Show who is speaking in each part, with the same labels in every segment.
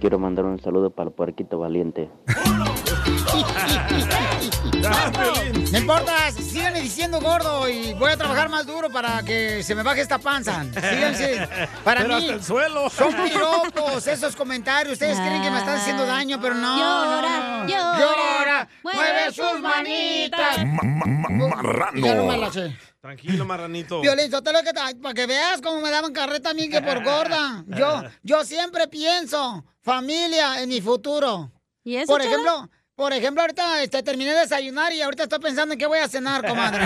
Speaker 1: Quiero mandar un saludo para el puerquito valiente.
Speaker 2: No importa, síganme diciendo gordo y voy a trabajar más duro para que se me baje esta panza. Síganse. Para
Speaker 3: Pero
Speaker 2: mí.
Speaker 3: hasta el suelo. Ah.
Speaker 2: Son piropos esos comentarios. Ustedes creen que me están haciendo daño, pero no.
Speaker 3: Llora,
Speaker 2: no, no.
Speaker 3: llora,
Speaker 2: Llora,
Speaker 3: mueve
Speaker 2: mueve
Speaker 3: sus
Speaker 2: sus manitas.
Speaker 3: manitas.
Speaker 2: Ya no me la
Speaker 4: Marrano.
Speaker 2: sé.
Speaker 5: Tranquilo, marranito.
Speaker 2: Violín, Sotelo, que ay, para que veas cómo me daban carreta a mí que por gorda. Yo, yo siempre pienso, familia, en mi futuro.
Speaker 6: ¿Y eso,
Speaker 2: por
Speaker 6: Chela?
Speaker 2: ejemplo, por ejemplo, ahorita este, terminé de desayunar y ahorita estoy pensando en qué voy a cenar, comadre.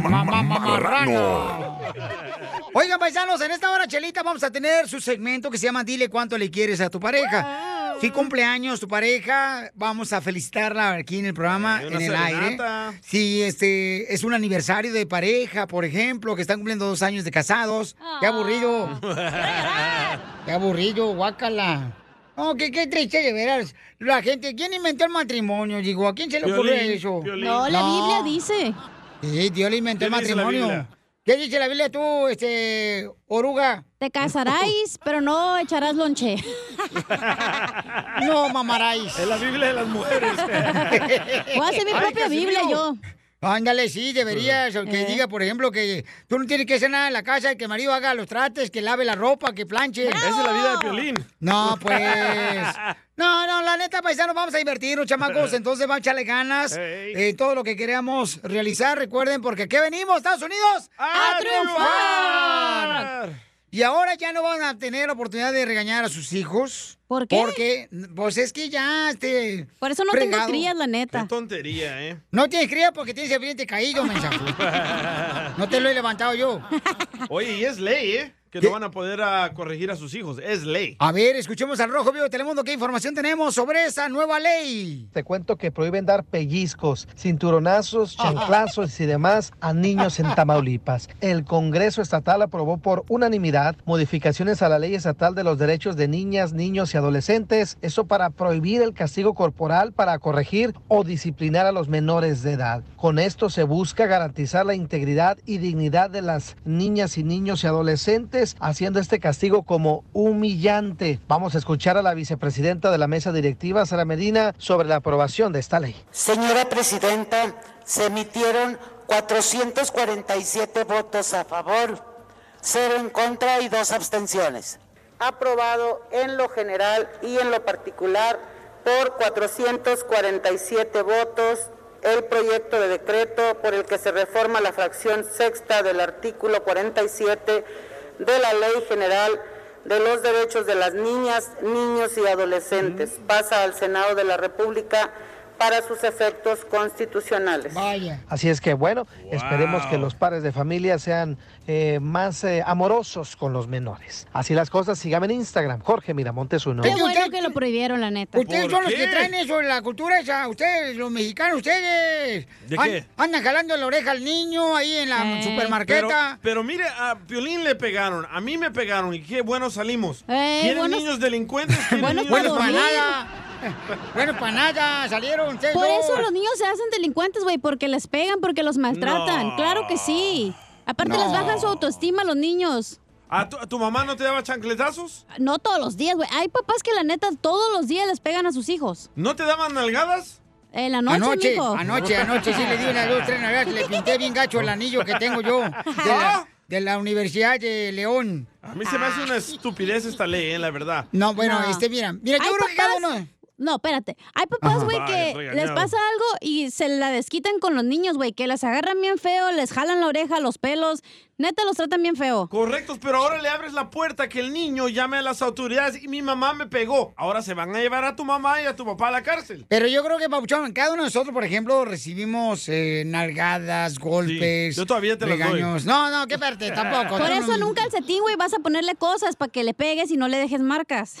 Speaker 4: Marrano.
Speaker 2: Oigan, paisanos, en esta hora, Chelita, vamos a tener su segmento que se llama Dile cuánto le quieres a tu pareja. Si cumpleaños tu pareja, vamos a felicitarla aquí en el programa,
Speaker 3: Eh,
Speaker 2: en
Speaker 3: una
Speaker 2: el
Speaker 3: serenata.
Speaker 2: aire. Si este es un aniversario de pareja, por ejemplo, que están cumpliendo dos años de casados. Qué aburrido. Qué aburrido, guácala. No, qué, qué triste de veras. La gente, ¿quién inventó el matrimonio? Digo, ¿a quién se le ocurrió
Speaker 3: Piolín,
Speaker 2: eso?
Speaker 3: Piolín. No, la Biblia
Speaker 2: dice. Sí, Dios le inventó
Speaker 3: ¿Qué
Speaker 2: el
Speaker 3: dice la
Speaker 2: matrimonio.
Speaker 3: Biblia?
Speaker 2: ¿Qué dice la Biblia tú, este, oruga?
Speaker 6: Te casarás, pero no echarás lonche.
Speaker 2: No mamaráis.
Speaker 3: Es la Biblia de las mujeres.
Speaker 6: Voy a hacer mi propia Biblia yo.
Speaker 2: Ándale, sí, deberías. o Que
Speaker 6: Eh.
Speaker 2: diga, por ejemplo, que tú no tienes que hacer nada en la casa, que el marido haga los trates, que lave la ropa, que planche.
Speaker 3: Esa es la vida de Piolín.
Speaker 2: No, pues. No, no, la neta, paisanos, vamos a divertirnos, chamacos. Entonces, vamos a echarle ganas.
Speaker 3: Ey.
Speaker 2: eh, todo lo que queramos realizar, recuerden, porque ¿qué venimos, Estados Unidos?
Speaker 3: ¡A
Speaker 2: Y ahora ya no van a tener la oportunidad de regañar a sus hijos.
Speaker 6: ¿Por qué?
Speaker 2: Porque, pues es que ya, este.
Speaker 6: Por eso no tengo
Speaker 2: fregado.
Speaker 6: crías, la
Speaker 5: Qué
Speaker 6: neta.
Speaker 5: tontería, ¿eh?
Speaker 2: No tienes cría porque tienes el frente caído, mensa. No te lo he levantado yo.
Speaker 5: Oye, y es ley, ¿eh? Que no van a poder ah, corregir a sus hijos. Es ley.
Speaker 2: A ver, escuchemos al Rojo Vivo de Telemundo qué información tenemos sobre esa nueva ley.
Speaker 7: Te cuento que prohíben dar pellizcos, cinturonazos, chanclazos y demás a niños en Tamaulipas. El Congreso Estatal aprobó por unanimidad modificaciones a la Ley Estatal de los Derechos de Niñas, Niños y Adolescentes, eso para prohibir el castigo corporal para corregir o disciplinar a los menores de edad. Con esto se busca garantizar la integridad y dignidad de las niñas y niños y adolescentes, haciendo este castigo como humillante. Vamos a escuchar a la vicepresidenta de la mesa directiva, Sara Medina, sobre la aprobación de esta ley.
Speaker 8: Señora Presidenta, se emitieron 447 votos a favor, cero en contra y dos abstenciones. Aprobado en lo general y en lo particular por 447 votos el proyecto de decreto por el que se reforma la fracción sexta del artículo 47 de la Ley General de los Derechos de las Niñas, Niños y Adolescentes. Pasa al Senado de la República para sus efectos constitucionales.
Speaker 7: Así es que bueno, esperemos que los padres de familia sean eh, más eh, amorosos con los menores. Así las cosas, síganme en Instagram, Jorge Miramontes uno.
Speaker 6: Qué bueno que lo prohibieron, la neta.
Speaker 2: Este, Ustedes son los que traen eso, la cultura esa, ustedes, los mexicanos, ustedes.
Speaker 5: ¿De
Speaker 2: An-
Speaker 5: qué?
Speaker 2: Andan jalando la oreja al niño ahí en
Speaker 6: Eh,
Speaker 2: la supermarqueta.
Speaker 5: Pero, pero mire, a Piolín le pegaron, a mí me pegaron y qué buenos salimos.
Speaker 2: Eh,
Speaker 5: ¿Quieren
Speaker 2: buenos-
Speaker 5: niños delincuentes? ¿Quieren niños-
Speaker 2: Bueno, para nada. Bueno, para nada, salieron ustedes.
Speaker 6: Por
Speaker 2: dos.
Speaker 6: eso los niños se hacen delincuentes, güey, porque les pegan, porque los maltratan.
Speaker 5: No.
Speaker 6: Claro que sí. Aparte les bajan su autoestima a los niños.
Speaker 5: ¿A tu, a tu mamá no te daba chancletazos?
Speaker 6: No todos los días, güey. Hay papás que la neta todos los días les pegan a sus hijos.
Speaker 5: ¿No te daban nalgadas?
Speaker 6: En la noche,
Speaker 2: anoche,
Speaker 6: mijo.
Speaker 2: anoche, anoche sí le di una dos, tres nalgadas, le pinté bien gacho el anillo que tengo yo de la, de la Universidad de León.
Speaker 5: A mí se me hace una estupidez esta ley, eh, la verdad.
Speaker 2: No, bueno, este, mira, mira, yo
Speaker 6: Hay
Speaker 2: creo que cada
Speaker 6: papás-
Speaker 2: uno...
Speaker 6: No, espérate. Hay papás,
Speaker 5: Ajá.
Speaker 6: güey,
Speaker 5: Vaya,
Speaker 6: que
Speaker 5: regañado.
Speaker 6: les pasa algo y se la desquitan con los niños, güey, que les agarran bien feo, les jalan la oreja, los pelos. Neta, los tratan bien feo.
Speaker 5: Correctos, pero ahora le abres la puerta que el niño llame a las autoridades y mi mamá me pegó. Ahora se van a llevar a tu mamá y a tu papá a la cárcel.
Speaker 2: Pero yo creo que, Papuchón, cada uno de nosotros, por ejemplo, recibimos eh, nalgadas, golpes.
Speaker 5: yo todavía te las doy.
Speaker 2: regaños. No, no, qué parte, tampoco.
Speaker 6: Por
Speaker 2: tú no-
Speaker 6: eso en un calcetín, güey, vas a ponerle cosas para que le pegues y no le dejes marcas.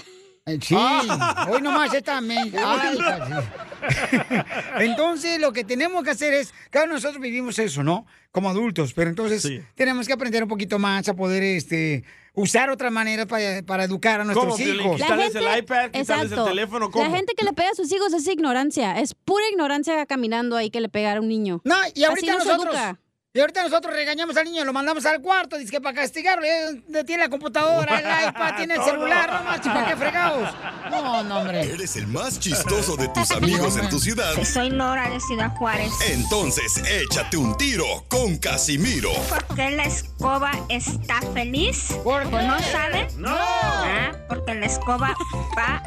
Speaker 2: Eh, Sí,
Speaker 5: Ah.
Speaker 2: hoy nomás esta me... Ay, hija, sí. Entonces, lo que tenemos que hacer es, cada uno de nosotros vivimos eso, ¿no? Como adultos, pero entonces tenemos que aprender un poquito más a poder, este, usar otra manera para, para educar a nuestros
Speaker 5: ¿Cómo, Piolín?
Speaker 2: hijos.
Speaker 5: Quitarles el iPad, quitarles el teléfono, ¿cómo?
Speaker 6: La gente que le pega a sus hijos es ignorancia. Es pura ignorancia caminando ahí que le pega a un niño.
Speaker 2: No,
Speaker 6: Así
Speaker 2: y ahorita
Speaker 6: no se
Speaker 2: nosotros.
Speaker 6: educa.
Speaker 2: Y Y ahorita nosotros regañamos al niño, lo mandamos al cuarto, dice que para castigarlo, y ahí es donde tiene la computadora, el iPad, tiene el celular, no manches, ¿para qué fregados? No, no, hombre.
Speaker 4: Eres el más chistoso de tus amigos en tu ciudad. Eh.
Speaker 9: Soy Nora de Ciudad Juárez.
Speaker 4: Entonces, échate un tiro con Casimiro.
Speaker 9: ¿Por qué la escoba está feliz? ¿O no saben?
Speaker 4: No.
Speaker 9: Ah, porque la escoba va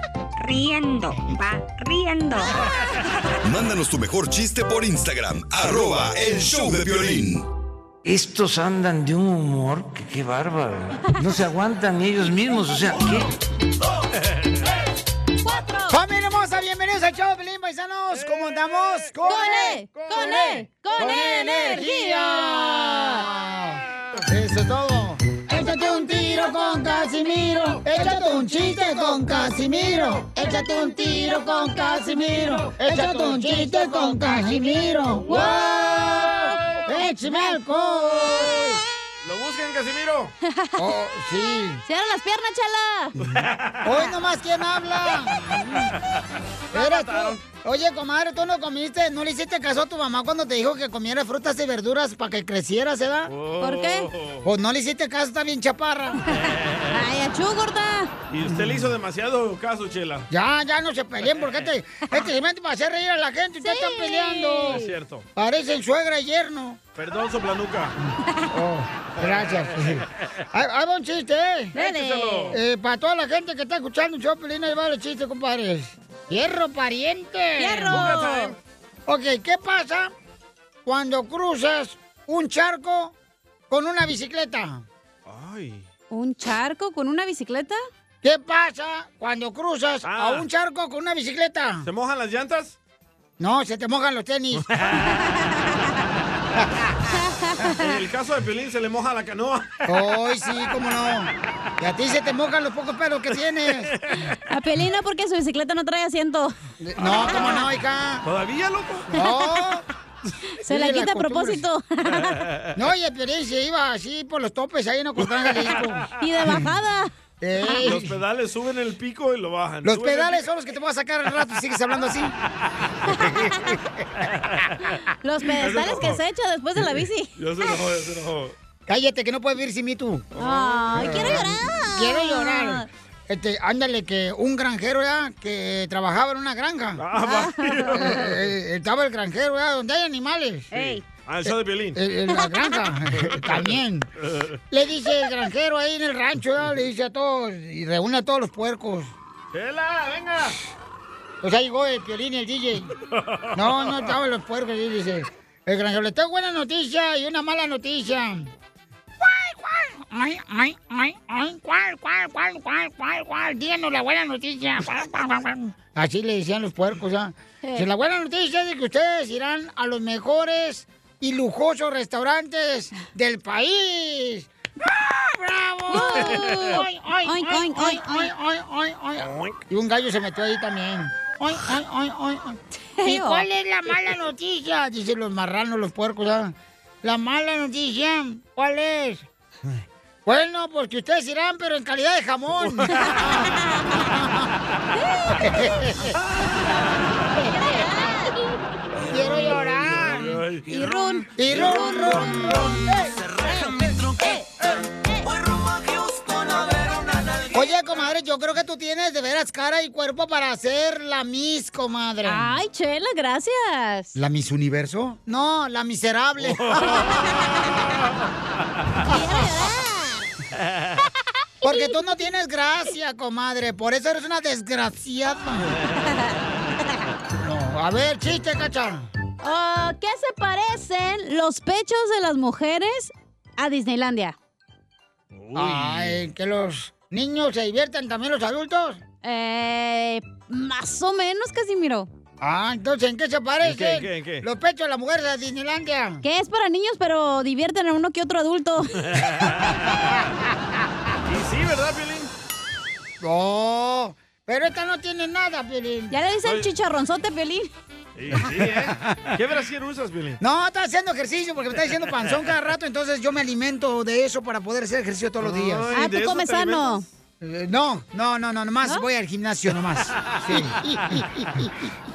Speaker 9: riendo, va riendo.
Speaker 4: Mándanos tu mejor chiste por Instagram, arroba el show de violín.
Speaker 10: Estos andan de un humor que qué bárbaro. No se aguantan ni ellos mismos, o sea, ¿qué?
Speaker 2: ¡Familia hermosa! Bienvenidos al show de Pelín Paisanos. ¿Cómo andamos? Eh, ¡Con
Speaker 3: E,
Speaker 2: E!
Speaker 3: con E, con
Speaker 2: energía! Eso es todo. Eh, Échate un tiro con Casimiro. Échate un chiste con Casimiro. Échate un tiro con Casimiro. Échate un chiste con Casimiro. ¡Wow! ¡Échame alcohol!
Speaker 5: ¿Lo buscan, Casimiro?
Speaker 2: Oh, sí.
Speaker 6: ¡Cierra las piernas, chala!
Speaker 2: ¡Hoy nomás quién habla! Eres tú. Oye, comadre, tú no comiste, no le hiciste caso a tu mamá cuando te dijo que comiera frutas y verduras para que crecieras, ¿verdad?
Speaker 6: ¿Por qué?
Speaker 2: Pues no le hiciste caso, está bien chaparra.
Speaker 6: ¡Ay, achú, gorda!
Speaker 5: Y usted le hizo demasiado caso, Chela.
Speaker 2: Ya, ya no se peleen porque este, este se mete para hacer reír a la gente, ustedes están peleando.
Speaker 5: Es cierto.
Speaker 2: Parecen suegra y yerno.
Speaker 5: Perdón, soplanuca.
Speaker 2: Oh, Gracias. Ahí ahí va un chiste, ¿eh?
Speaker 3: Dale. Écheselo.
Speaker 2: Eh, para toda la gente que está escuchando un pelín, ahí va el chiste, compadres. ¡Hierro, pariente!
Speaker 3: ¡Fierro! Buca time.
Speaker 2: Ok, ¿qué pasa cuando cruzas un charco con una bicicleta?
Speaker 6: ¿Un charco con una bicicleta?
Speaker 2: ¿Qué pasa cuando cruzas
Speaker 6: Ah.
Speaker 2: a un charco con una bicicleta?
Speaker 5: ¿Se mojan las llantas?
Speaker 2: No, se te mojan los tenis.
Speaker 5: En el caso de Piolín se le moja la canoa.
Speaker 2: Hoy sí, cómo no. Y a ti se te mojan los pocos pelos que tienes.
Speaker 6: A Pelina porque su bicicleta no trae asiento.
Speaker 2: No, cómo no, hija.
Speaker 5: ¿Todavía, loco?
Speaker 2: No.
Speaker 6: Se la
Speaker 2: Sí,
Speaker 6: quita a
Speaker 2: costumbres.
Speaker 6: propósito.
Speaker 2: No, y Piolín se iba así por los topes ahí en Ocotlán, Jalisco.
Speaker 6: Y de bajada.
Speaker 2: Ey.
Speaker 5: Los pedales suben el pico y lo bajan.
Speaker 2: Los
Speaker 5: Suben el
Speaker 2: pedales
Speaker 5: pico.
Speaker 2: son los que te voy a sacar al rato si sigues hablando así.
Speaker 6: Los pedestales que se echa después de la bici.
Speaker 5: Ya se enojó, ya se enojó.
Speaker 2: Cállate, que no puedes vivir sin mí tú.
Speaker 6: Ay, quiero llorar.
Speaker 2: Eh, Quiero llorar. Este, ándale, que un granjero ya que trabajaba en una granja. Eh, eh, estaba el granjero ya donde hay animales.
Speaker 5: Ah, el show de Piolín.
Speaker 2: Eh, en la granja, también. Le dice el granjero ahí en el rancho, ya, le dice a todos, y reúne a todos los puercos.
Speaker 5: ¡Chela, venga!
Speaker 2: Pues ahí llegó el piolín y el DJ. No, no estaban los puercos, y dice. El granjero, le tengo buena noticia y una mala noticia. Ay, ay, ay, ay, cuál, cuál, cuál, cuál, cuál, cuál. Díganos la buena noticia. Cuál, cuál, cuál, cuál. Así le decían los puercos, ¿ah?
Speaker 3: Eh.
Speaker 2: Si la buena noticia es de que ustedes irán a los mejores y lujosos restaurantes del país. ¡Ah, ¡Bravo!
Speaker 3: Uh.
Speaker 2: Ay, ay,
Speaker 3: Oink,
Speaker 2: ay,
Speaker 3: oink,
Speaker 2: ay,
Speaker 3: oink,
Speaker 2: ay, ay, ay, ay. Y un gallo se metió ahí también. Ay, ay, ay, ay, ay. ¿Y
Speaker 3: Feo.
Speaker 2: cuál es la mala noticia? Dicen los marranos, los puercos, ¿ah? La mala noticia, ¿cuál es? Bueno, porque ustedes irán, pero en calidad de jamón. Quiero llorar.
Speaker 3: Y run.
Speaker 2: Y run, run, run. Oye, comadre, yo creo que tú tienes de veras cara y cuerpo para hacer la Miss, comadre.
Speaker 6: Ay, Chela, gracias.
Speaker 2: ¿La Miss Universo? No, la miserable. Porque tú no tienes gracia, comadre. Por eso eres una desgraciada. No, a ver, chiste, cacha.
Speaker 6: Ah, ¿Qué se parecen los pechos de las mujeres a Disneylandia?
Speaker 2: Ay, que los niños se diviertan también los adultos.
Speaker 6: Eh, más o menos, Casimiro.
Speaker 2: Ah, entonces, ¿en qué se parecen?
Speaker 6: ¿En qué, en qué, en qué?
Speaker 2: Los pechos de la mujer de Disneylandia.
Speaker 6: Que es para niños, pero divierten a uno que otro adulto.
Speaker 5: Y sí, ¿verdad, Piolín?
Speaker 2: Oh, No, pero esta no tiene nada, Piolín.
Speaker 6: Ya le dice el
Speaker 5: Oye.
Speaker 6: chicharronzote, Piolín.
Speaker 5: Sí, sí, ¿eh? ¿Qué brasier usas, Piolín?
Speaker 2: No, está haciendo ejercicio porque me está diciendo panzón cada rato, entonces yo me alimento de eso para poder hacer ejercicio todos los días.
Speaker 5: Ay, Ah, ¿de tú eso comes te sano. alimentas?
Speaker 2: Eh, No, no, no, no, nomás voy al gimnasio, nomás. Sí.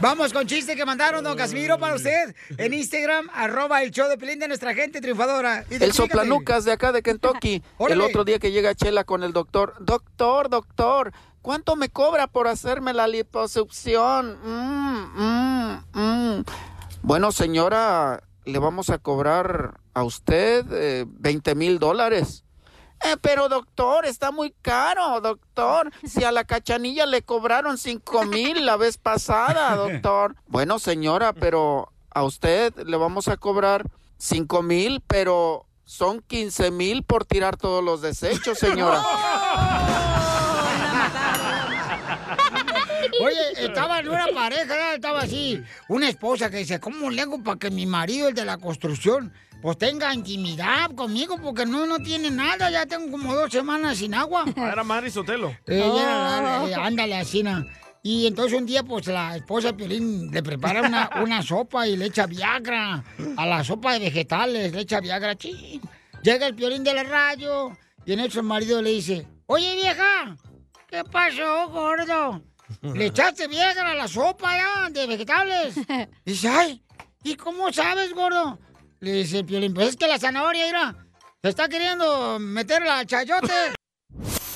Speaker 2: Vamos con chiste que mandaron, don Casimiro, para usted. En Instagram, arroba el show de Pelín de nuestra gente triunfadora.
Speaker 11: El soplanucas de acá de Kentucky. el
Speaker 2: Órale.
Speaker 11: otro día que llega Chela con el doctor. Doctor, doctor, ¿cuánto me cobra por hacerme la liposucción? Mm, mm, mm. Bueno, señora, le vamos a cobrar a usted eh, 20 mil dólares. Eh, pero doctor, está muy caro, doctor. Si a la cachanilla le cobraron 5 mil la vez pasada, doctor. Bueno, señora, pero a usted le vamos a cobrar 5 mil, pero son 15 mil por tirar todos los desechos, señora.
Speaker 2: Oye, estaba en una pareja, ¿verdad? estaba así, una esposa que dice, ¿cómo le hago para que mi marido, el de la construcción, pues tenga intimidad conmigo? Porque no, no tiene nada, ya tengo como dos semanas sin agua.
Speaker 5: Ah, Era Mari Sotelo.
Speaker 2: Eh, ya,
Speaker 6: Oh.
Speaker 5: Oh.
Speaker 2: eh, ándale, así, na. Y entonces un día, pues, la esposa de Piolín le prepara una, una sopa y le echa Viagra a la sopa de vegetales, le echa Viagra, chin. Llega el Piolín de la radio y en eso el marido le dice, oye, vieja, ¿qué pasó, gordo? Le echaste Viagra a la sopa ya, de vegetales. Dice, ay, ¿y cómo sabes, gordo? Le dice el Piolín, pues es que la zanahoria, mira, se está queriendo meter la chayote.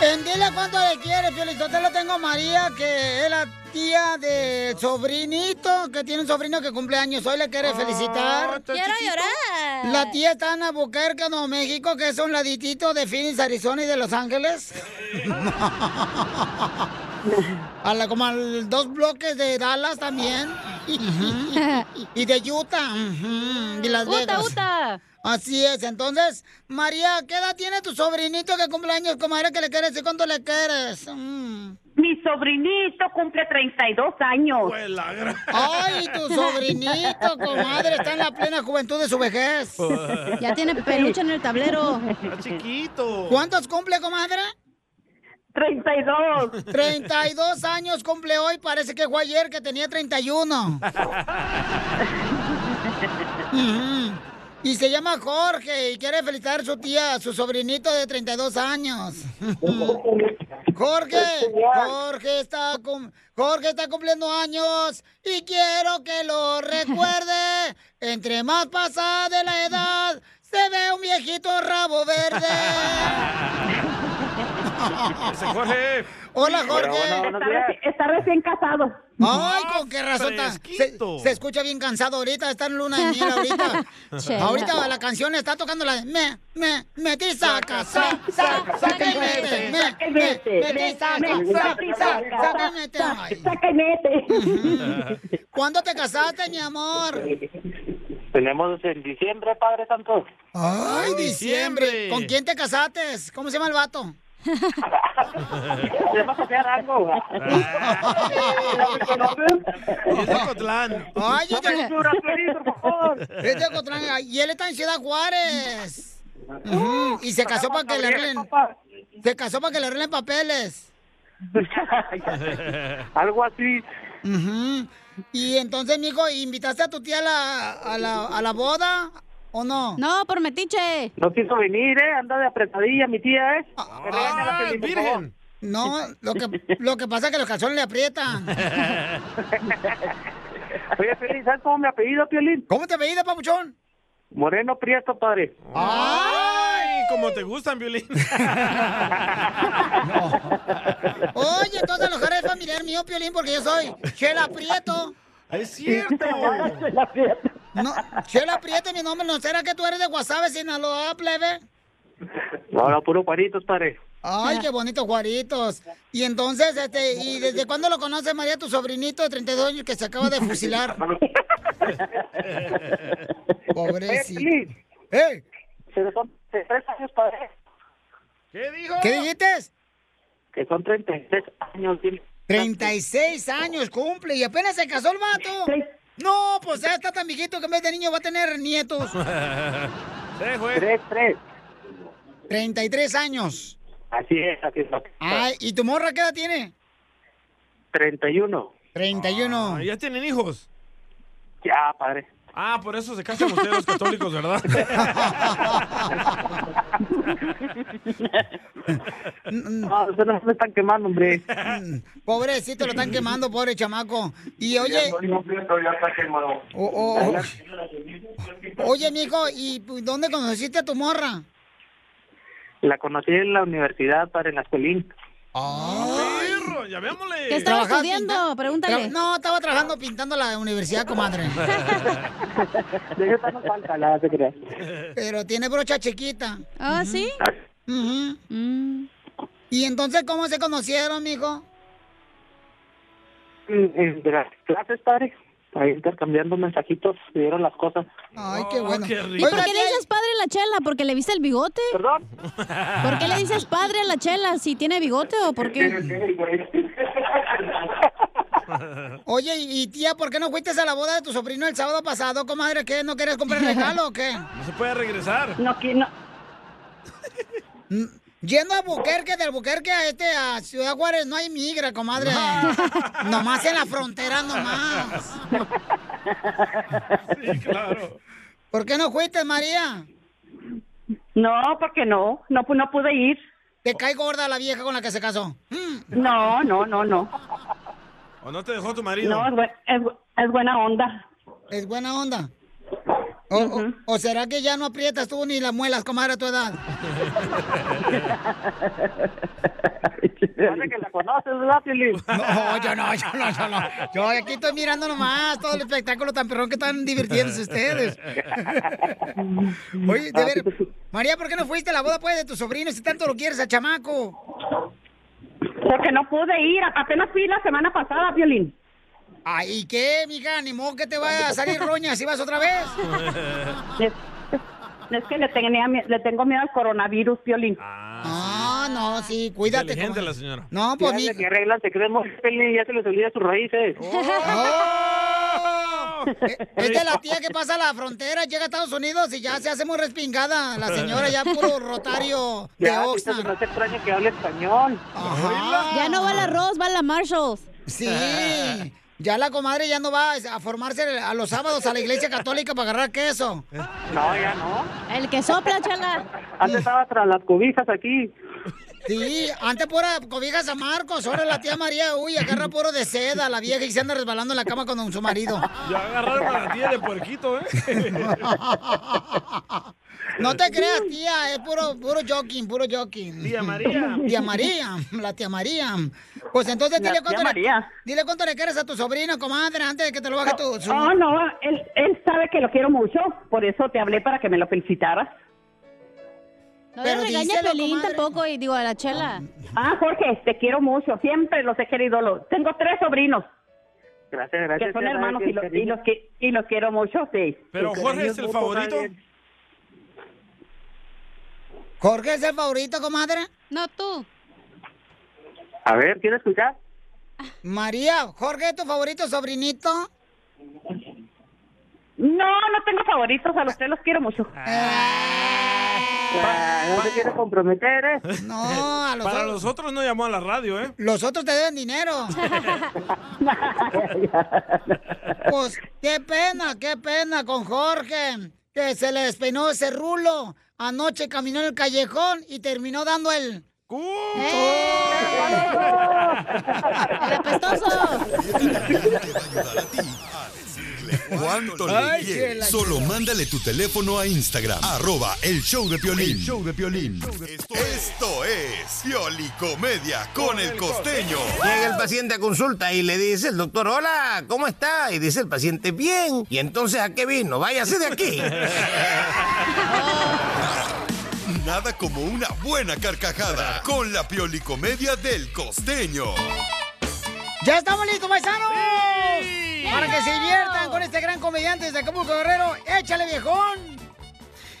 Speaker 2: En dile cuánto le quieres, Piolizotelo. Tengo a María, que es la tía de sobrinito, que tiene un sobrino que cumple años. Hoy le quiere felicitar.
Speaker 6: Quiero llorar.
Speaker 2: La tía está en Albuquerque, Nuevo México, que es un laditito de Phoenix, Arizona y de Los Ángeles. A la, como a dos bloques de Dallas también. Ujú. y de Utah. ujú, Y Las
Speaker 6: Uta,
Speaker 2: Vegas. Así es. Entonces, María, ¿qué edad tiene tu sobrinito que cumple años, comadre, que le quieres y cuánto le quieres? Mm.
Speaker 3: Mi sobrinito cumple 32 años.
Speaker 2: Ay, tu sobrinito, comadre, está en la plena juventud de su vejez.
Speaker 6: Ya tiene peluche en el tablero. Está
Speaker 5: chiquito.
Speaker 2: ¿Cuántos cumple, comadre?
Speaker 3: 32.
Speaker 2: 32 años cumple hoy, parece que fue ayer que tenía 31. Ujú. Y se llama Jorge y quiere felicitar a su tía, a su sobrinito de 32 años. Jorge, Jorge está, cum- Jorge está cumpliendo años y quiero que lo recuerde. Entre más pasa de la edad, se ve un viejito rabo verde.
Speaker 5: Ese Jorge.
Speaker 2: Hola, Jorge.
Speaker 3: está, reci- está recién casado.
Speaker 2: Ay, con qué razón tan- se,
Speaker 3: fresquito.
Speaker 2: se escucha bien cansado ahorita, está en luna de miel ahorita.
Speaker 3: Chela.
Speaker 2: ahorita la canción está tocando la de me, me, metí, saca, saca, saca, saca y mete, me, me, metí, saca, saca, saca, saca y mete. Ay,
Speaker 3: Saca y mete.
Speaker 2: ¿Cuándo te casaste, mi amor?
Speaker 12: Tenemos en diciembre, Padre Santo.
Speaker 2: Ay, diciembre. ¿Con quién te casaste? ¿Cómo se llama el vato?
Speaker 12: ¿Le vas a hacer algo?
Speaker 5: Ah. Es de Cotlán.
Speaker 2: Ay, yo te... Es de Ocotlán, ay, Y él está en Ciudad Juárez. Ujú, Y se casó para que le arreglen. Se casó para que le arreglen papeles.
Speaker 12: algo así.
Speaker 2: Ujú. Y entonces, mijo, ¿invitaste a tu tía a la, a la, a la boda o no? No, por metiche.
Speaker 12: No quiso venir, ¿eh? Anda de apretadilla, mi tía, ¿eh?
Speaker 5: virgen.
Speaker 2: No, lo que, lo que pasa es que los calzones le aprietan.
Speaker 12: Oye, Piolín, ¿sabes cómo me apellido, Piolín?
Speaker 2: ¿Cómo te apellidas, papuchón? Ah.
Speaker 12: Moreno Prieto, padre.
Speaker 5: Ay, como te gustan, Violín.
Speaker 2: Oye, entonces los jardines familiar mío, Piolín, porque yo soy Chela Prieto.
Speaker 5: Ah, Es cierto.
Speaker 2: No, Chela Prieto, mi nombre. ¿No será que tú eres de Guasave, Sinaloa, plebe?
Speaker 12: No, no, puro paritos, padre.
Speaker 2: Ay, qué bonitos Juaritos. Y entonces, este, ¿y desde cuándo lo conoces, María, tu sobrinito de 32 años que se acaba de fusilar? Pobrecito. ¡Eh!
Speaker 12: tres años, padre.
Speaker 5: ¿Qué dijo?
Speaker 2: ¿Qué dijiste?
Speaker 12: Que son 33 años, dile.
Speaker 2: 36 años cumple y apenas se casó el vato. No, pues ya está tan viejito que en vez de niño va a tener nietos.
Speaker 5: Sí, güey.
Speaker 12: Tres, tres.
Speaker 2: 33 años.
Speaker 12: Así es, así es.
Speaker 2: Ay, ¿y tu morra qué edad tiene?
Speaker 12: 31.
Speaker 2: 31.
Speaker 5: Ah, ¿Ya tienen hijos?
Speaker 12: Ya, padre.
Speaker 5: Ah, por eso se casan ustedes los católicos, ¿verdad?
Speaker 2: Mm,
Speaker 12: No, eso no me están quemando, hombre.
Speaker 2: Pobrecito, lo están quemando, pobre chamaco. Y
Speaker 12: Ya
Speaker 2: oye,
Speaker 12: estoy completo, ya está quemado.
Speaker 2: oh, oh. oye, mijo, ¿y dónde conociste a tu morra?
Speaker 12: La conocí en la universidad, padre, en la escuelín.
Speaker 2: Ah,
Speaker 5: Perro, llamémosle.
Speaker 6: ¿Qué estaba
Speaker 2: Trabajaba
Speaker 6: estudiando?
Speaker 2: pinta-
Speaker 6: Pregúntale.
Speaker 2: Tra- No, estaba trabajando pintando la universidad, comadre.
Speaker 12: De esa no falta nada, se crea.
Speaker 2: Pero tiene brocha chiquita.
Speaker 6: ¿Ah, sí? Mm.
Speaker 2: Ujú. ¿Y entonces cómo se conocieron, mijo?
Speaker 12: En en- Mm, eh, de las clases, padre. Ahí intercambiando mensajitos, se dieron las cosas.
Speaker 2: Ay, qué
Speaker 12: Oh,
Speaker 2: bueno.
Speaker 6: ¿Y por qué le dices padre a la chela? ¿Porque le viste el bigote?
Speaker 12: ¿Perdón?
Speaker 6: ¿Por qué le dices padre a la chela? ¿Si tiene bigote o por qué?
Speaker 2: Oye, y tía, ¿por qué no fuiste a la boda de tu sobrino el sábado pasado, comadre? ¿Qué? ¿No querías comprar regalo o qué?
Speaker 5: No se puede regresar.
Speaker 2: No, que no. Mm, Yendo a Buquerque, del Buquerque a este, a Ciudad Juárez, no hay migra, comadre. nomás en la frontera, nomás. ¿Por qué no fuiste, María?
Speaker 13: No, porque no, no, pu- no pude ir.
Speaker 2: ¿Te cae gorda la vieja con la que se casó?
Speaker 13: No, no, no, no.
Speaker 5: ¿O no te dejó tu marido?
Speaker 13: No, es, buen- es bu- es buena onda.
Speaker 2: ¿Es buena onda? ¿O, o- o será que ya no aprietas tú ni las muelas, comadre, a tu edad?
Speaker 12: Parece que la conoces, ¿verdad, Piolín?
Speaker 2: No, yo no, yo no, yo no. Yo aquí estoy mirando nomás todo el espectáculo tan perrón que están divirtiéndose ustedes. Oye,
Speaker 13: Ah,
Speaker 2: de ver, María, ¿por qué no fuiste a la boda pues de tu sobrino si tanto lo quieres a chamaco?
Speaker 13: Porque no pude ir, a- apenas fui la semana pasada, Violín.
Speaker 2: Ay, ¿y qué, mija? Ni modo que te vaya a salir roña si vas otra vez.
Speaker 13: Es, es que le, tenía mie- le tengo miedo al coronavirus, Violín.
Speaker 2: No, no, sí, cuídate.
Speaker 5: Inteligente la señora.
Speaker 2: Ah, No,
Speaker 12: pues mi... que arreglan, se creen muy Piolín, ya se les olvida sus raíces.
Speaker 2: Esta es la tía que pasa la frontera, llega a Estados Unidos y ya se hace muy respingada. La señora ya puro rotario de
Speaker 12: Ya,
Speaker 2: Oxnard.
Speaker 12: no se extraña que hable español.
Speaker 6: Ya no va la Ross, va la Marshalls.
Speaker 2: Sí. Ya la comadre ya no va a formarse a los sábados a la iglesia católica para agarrar queso.
Speaker 12: No, ya no.
Speaker 6: El que sopla, chala.
Speaker 12: Antes estaba tras las cobijas aquí.
Speaker 2: Sí, antes pura cobija San Marcos, ahora la tía María, uy, agarra puro de seda la vieja y se anda resbalando en la cama con su marido.
Speaker 5: Ya agarraron a la tía de puerquito, ¿eh?
Speaker 2: No te creas, tía, es puro, puro joking, puro joking. Tía
Speaker 5: María.
Speaker 2: Tía María, la tía María. Pues entonces
Speaker 13: La
Speaker 2: dile
Speaker 13: tía
Speaker 2: cuánto, le,
Speaker 13: María.
Speaker 2: dile cuánto le quieres a tu sobrino, comadre, antes de que te lo baje tu... su-
Speaker 13: Oh, no, él, él sabe que lo quiero mucho, por eso te hablé para que me lo felicitaras.
Speaker 6: No le regaña a Pelín tampoco, y digo, a la chela.
Speaker 13: Ah, Jorge, te quiero mucho, siempre los he querido. lo- Tengo tres sobrinos
Speaker 12: Gracias, gracias.
Speaker 13: que son
Speaker 12: ya sabes
Speaker 13: hermanos
Speaker 12: que
Speaker 13: y,
Speaker 12: el
Speaker 13: los- y,
Speaker 12: cariño-
Speaker 13: los que, y los quiero mucho, sí.
Speaker 5: Pero
Speaker 12: el
Speaker 5: Jorge
Speaker 12: cariño
Speaker 5: es el
Speaker 12: mutuo,
Speaker 5: favorito.
Speaker 12: padre.
Speaker 2: ¿Jorge es el favorito, comadre?
Speaker 6: No, tú.
Speaker 12: A ver, ¿quieres escuchar?
Speaker 2: María, ¿Jorge es tu favorito sobrinito?
Speaker 13: No, no tengo favoritos, a los tres los quiero mucho.
Speaker 12: Ah, no se quiere comprometer, ¿eh?
Speaker 2: No, a los
Speaker 5: Para
Speaker 2: otros-
Speaker 5: los otros no llamó a la radio, ¿eh?
Speaker 2: Los otros te deben dinero. pues qué pena, qué pena con Jorge, que se le despeinó ese rulo. Anoche caminó en el callejón y terminó dando el... ¡Eh!
Speaker 4: ¿Cuánto le Ay, quieres? qué la- Solo mándale tu teléfono a Instagram. Arroba el show de Piolín. show de Piolín. Esto es Piolicomedia con el costeño.
Speaker 10: Llega el paciente a consulta y le dice el doctor, hola, ¿cómo está? Y dice el paciente, bien. Y entonces, ¿a qué vino? Váyase de aquí.
Speaker 4: Nada como una buena carcajada con la Piolicomedia del costeño.
Speaker 2: ¡Ya estamos listos, paisanos! Para que se diviertan con este gran comediante de Acapulco Guerrero, échale viejón.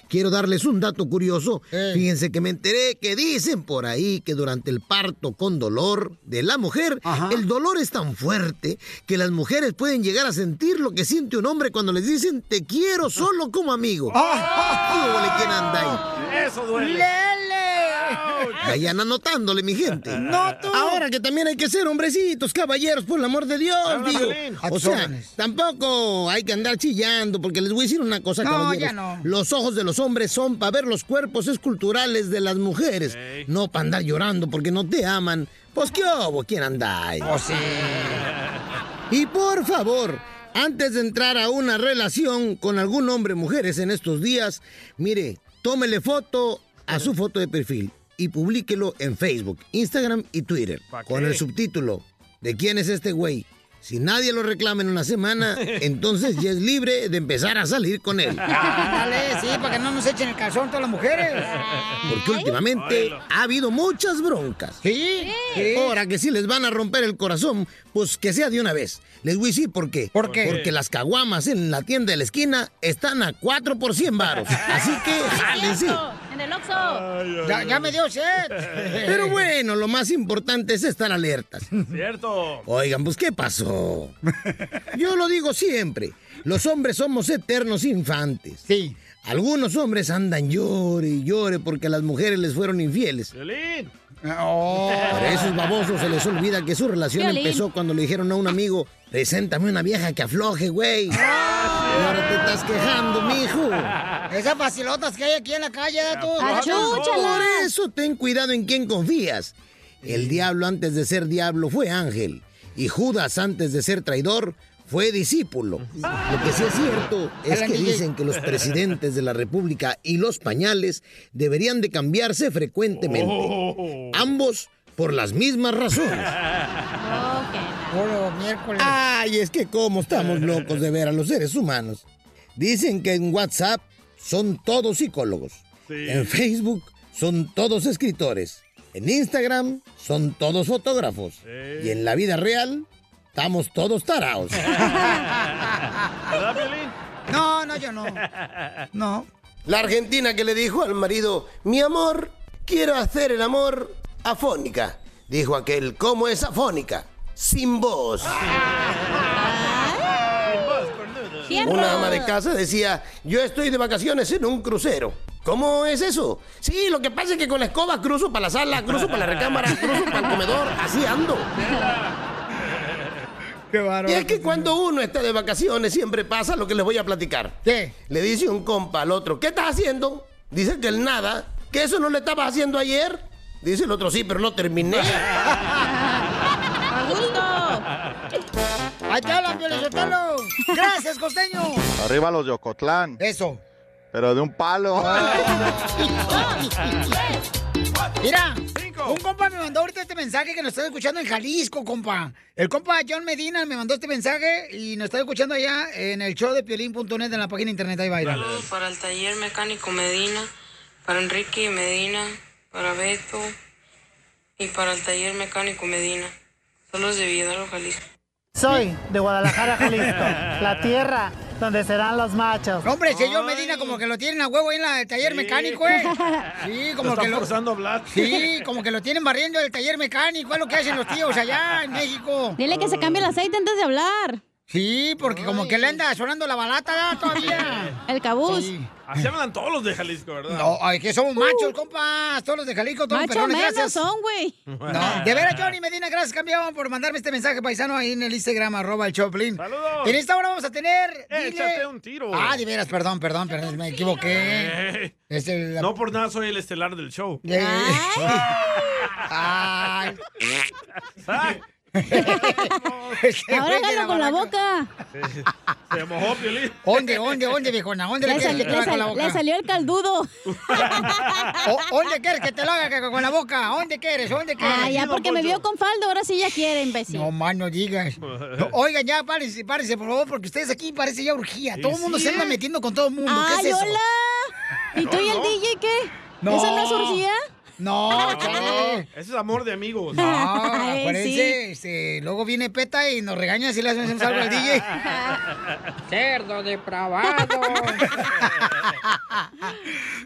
Speaker 14: Quiero darles un dato curioso. Fíjense que me enteré que dicen por ahí que durante el parto con dolor de la mujer, el dolor es tan fuerte que las mujeres pueden llegar a sentir lo que siente un hombre cuando les dicen te quiero solo como amigo. ¿Qué hubo, le? ¿Quién anda ahí?
Speaker 5: Eso duele.
Speaker 2: Ah.
Speaker 14: Vayan anotándole, mi gente. No, Ahora que también hay que ser hombrecitos, caballeros, por el amor de Dios,
Speaker 2: Habla,
Speaker 14: digo.
Speaker 2: Piolín. A
Speaker 14: O
Speaker 2: tus
Speaker 14: sea,
Speaker 2: órdenes.
Speaker 14: tampoco hay que andar chillando, porque les voy a decir una cosa,
Speaker 2: No,
Speaker 14: caballeros.
Speaker 2: ya no.
Speaker 14: Los ojos de los hombres son para ver los cuerpos esculturales de las mujeres, no para andar llorando porque no te aman. Pues qué hubo, ¿quién anda ahí?
Speaker 2: Pues
Speaker 14: Y por favor, antes de entrar a una relación con algún hombre o mujeres en estos días, mire, tómele foto a su foto de perfil y publíquelo en Facebook, Instagram y Twitter con el subtítulo ¿De quién es este güey? Si nadie lo reclama en una semana, entonces ya es libre de empezar a salir con él.
Speaker 2: Dale, sí, para que no nos echen el calzón todas las mujeres.
Speaker 14: Porque últimamente ha habido muchas broncas.
Speaker 2: ¿Sí?
Speaker 14: Sí. Ahora que sí les van a romper el corazón, pues que sea de una vez. Les voy a decir por qué. ¿Por
Speaker 2: qué?
Speaker 14: Porque las caguamas en la tienda de la esquina están a 4 por 100 varos. Así que
Speaker 2: Ah,
Speaker 14: jálense.
Speaker 6: En el Oxxo.
Speaker 14: Ya- ya me
Speaker 2: dio sed.
Speaker 14: Eh. Pero bueno, lo más importante es estar alertas.
Speaker 5: Cierto.
Speaker 14: Oigan, pues ¿qué pasó? Yo lo digo siempre, los hombres somos eternos infantes.
Speaker 2: Sí.
Speaker 14: Algunos hombres andan llore y llore porque las mujeres les fueron infieles.
Speaker 2: Oh.
Speaker 14: Pero a esos babosos se les olvida que su relación
Speaker 2: Violín.
Speaker 14: empezó cuando le dijeron a un amigo, preséntame una vieja que afloje, güey. Y ahora te estás quejando, mijo.
Speaker 2: Esas vacilotas que hay aquí en la calle, ¿eh, tú.
Speaker 14: Por eso ten cuidado en quién confías. El diablo antes de ser diablo fue ángel. Y Judas antes de ser traidor fue discípulo. Lo que sí es cierto es que dicen que los presidentes de la República y los pañales deberían de cambiarse frecuentemente. Ambos por las mismas razones. Ay, es que cómo estamos locos de ver a los seres humanos. Dicen que en WhatsApp son todos psicólogos.
Speaker 3: Sí.
Speaker 14: En Facebook son todos escritores. En Instagram son todos fotógrafos. Y en la vida real estamos todos taraos.
Speaker 5: ¿Verdad, Piolín?
Speaker 2: No, no, yo no. No.
Speaker 14: La argentina que le dijo al marido, mi amor, quiero hacer el amor afónica. Dijo aquel, ¿cómo es afónica? Sin voz.
Speaker 5: Ah.
Speaker 14: Una ama de casa decía, yo estoy de vacaciones en un crucero. ¿Cómo es eso? Sí, lo que pasa es que con la escoba cruzo para la sala, cruzo para la recámara, cruzo para el comedor, así ando. Y es que cuando uno está de vacaciones siempre pasa lo que les voy a platicar. ¿Qué? Le dice un compa al otro, ¿qué estás haciendo? Dice que el nada, que eso no le estabas haciendo ayer. Dice el otro, sí, pero no terminé.
Speaker 2: Ahí te hablan, Piolín Sotelo. Gracias, costeño.
Speaker 15: Arriba los de Ocotlán.
Speaker 2: Eso.
Speaker 15: Pero de un palo.
Speaker 2: Mira, un compa me mandó ahorita este mensaje que nos está escuchando en Jalisco, compa. El compa John Medina me mandó este mensaje y nos está escuchando allá en el show de piolín.net en la página de internet. Ahí va, ahí va.
Speaker 16: Saludos para el taller mecánico Medina, para Enrique Medina, para Beto y para el taller mecánico Medina. Saludos de Villadaro, Jalisco.
Speaker 17: Soy de Guadalajara, Jalisco, la tierra donde serán los machos.
Speaker 2: Hombre, si yo Medina como que lo tienen a huevo ahí en la- el taller mecánico, ¿eh? Sí, como
Speaker 5: Lo
Speaker 2: que
Speaker 5: están
Speaker 2: lo...
Speaker 5: forzando a hablar.
Speaker 2: Sí, como que lo tienen barriendo el taller mecánico, es lo que hacen los tíos allá en México.
Speaker 6: Dile que se cambie el aceite antes de hablar.
Speaker 2: Sí, porque como que le anda sonando la balata ¿verdad? todavía.
Speaker 6: El cabuz.
Speaker 5: Así hablan todos los de Jalisco, ¿verdad? Uh,
Speaker 2: No, ay, que somos machos, compas. Todos los de Jalisco, todos los
Speaker 6: Uh. Macho
Speaker 2: perrones,
Speaker 6: menos
Speaker 2: gracias.
Speaker 6: son, güey.
Speaker 2: No, de veras, Johnny Medina, gracias, campeón, por mandarme este mensaje paisano ahí en el Instagram, arroba el Choplin.
Speaker 5: ¡Saludos!
Speaker 2: En esta hora vamos a tener...
Speaker 5: Eh,
Speaker 2: dile-
Speaker 5: échate un tiro.
Speaker 2: Ah, de veras, perdón, perdón, perdón, me equivoqué.
Speaker 5: Eh,
Speaker 2: Es el-
Speaker 5: No por nada soy el estelar del show.
Speaker 2: Eh. Ay. Este
Speaker 6: Ahora
Speaker 2: güey de
Speaker 6: hágalo con la boca.
Speaker 5: Se mojó, Piolín.
Speaker 2: ¿Dónde, dónde, dónde, viejona? ¿Dónde le,
Speaker 6: Le,
Speaker 2: quieres
Speaker 6: sal-
Speaker 2: que te lo
Speaker 6: le
Speaker 2: haga con la
Speaker 6: sal- le
Speaker 2: boca?
Speaker 6: salió el caldudo.
Speaker 2: O- ¿Dónde quieres que te lo haga que- con la boca? ¿Dónde quieres? ¿Dónde quieres?
Speaker 6: Ah, ya porque me vio con falda, ahora sí ya quiere, imbécil.
Speaker 2: No más no digas. No, oigan, ya, párense, párense, por favor, porque ustedes aquí parece ya urgía. Todo el
Speaker 6: Sí,
Speaker 2: mundo
Speaker 6: sí,
Speaker 2: se anda
Speaker 6: ¿eh?
Speaker 2: metiendo con todo el mundo. ¿Qué
Speaker 6: ¡Ay,
Speaker 2: es eso?
Speaker 6: hola! ¿Y tú y el DJ qué?
Speaker 2: No.
Speaker 6: ¿Esa no es orgía?
Speaker 2: No, chale.
Speaker 5: Ese es amor de amigos.
Speaker 2: No, acuérdense, este, luego viene Peta y nos regaña si le hacemos algo al DJ.
Speaker 3: Cerdo depravado.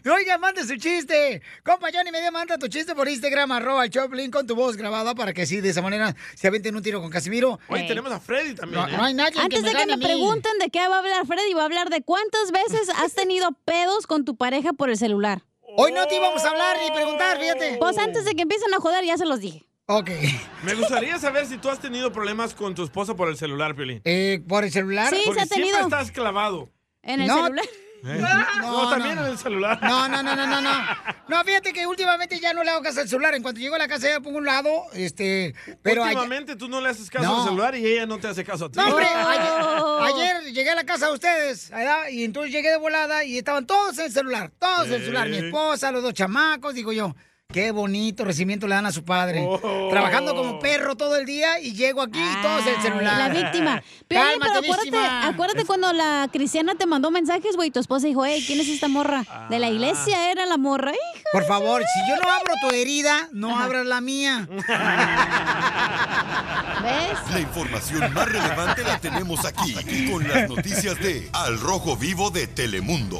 Speaker 2: Oiga, manda su chiste. Compa Johnny Media, manda tu chiste por Instagram, arroba el Choplin, con tu voz grabada para que sí, de esa manera se aventen un tiro con Casimiro.
Speaker 5: Oye, tenemos a Freddy también.
Speaker 2: No,
Speaker 5: ¿eh?
Speaker 2: no hay nadie
Speaker 6: Antes
Speaker 2: me
Speaker 6: de que
Speaker 2: gane
Speaker 6: me
Speaker 2: a mí.
Speaker 6: pregunten de qué va a hablar Freddy, va a hablar de cuántas veces has tenido pedos con tu pareja por el celular.
Speaker 2: Hoy no te íbamos a hablar ni preguntar, fíjate.
Speaker 6: Pues antes de que empiecen a joder, ya se los dije.
Speaker 2: Ok.
Speaker 5: Me gustaría saber si tú has tenido problemas con tu esposa por el celular, Piolín.
Speaker 2: Eh, ¿Por el celular?
Speaker 6: Sí, se
Speaker 5: Porque
Speaker 6: ha tenido.
Speaker 5: siempre estás clavado.
Speaker 6: En el
Speaker 5: No.
Speaker 6: celular.
Speaker 5: ¿Eh?
Speaker 2: No,
Speaker 5: No,
Speaker 2: no,
Speaker 5: también
Speaker 2: no.
Speaker 5: en el celular.
Speaker 2: No, no, no, no, no, no. No, fíjate que últimamente ya no le hago caso al celular. En cuanto llego a la casa ya lo pongo a un lado, este, pero ayer-
Speaker 5: Últimamente tú no le haces caso
Speaker 2: No.
Speaker 5: al celular y ella no te hace caso a ti.
Speaker 2: No, hombre, ayer, ayer llegué a la casa de ustedes, ¿verdad? Y entonces llegué de volada y estaban todos en el celular, todos en el celular, mi
Speaker 5: Ey.
Speaker 2: esposa, los dos chamacos, digo yo. Qué bonito recibimiento le dan a su padre.
Speaker 6: Oh.
Speaker 2: Trabajando como perro todo el día y llego aquí y todos en el celular.
Speaker 6: La víctima. Pero, oye,
Speaker 2: Cálmate,
Speaker 6: pero acuérdate,
Speaker 2: víctima.
Speaker 6: acuérdate cuando la cristiana te mandó mensajes, güey, tu esposa dijo, hey, ¿quién es esta morra? De la iglesia era la morra, hija.
Speaker 2: Por favor, Ah. si yo no abro tu herida, no abras la mía.
Speaker 4: La información más relevante la tenemos aquí, aquí, con las noticias de Al Rojo Vivo de Telemundo.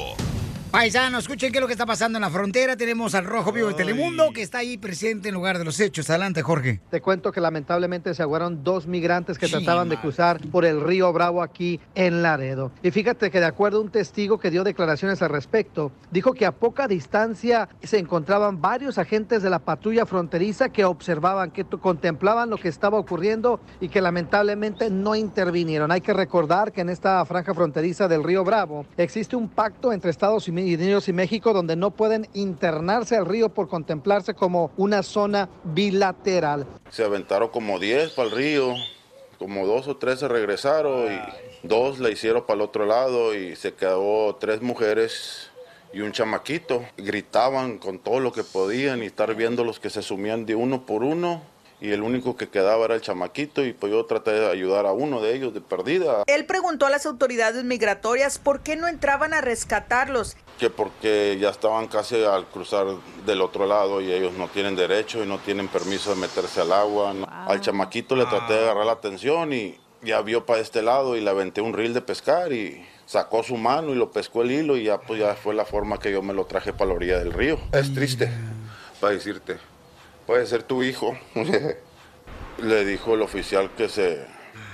Speaker 2: Paisano, escuchen qué es lo que está pasando en la frontera. Tenemos al Rojo Vivo de Telemundo que está ahí presente en lugar de los hechos. Adelante, Jorge.
Speaker 7: Te cuento que lamentablemente se ahogaron dos migrantes que
Speaker 2: Sí,
Speaker 7: trataban de
Speaker 2: madre.
Speaker 7: cruzar por el río Bravo aquí en Laredo. Y fíjate que de acuerdo a un testigo que dio declaraciones al respecto, dijo que a poca distancia se encontraban varios agentes de la patrulla fronteriza que observaban, que tu- contemplaban lo que estaba ocurriendo y que lamentablemente no intervinieron. Hay que recordar que en esta franja fronteriza del río Bravo existe un pacto entre Estados Unidos y México donde no pueden internarse al río por contemplarse como una zona bilateral.
Speaker 18: Se aventaron como 10 para el río, como dos o tres se regresaron y dos la hicieron para el otro lado y se quedó tres mujeres y un chamaquito. Gritaban con todo lo que podían y estar viendo los que se sumían de uno por uno y el único que quedaba era el chamaquito y pues yo traté de ayudar a uno de ellos de perdida.
Speaker 12: Él preguntó a las autoridades migratorias por qué no entraban a rescatarlos.
Speaker 18: que porque ya estaban casi al cruzar del otro lado y ellos no tienen derecho y no tienen permiso de meterse al agua. ¿no? Al chamaquito le traté de agarrar la atención y ya vio para este lado y le aventé un reel de pescar y sacó su mano y lo pescó el hilo y ya pues ya fue la forma que yo me lo traje para la orilla del río. Es triste para decirte, puede ser tu hijo. le dijo el oficial que se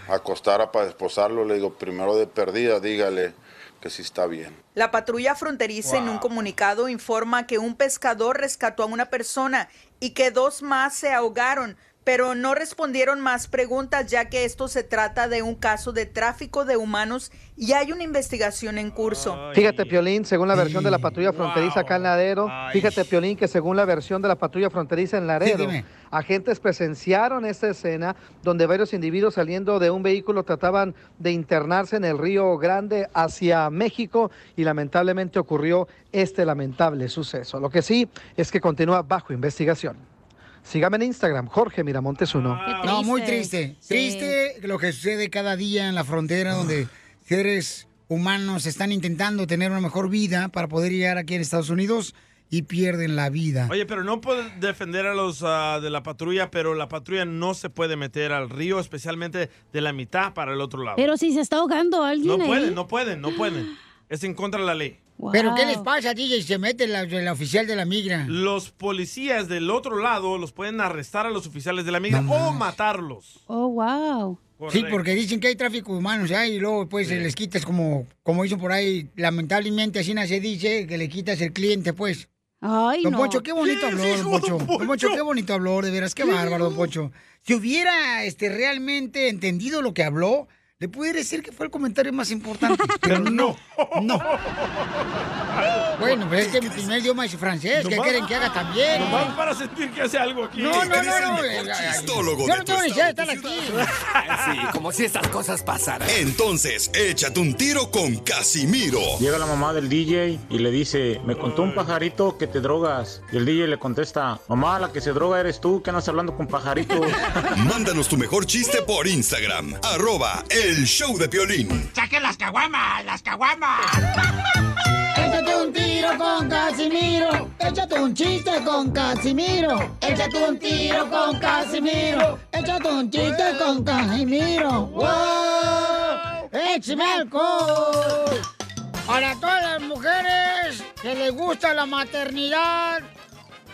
Speaker 18: acostara para desposarlo, le digo, primero de perdida, dígale que sí está bien.
Speaker 12: La patrulla fronteriza en un comunicado informa que un pescador rescató a una persona y que dos más se ahogaron, pero no respondieron más preguntas ya que esto se trata de un caso de tráfico de humanos y hay una investigación en curso.
Speaker 7: Fíjate, Piolín, según la versión de la patrulla fronteriza acá en Laredo, fíjate, Piolín, que según la versión de la patrulla fronteriza en Laredo,
Speaker 2: dime.
Speaker 7: agentes presenciaron esta escena donde varios individuos saliendo de un vehículo trataban de internarse en el Río Grande hacia México y lamentablemente ocurrió este lamentable suceso. Lo que sí es que continúa bajo investigación. Sígame en Instagram, Jorge Miramontes 1.
Speaker 2: No, muy triste. Triste lo que sucede cada día en la frontera donde seres humanos están intentando tener una mejor vida para poder llegar aquí en Estados Unidos y pierden la vida.
Speaker 5: Oye, pero no puedo defender a los ah, de la patrulla, pero la patrulla no se puede meter al río, especialmente de la mitad para el otro lado.
Speaker 6: Pero si se está ahogando alguien
Speaker 5: no
Speaker 6: ahí.
Speaker 5: pueden, no pueden, no pueden. Es en contra de la ley.
Speaker 2: ¿Pero qué les pasa, DJ? Se mete la, la oficial de la migra.
Speaker 5: Los policías del otro lado los pueden arrestar a los oficiales de la migra o matarlos.
Speaker 6: Oh, wow.
Speaker 2: Sí, porque dicen que hay tráfico humano, ya, y luego pues
Speaker 5: Sí.
Speaker 2: les quitas como, como dicen por ahí, lamentablemente así se dice, que le quitas el cliente, pues.
Speaker 6: Ay,
Speaker 2: don
Speaker 6: no.
Speaker 2: Poncho, qué bonito
Speaker 6: ¿Qué
Speaker 2: habló,
Speaker 6: dijo
Speaker 2: don
Speaker 6: don
Speaker 2: Pocho. Don
Speaker 6: Poncho?
Speaker 2: Poncho. qué bonito habló, de veras, qué bárbaro, don Poncho. Si hubiera este, realmente entendido lo que habló, le pudiera decir que fue el comentario más importante. Pero no, no. Bueno, pues es que mi primer idioma es francés, ¿qué
Speaker 5: Nomás-
Speaker 2: quieren que haga también?
Speaker 5: Nomás para sentir que hace algo aquí.
Speaker 2: No, no, no, no. eh,
Speaker 4: chistólogo
Speaker 2: Yo
Speaker 4: de
Speaker 2: no
Speaker 4: tu
Speaker 2: tengo necesidad de estar aquí.
Speaker 4: Sí, como si estas cosas pasaran. Entonces, échate un tiro con Casimiro.
Speaker 19: Llega la mamá del DJ y le dice, me contó un pajarito que te drogas. Y el DJ le contesta, mamá, la que se droga eres tú, que andas hablando con pajaritos.
Speaker 4: Mándanos tu mejor chiste por Instagram, arroba el show de Piolín.
Speaker 3: ¡Saquen las caguamas! ¡Las caguamas!
Speaker 2: Échate un tiro con Casimiro. Échate un chiste con Casimiro. Échate un tiro con Casimiro. Échate un chiste con Casimiro. ¡Wow! ¡Échame alcohol! Para todas las mujeres que les gusta la maternidad,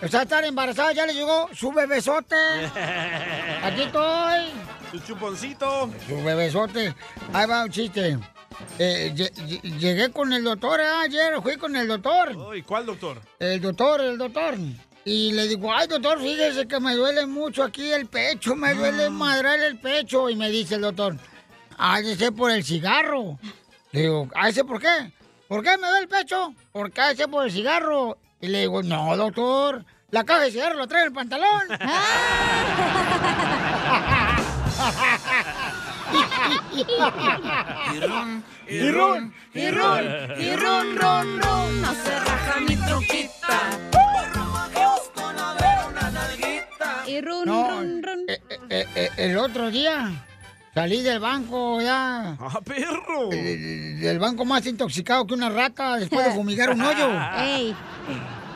Speaker 2: o sea, estar embarazadas, ya les llegó su bebesote. Aquí estoy.
Speaker 5: Tu chuponcito.
Speaker 2: Su bebesote. Ahí va un chiste. Eh, lle- lle- llegué con el doctor ah, ayer, fui con el doctor.
Speaker 5: ¿Y cuál doctor?
Speaker 2: El doctor, el doctor. Y le digo, ay doctor, fíjese que me duele mucho aquí el pecho, me
Speaker 5: Ah.
Speaker 2: duele madral el pecho. Y me dice el doctor, ah, ese por el cigarro. Le digo, ¿a ese por qué? ¿Por qué me duele el pecho? Porque a ese por el cigarro. Y le digo, no doctor, la caja de cigarro la trae en el pantalón.
Speaker 3: Y ron, y ron, y ron, y ron, ron, ron, no se raja mi troquita.
Speaker 6: Y run,
Speaker 2: No,
Speaker 6: run, run.
Speaker 2: Eh, eh, el otro día salí del banco ya. ¡Ah, perro! del banco más intoxicado que una rata después de fumigar un hoyo.
Speaker 5: Ey.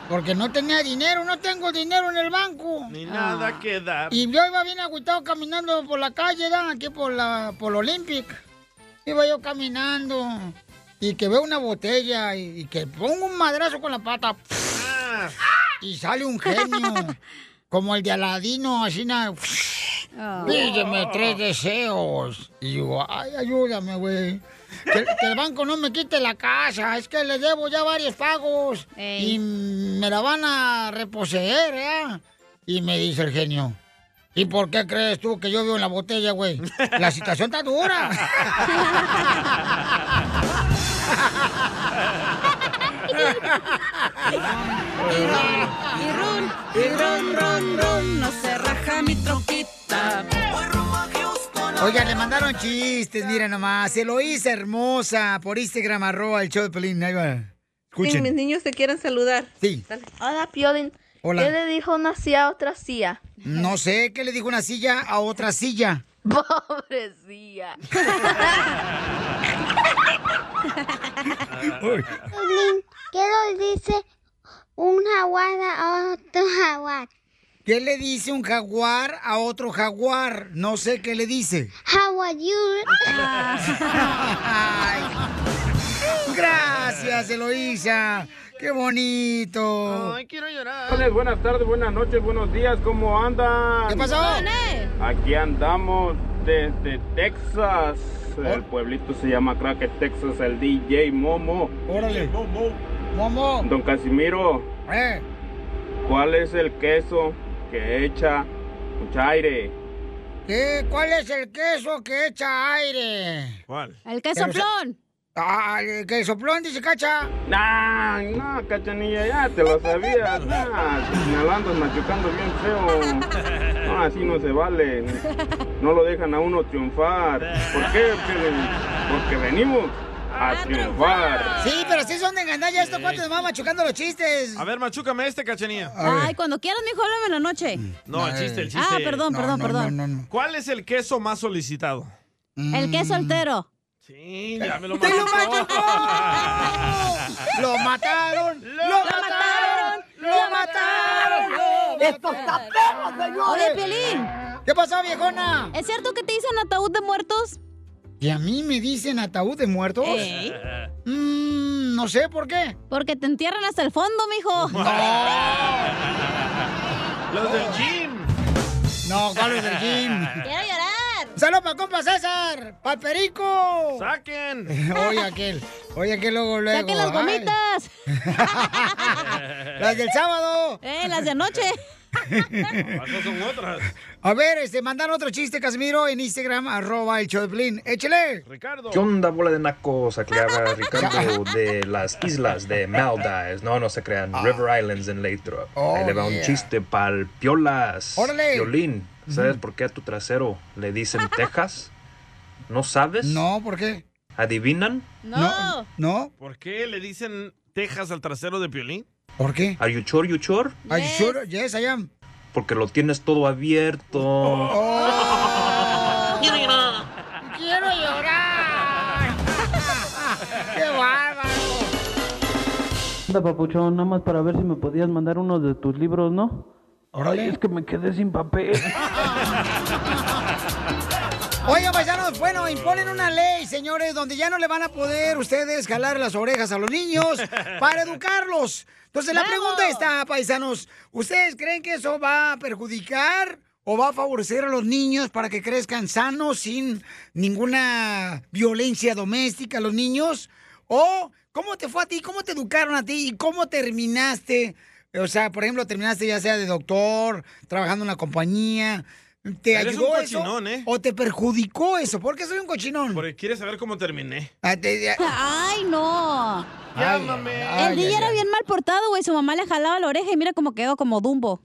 Speaker 2: Porque no tenía dinero, no tengo dinero en el banco.
Speaker 6: Ah.
Speaker 2: Ah.
Speaker 5: Ni nada que dar.
Speaker 2: Y yo iba bien agüitado caminando por la calle, ¿da? aquí por la por Olympic. Iba yo caminando y que veo una botella y, y que pongo un madrazo con la pata.
Speaker 5: Ah.
Speaker 2: Y sale un genio, como el de Aladino, así nada.
Speaker 20: Oh.
Speaker 2: Pídeme tres deseos. Y yo, ah. ay, ayúdame, güey. Que, que el banco no me quite la casa. Es que le debo ya varios pagos. Y me la van a reposeer, ¿eh? Y me dice el genio. ¿Y por qué crees tú que yo vivo en la botella, güey? La situación está dura.
Speaker 3: Y ron, y ron, ron, ron, no se raja mi troquita.
Speaker 2: Oigan, le mandaron chistes, miren nomás. Se lo hice hermosa por Instagram, arroba el show de Pelín. Ahí va.
Speaker 1: Sí, mis
Speaker 2: Escuchen.
Speaker 1: niños te quieren saludar.
Speaker 2: Sí.
Speaker 1: Hola, Piolín.
Speaker 2: Hola.
Speaker 1: ¿Qué le dijo una silla a otra silla?
Speaker 2: No sé qué le dijo una silla a otra silla.
Speaker 1: Pobre silla.
Speaker 8: Piolín, ¿Qué le dice un jaguar a otro jaguar?
Speaker 2: ¿Qué le dice un jaguar a otro jaguar? No sé qué le dice.
Speaker 8: How are you?
Speaker 2: Gracias, Eloísa. Qué bonito.
Speaker 5: quiero llorar.
Speaker 21: Buenas tardes, buenas noches, buenos días, ¿cómo andan?
Speaker 2: ¿Qué pasó?
Speaker 6: ¡Eh!
Speaker 21: Aquí andamos desde Texas. El pueblito se llama Cracker, Texas, el DJ Momo.
Speaker 2: Órale. Momo. Momo.
Speaker 21: Don Casimiro,
Speaker 2: Eh,
Speaker 21: ¿cuál es el queso que echa mucho aire?
Speaker 2: ¿qué- ¿Cuál es el queso que echa aire?
Speaker 21: ¿Cuál?
Speaker 2: El
Speaker 21: queso
Speaker 2: soplón. Ah, el quesoplón, dice Cacha.
Speaker 21: Nah, no, Ah, cachanilla, ya te lo Ah, sabía. Nah, señalando, machucando bien feo. No, así no se vale. No lo dejan a uno triunfar. ¿Por qué? Piolín? Porque venimos a triunfar.
Speaker 2: Sí, pero sí son de engañar ya estos cuantos van machucando los chistes.
Speaker 5: A ver, machúcame este, cachanía.
Speaker 6: Ay, cuando quieras, mijo, háblame en la noche.
Speaker 5: No, el chiste, el chiste.
Speaker 6: Ah, perdón, perdón, perdón.
Speaker 5: ¿Cuál es el queso más solicitado?
Speaker 6: El
Speaker 2: Mm.
Speaker 6: que es soltero.
Speaker 5: Sí, ya me lo
Speaker 6: ¡Te lo
Speaker 2: ¡Lo mataron! ¡Lo, mataron! ¡Lo mataron! ¡Esto está perro, señores!
Speaker 6: Oye, Piolín.
Speaker 2: ¿Qué pasó, viejona?
Speaker 6: ¿Es cierto que te dicen ataúd de muertos?
Speaker 2: ¿Y a mí me dicen ataúd de muertos?
Speaker 6: Ey.
Speaker 2: Mm, no sé por qué.
Speaker 6: Porque te entierran hasta el fondo, mijo.
Speaker 5: Los del gym.
Speaker 2: No, ¿cuál es el gym?
Speaker 6: Quiero llorar.
Speaker 2: ¡Saludos para compa César! ¡Pal perico!
Speaker 5: ¡Saquen!
Speaker 2: Oye, aquel. Oye, aquel luego, luego.
Speaker 6: ¡Saquen las
Speaker 2: ay.
Speaker 6: gomitas!
Speaker 2: ¡Las del sábado!
Speaker 6: ¡Eh, las de anoche!
Speaker 5: son otras.
Speaker 2: A ver, este, mandan otro chiste, Casimiro, en Instagram, arroba el show de Piolín. ¡Échele!
Speaker 5: Ricardo.
Speaker 22: ¿Qué onda, bola de nacos? Aquí habla Ricardo de las islas de Maldives. No, no se crean.
Speaker 2: Ah.
Speaker 22: River Islands en Lathrop.
Speaker 2: Oh,
Speaker 22: Ahí le va un
Speaker 21: yeah.
Speaker 22: chiste pal piolas.
Speaker 21: Órale.
Speaker 22: Violín, ¿sabes
Speaker 21: Ujú.
Speaker 22: por qué a tu trasero le dicen Texas? ¿No sabes?
Speaker 2: No, ¿por qué?
Speaker 22: ¿Adivinan?
Speaker 5: No.
Speaker 2: ¿No?
Speaker 5: ¿Por qué le dicen Texas al trasero de Piolín?
Speaker 2: ¿Por qué?
Speaker 22: ¿Are you sure, you sure?
Speaker 2: Are you sure? Yes, I am.
Speaker 22: Porque lo tienes todo abierto.
Speaker 2: Oh. ¡Quiero llorar! ¡Quiero llorar! ¡Qué bárbaro!
Speaker 9: onda, papuchón? Nada más para ver si me podías mandar uno de tus libros, ¿no? Ay, es que me quedé sin papel.
Speaker 2: Oigan, paisanos, bueno, imponen una ley, señores, donde ya no le van a poder ustedes jalar las orejas a los niños para educarlos. Entonces, la pregunta está, paisanos, ¿ustedes creen que eso va a perjudicar o va a favorecer a los niños para que crezcan sanos sin ninguna violencia doméstica los niños? ¿O cómo te fue a ti? ¿Cómo te educaron a ti? ¿Y cómo terminaste? O sea, por ejemplo, terminaste ya sea de doctor, trabajando en una compañía. ¿Te
Speaker 5: Eres
Speaker 2: ayudó
Speaker 5: un
Speaker 2: eso?
Speaker 5: cochinón, ¿eh?
Speaker 2: ¿O te perjudicó eso? ¿Por qué soy un cochinón?
Speaker 5: Porque quieres saber cómo terminé.
Speaker 2: Ah, te- ah,
Speaker 6: Ay, no.
Speaker 5: Llámame.
Speaker 6: el DJ era bien mal portado, güey. Su mamá le jalaba la oreja y mira cómo quedó como Dumbo.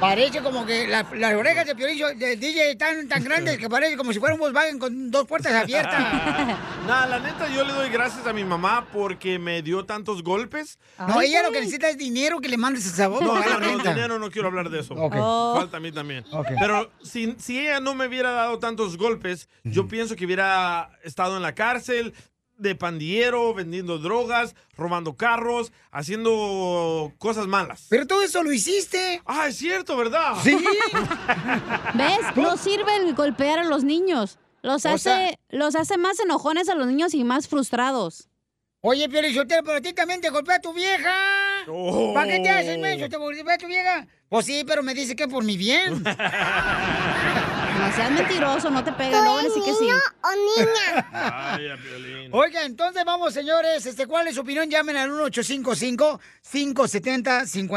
Speaker 2: Parece como que la- las orejas de Piolín son- del DJ están eh, tan grandes que parece como si fuera un Volkswagen con dos puertas abiertas.
Speaker 5: Nada, la neta, yo le doy gracias a mi mamá porque me dio tantos golpes.
Speaker 2: No, ella lo que necesita es dinero que le mandes a sabor.
Speaker 5: No,
Speaker 2: No,
Speaker 5: no, no, dinero no quiero hablar de eso.
Speaker 2: Ok. Oh.
Speaker 5: Falta a mí también. Pero si, si ella no me hubiera dado tantos golpes, yo pienso que hubiera estado en la cárcel de pandillero, vendiendo drogas, robando carros, haciendo cosas malas.
Speaker 2: Pero todo eso lo hiciste.
Speaker 5: Ah, es cierto, ¿verdad?
Speaker 2: Sí.
Speaker 6: ¿Ves? No sirve el golpear a los niños. Los
Speaker 2: O
Speaker 6: hace,
Speaker 2: sea-
Speaker 6: los hace más enojones a los niños y más frustrados.
Speaker 2: Oye, Piolín Sotelo, pero a ti también te golpea tu vieja.
Speaker 6: Oh.
Speaker 2: ¿Para qué te haces, menso? ¿Te golpea tu vieja? Pues sí, pero me dice que por mi bien.
Speaker 6: No seas mentiroso, no te pegues, luego van a decir que sí.
Speaker 2: o niña? Oiga, entonces vamos, señores. Este, ¿Cuál es su opinión? Llamen al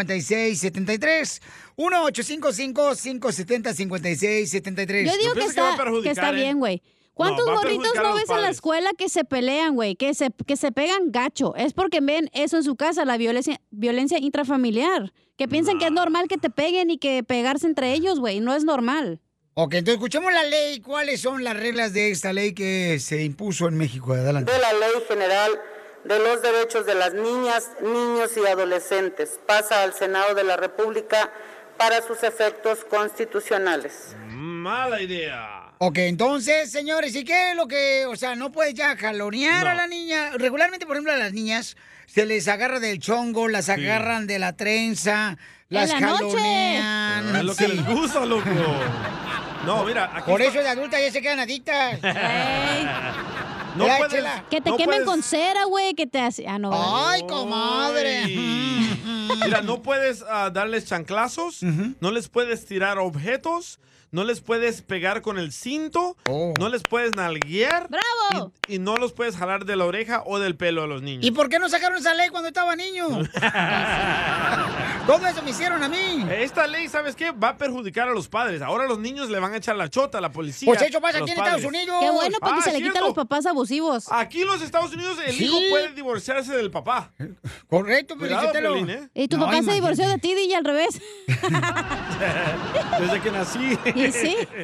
Speaker 2: 1855-570-5673. 1855-570-5673.
Speaker 6: Yo digo que está, que está
Speaker 2: ¿eh?
Speaker 6: bien, güey. ¿Cuántos gorritos no ves en la escuela que se pelean, güey? Que se, que se pegan gacho. Es porque ven eso en su casa, la violencia, violencia intrafamiliar. Que piensan que es normal que te peguen y que pegarse entre ellos, güey. No es normal.
Speaker 2: Ok, entonces escuchemos la ley. ¿Cuáles son las reglas de esta ley que se impuso en México? Adelante.
Speaker 10: de la Ley General de los Derechos de las Niñas, Niños y Adolescentes. Pasa al Senado de la República para sus efectos constitucionales.
Speaker 5: Mala idea.
Speaker 2: Ok, entonces, señores, ¿y qué es lo que, o sea, no puedes ya jalonear a la niña? Regularmente, por ejemplo, a las niñas se les agarra del chongo, las agarran de la trenza, las
Speaker 5: la noche.
Speaker 2: jalonean.
Speaker 5: Es lo que les gusta, loco. No, mira, aquí
Speaker 2: Por
Speaker 5: está-
Speaker 2: eso de adulta ya se quedan adictas.
Speaker 5: No
Speaker 2: Ya,
Speaker 5: puedes-
Speaker 2: Eh, Chela.
Speaker 6: Que te
Speaker 5: no
Speaker 6: quemen
Speaker 5: puedes-
Speaker 6: con cera, güey. Que te hace. Ah, no.
Speaker 2: Ay, comadre.
Speaker 5: Mira, no puedes ah, darles chanclazos, no les puedes tirar objetos, no les puedes pegar con el cinto, no les puedes nalguear.
Speaker 6: ¡Bravo!
Speaker 5: Y, y no los puedes jalar de la oreja o del pelo a los niños.
Speaker 2: ¿Y por qué no sacaron esa ley cuando estaba niño? Todo eso me hicieron a mí.
Speaker 5: Esta ley, ¿sabes qué? Va a perjudicar a los padres. Ahora los niños le van a echar la chota a la policía.
Speaker 6: Pues eso pasa
Speaker 5: a los
Speaker 6: aquí en Estados
Speaker 5: padres. Ah,
Speaker 6: Unidos. Qué bueno, porque se le quita a los papás abusivos.
Speaker 5: Aquí en los Estados Unidos el
Speaker 6: Sí.
Speaker 5: hijo puede divorciarse del papá.
Speaker 2: Correcto,
Speaker 5: Cuidado, Piolín, ¿eh?
Speaker 6: Y tu papá se divorció de ti, y al revés.
Speaker 5: Desde que nací.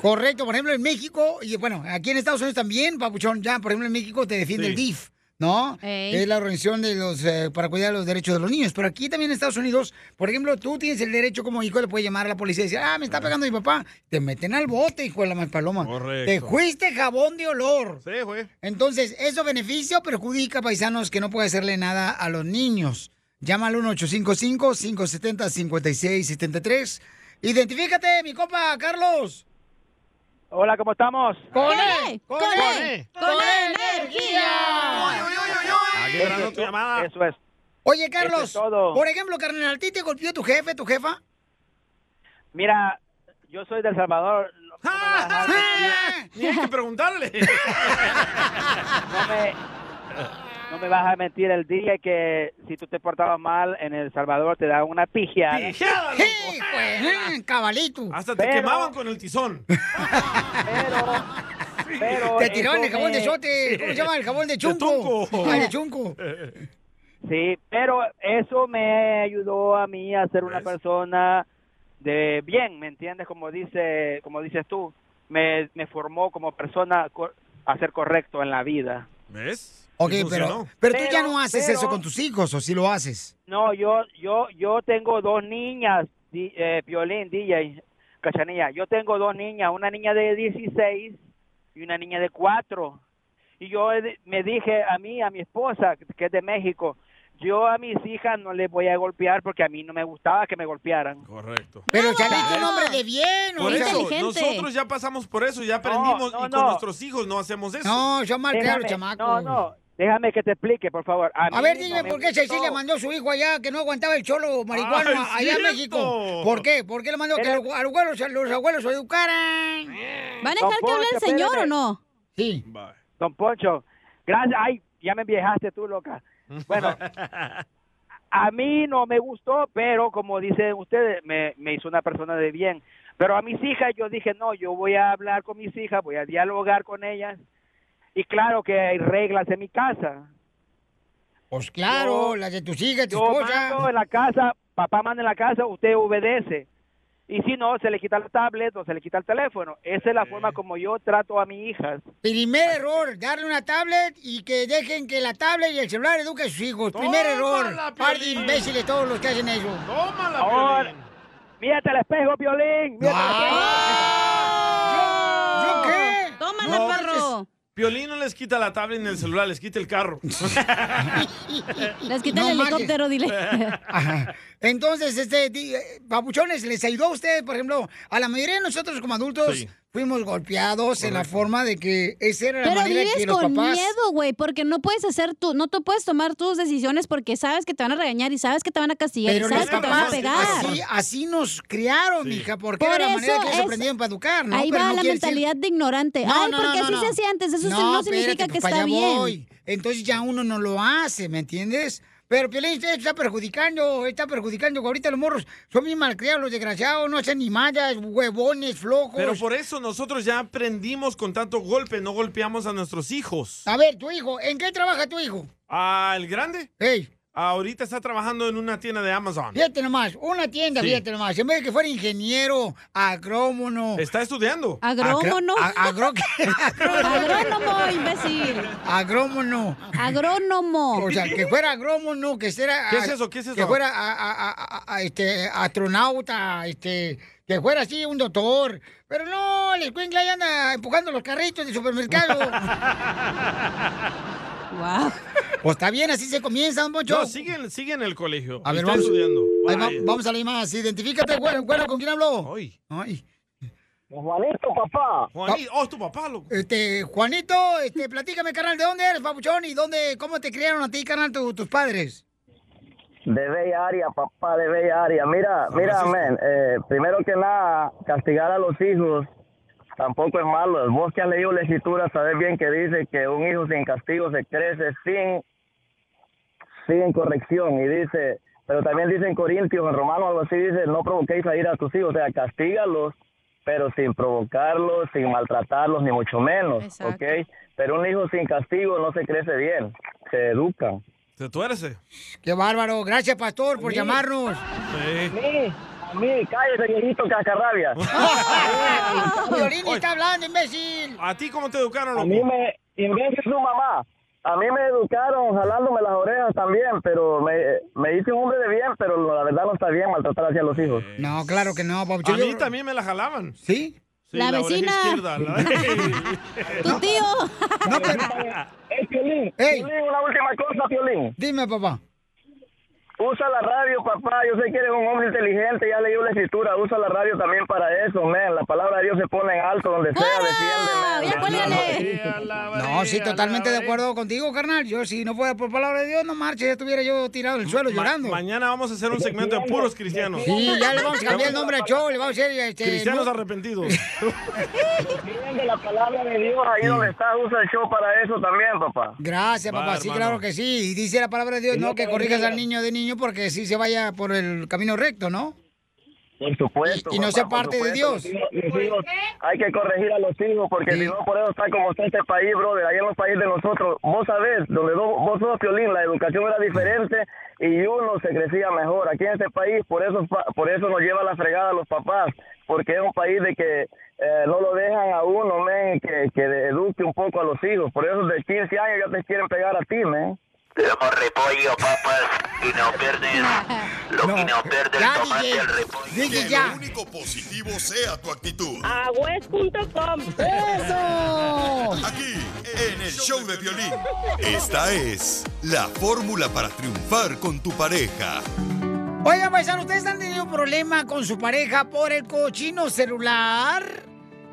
Speaker 2: Correcto, por ejemplo, en México, y bueno, aquí en Estados Unidos también, papuchón, ya, por ejemplo, en México te defiende
Speaker 5: Sí.
Speaker 2: el DIF, ¿no?
Speaker 5: Ey.
Speaker 2: Es la organización de los, eh, para cuidar los derechos de los niños. Pero aquí también en Estados Unidos, por ejemplo, tú tienes el derecho como hijo, le puedes llamar a la policía y decir, ah, me está pegando mi papá. Te meten al bote, hijo de la más paloma.
Speaker 5: Correcto.
Speaker 2: Te fuiste jabón de olor.
Speaker 5: Sí, güey.
Speaker 2: Entonces, ¿eso beneficia o perjudica, paisanos, que no puede hacerle nada a los niños? Llama al 1-855-570-5673. Identifícate, mi copa, Carlos.
Speaker 23: Hola, ¿cómo estamos?
Speaker 2: ¡Con E,
Speaker 23: él!
Speaker 2: ¡Con
Speaker 23: él!
Speaker 2: ¡Con E. energía!
Speaker 23: Eso, es- eso es.
Speaker 2: Oye,
Speaker 23: Eso
Speaker 2: Carlos,
Speaker 23: es todo.
Speaker 2: por ejemplo, carnal, ¿a ti te golpeó tu jefe, tu jefa?
Speaker 23: Mira, yo soy del Salvador. No, no me vas a
Speaker 5: dejar- Ni hay ¡Eh! que preguntarle.
Speaker 23: no me- no me vas a mentir el día que si tú te portabas mal en El Salvador te daban una pigiada.
Speaker 2: ¡Sí, pues! eh, ¡Cabalito!
Speaker 5: Hasta te
Speaker 23: Pero-
Speaker 5: quemaban con el tizón.
Speaker 23: Pero
Speaker 2: Te tiraron el
Speaker 23: eso
Speaker 2: jabón de
Speaker 23: me-
Speaker 2: sote. ¿Cómo se llama? El jabón de chunco. Ah, de chunco.
Speaker 23: Sí, pero eso me ayudó a mí a ser una persona de bien, ¿me entiendes? Como dice, como dices tú, me, me formó como persona cor- a ser correcto en la vida.
Speaker 5: ¿Ves?
Speaker 2: Ok,
Speaker 23: Y
Speaker 2: pero,
Speaker 23: funcionó.
Speaker 2: pero tú ya
Speaker 23: Pero-
Speaker 2: no haces
Speaker 23: pero-
Speaker 2: eso con tus hijos, ¿o sí lo haces?
Speaker 23: No, yo, yo, yo tengo dos niñas, di- eh, Piolín, DJ, Cachanilla. Yo tengo dos niñas, una niña de 16 y una niña eh, de 4. Y yo he de- me dije a mí, a mi esposa, que es de México, Yo a mis hijas no les voy a golpear porque a mí no me gustaba que me golpearan.
Speaker 5: Correcto.
Speaker 2: Pero saliste un hombre de bien,
Speaker 5: Por
Speaker 2: oiga.
Speaker 5: eso, nosotros ya pasamos por eso, ya aprendimos
Speaker 23: no,
Speaker 5: y con
Speaker 23: no.
Speaker 5: nuestros hijos no hacemos eso.
Speaker 23: Déjame- No, no, déjame que te explique, por favor. A,
Speaker 2: A
Speaker 23: mí
Speaker 2: ver,
Speaker 23: no
Speaker 2: dime
Speaker 23: me
Speaker 2: por qué
Speaker 23: gustó.
Speaker 2: Cecilia mandó a su hijo allá que no aguantaba el cholo marihuano
Speaker 23: Ah, ¿es
Speaker 2: allá en
Speaker 23: cierto?
Speaker 2: México. ¿Por qué? ¿Por qué le mandó que
Speaker 23: Pero-
Speaker 2: los abuelos, los abuelos se educaran?
Speaker 6: ¿Van a
Speaker 23: Don Poncho, espérame.
Speaker 2: Sí.
Speaker 23: Don Poncho, gracias. Ay, ya me enviejaste tú, loca. Bueno, a mí no me gustó, pero como dicen ustedes, me, me hizo una persona de bien. Pero a mis hijas yo dije, no, yo voy a hablar con mis hijas, voy a dialogar con ellas. Y claro que hay reglas en mi casa.
Speaker 2: Pues claro,
Speaker 23: Yo-
Speaker 2: las de tus hijas, tu
Speaker 23: Yo
Speaker 2: esposa.
Speaker 23: mando en la casa, papá manda en la casa, usted obedece. Y si no, se le quita la tablet o se le quita el teléfono. Esa es la forma como yo trato a mis hijas.
Speaker 2: Primer error, darle una tablet y que dejen que la tablet y el celular eduque a sus hijos. Primer error.
Speaker 23: Tómala,
Speaker 2: Par de
Speaker 23: Piolín.
Speaker 2: imbéciles todos los que hacen eso.
Speaker 5: Tómala,
Speaker 23: Ahora, mírate al espejo, Piolín. Mírate al
Speaker 2: espejo. ¿Yo qué?
Speaker 6: Tómala,
Speaker 5: No,
Speaker 6: perro.
Speaker 5: Piolín no les quita la tablet ni el celular, les quita el carro.
Speaker 6: Les quita
Speaker 2: No
Speaker 6: el
Speaker 2: marches.
Speaker 6: helicóptero, dile.
Speaker 2: Ajá. Entonces, este, di- eh, papuchones, ¿les ayudó a ustedes, por ejemplo, a la mayoría de nosotros como adultos
Speaker 6: Sí.
Speaker 2: fuimos golpeados en la forma de que esa era la
Speaker 6: Pero
Speaker 2: manera
Speaker 6: vives
Speaker 2: que los
Speaker 6: con
Speaker 2: papás...
Speaker 6: miedo, güey, porque no puedes hacer tú, no te puedes tomar tus decisiones porque sabes que te van a regañar y sabes que te van a castigar
Speaker 2: Pero
Speaker 6: y sabes
Speaker 2: los
Speaker 6: que te van a
Speaker 2: papás
Speaker 6: pegar.
Speaker 2: así, así nos criaron, mija, porque
Speaker 6: Por
Speaker 2: era la manera
Speaker 6: eso
Speaker 2: que ellos
Speaker 6: es-
Speaker 2: aprendieron para educar, ¿no?
Speaker 6: Ahí
Speaker 2: Pero
Speaker 6: va
Speaker 2: no
Speaker 6: la
Speaker 2: quiere decir-
Speaker 6: mentalidad de ignorante. Ay, porque así se hacía antes, eso no significa que
Speaker 2: pues,
Speaker 6: está
Speaker 2: allá
Speaker 6: bien.
Speaker 2: Entonces ya uno no lo hace, ¿me entiendes? Pero Piolín usted está perjudicando, está perjudicando. Ahorita los morros son bien malcriados, los desgraciados, no hacen ni mallas, huevones, flojos.
Speaker 5: Pero por eso nosotros ya aprendimos con tanto golpe, no golpeamos a nuestros hijos.
Speaker 2: A ver, tu hijo, ¿en qué trabaja tu hijo?
Speaker 5: Ah, el grande? Ahorita está trabajando en una tienda de Amazon.
Speaker 2: Fíjate nomás, una tienda,
Speaker 5: Sí.
Speaker 2: fíjate nomás. En vez de que fuera ingeniero, agrómono.
Speaker 5: Está estudiando.
Speaker 2: Agrómono.
Speaker 6: Agrónomo, imbécil.
Speaker 2: Agrómono.
Speaker 6: Agrónomo.
Speaker 2: O sea, que fuera agrómono, que fuera...
Speaker 5: ¿Qué es eso? ¿Qué es eso?
Speaker 2: Que fuera ah, a- a- a- a- a- este, astronauta, este, que fuera así un doctor. Pero no, el escuincla ahí anda empujando los carritos de supermercado.
Speaker 6: wow.
Speaker 2: Pues está bien, así se comienza, don Poncho.
Speaker 5: No, sigue, sigue en el colegio.
Speaker 2: A ver,
Speaker 5: está
Speaker 2: vamos-
Speaker 5: estudiando.
Speaker 2: Ahí va-
Speaker 5: Vaya.
Speaker 2: vamos a leer más. Identifícate, güero, güero, ¿con quién habló?
Speaker 5: Ay.
Speaker 2: Ay.
Speaker 24: Juanito, papá.
Speaker 5: Juanito, oh, tu papá, loco.
Speaker 2: Este, Juanito, este, platícame, carnal, ¿de dónde eres, papuchón? ¿Y dónde, cómo te criaron a ti, carnal, tu- tus padres?
Speaker 24: De Bella Área, papá, de Bella Área. Mira, mira, men, eh, primero que nada, castigar a los hijos tampoco es malo. Vos que has leído la escritura sabes bien que dice que un hijo sin castigo se crece sin, sin corrección. Y dice, pero también dice en Corintios, en Romanos, algo así, dice, no provoquéis a ir a tus hijos. O sea, castígalos, pero sin provocarlos, sin maltratarlos, ni mucho menos.
Speaker 6: Exacto.
Speaker 24: ¿Ok? Pero un hijo sin castigo no se crece bien, se educa.
Speaker 5: Se tuerce.
Speaker 2: Qué bárbaro. Gracias, pastor, por
Speaker 24: Sí.
Speaker 2: llamarnos.
Speaker 24: mí, a mí, cállese, viejito cascarrabia.
Speaker 2: Violín está hablando, imbécil.
Speaker 5: ¿A ti cómo te educaron,
Speaker 24: A mí me, imbécil su mamá. A mí me educaron jalándome las orejas también, pero me, me hice un hombre de bien, pero la verdad no está bien maltratar hacia los hijos.
Speaker 2: No, claro que no,
Speaker 5: A mí también me la jalaban.
Speaker 2: ¿Sí?
Speaker 24: La
Speaker 5: oreja
Speaker 24: vecina.
Speaker 5: izquierda, la-
Speaker 6: Tu tío.
Speaker 2: No, Eh.
Speaker 24: Ey, Piolín, Piolín, una última cosa, Piolín.
Speaker 2: Dime, papá.
Speaker 24: Usa la radio, papá. Yo sé que eres un hombre inteligente, ya leí la escritura. Usa la radio también para eso, man. La palabra de Dios se pone en alto donde sea, defiende, man.
Speaker 2: No, sí, totalmente de acuerdo contigo, carnal. Yo, si no fuera por palabra de Dios, no marches, ya estuviera yo tirado en el suelo
Speaker 5: Ma-
Speaker 2: llorando.
Speaker 5: mañana vamos a hacer un segmento de puros cristianos.
Speaker 2: Sí, ya le vamos a cambiar el nombre al show, le vamos a hacer... Este,
Speaker 5: Cristianos
Speaker 2: no-
Speaker 5: arrepentidos.
Speaker 24: Defiende la palabra de Dios ahí donde está. Usa el show para eso también, papá.
Speaker 2: Gracias, papá.
Speaker 24: Va,
Speaker 2: sí,
Speaker 24: hermano.
Speaker 2: claro que sí. Y dice la palabra de Dios,
Speaker 24: Sí,
Speaker 2: ¿no?
Speaker 24: no
Speaker 2: Que
Speaker 24: te
Speaker 2: corrijas al
Speaker 24: olvides.
Speaker 2: niño de niño porque sí se vaya por el camino recto, ¿no?
Speaker 24: Por supuesto.
Speaker 2: Y- y no
Speaker 24: papá,
Speaker 2: sea
Speaker 24: por
Speaker 2: parte de
Speaker 24: supuesto,
Speaker 2: Dios.
Speaker 24: mis hijos- mis hijos, hay que corregir a los hijos porque si no, por eso está como está este país, brother. Ahí en los países de nosotros, vos sabés, donde do- vos sos piolín, la educación era diferente y uno se crecía mejor. Aquí en este país, por eso, fa- por eso nos lleva la fregada a los papás, porque es un país de que eh, no lo dejan a uno, men, que, que eduque un poco a los hijos. Por eso de 15 años ya te quieren pegar a ti, men.
Speaker 13: Somos repollo, papas, y no pierdes lo que no pierde el tomate, el repollo.
Speaker 4: Que lo único positivo sea tu actitud.
Speaker 13: Agüez.com.
Speaker 4: ¡Eso! Aquí, en el show de violín. Esta es la fórmula para triunfar con tu pareja.
Speaker 2: Oigan, paisano, ¿ustedes han tenido problema con su pareja por el cochino celular?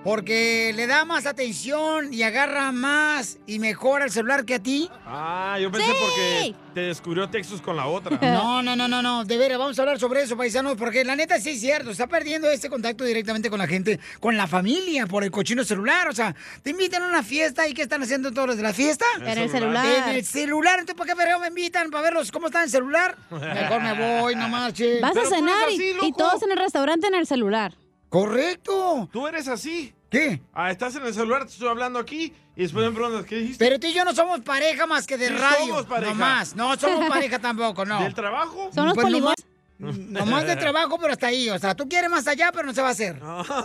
Speaker 2: Porque le da más atención y agarra más y mejora el celular que a ti.
Speaker 5: Ah, yo pensé
Speaker 2: Sí.
Speaker 5: porque te descubrió Texas con la otra.
Speaker 2: No, no, no, no, no. De veras, vamos a hablar sobre eso, paisanos, porque la neta sí es cierto. Está perdiendo este contacto directamente con la gente, con la familia, por el cochino celular. O sea, te invitan a una fiesta y ¿qué están haciendo todos los de la fiesta?
Speaker 6: En el En el celular. celular.
Speaker 2: En el celular. Entonces, ¿para qué verga me invitan? ¿Para verlos cómo está el celular? Mejor me voy, no marches.
Speaker 6: Vas a cenar y- y, todos en el restaurante en el celular.
Speaker 2: Correcto.
Speaker 5: Tú eres así.
Speaker 2: ¿Qué?
Speaker 5: Ah, estás en el celular, te estoy hablando aquí y después me preguntas, ¿qué dijiste?
Speaker 2: Pero tú y yo no somos pareja más que de
Speaker 5: Sí
Speaker 2: radio.
Speaker 5: somos pareja.
Speaker 2: No más. No somos pareja tampoco, no.
Speaker 5: ¿Del trabajo?
Speaker 2: Son los Pues Nomás de trabajo, pero hasta ahí. O sea, tú quieres más allá, pero no se va a hacer.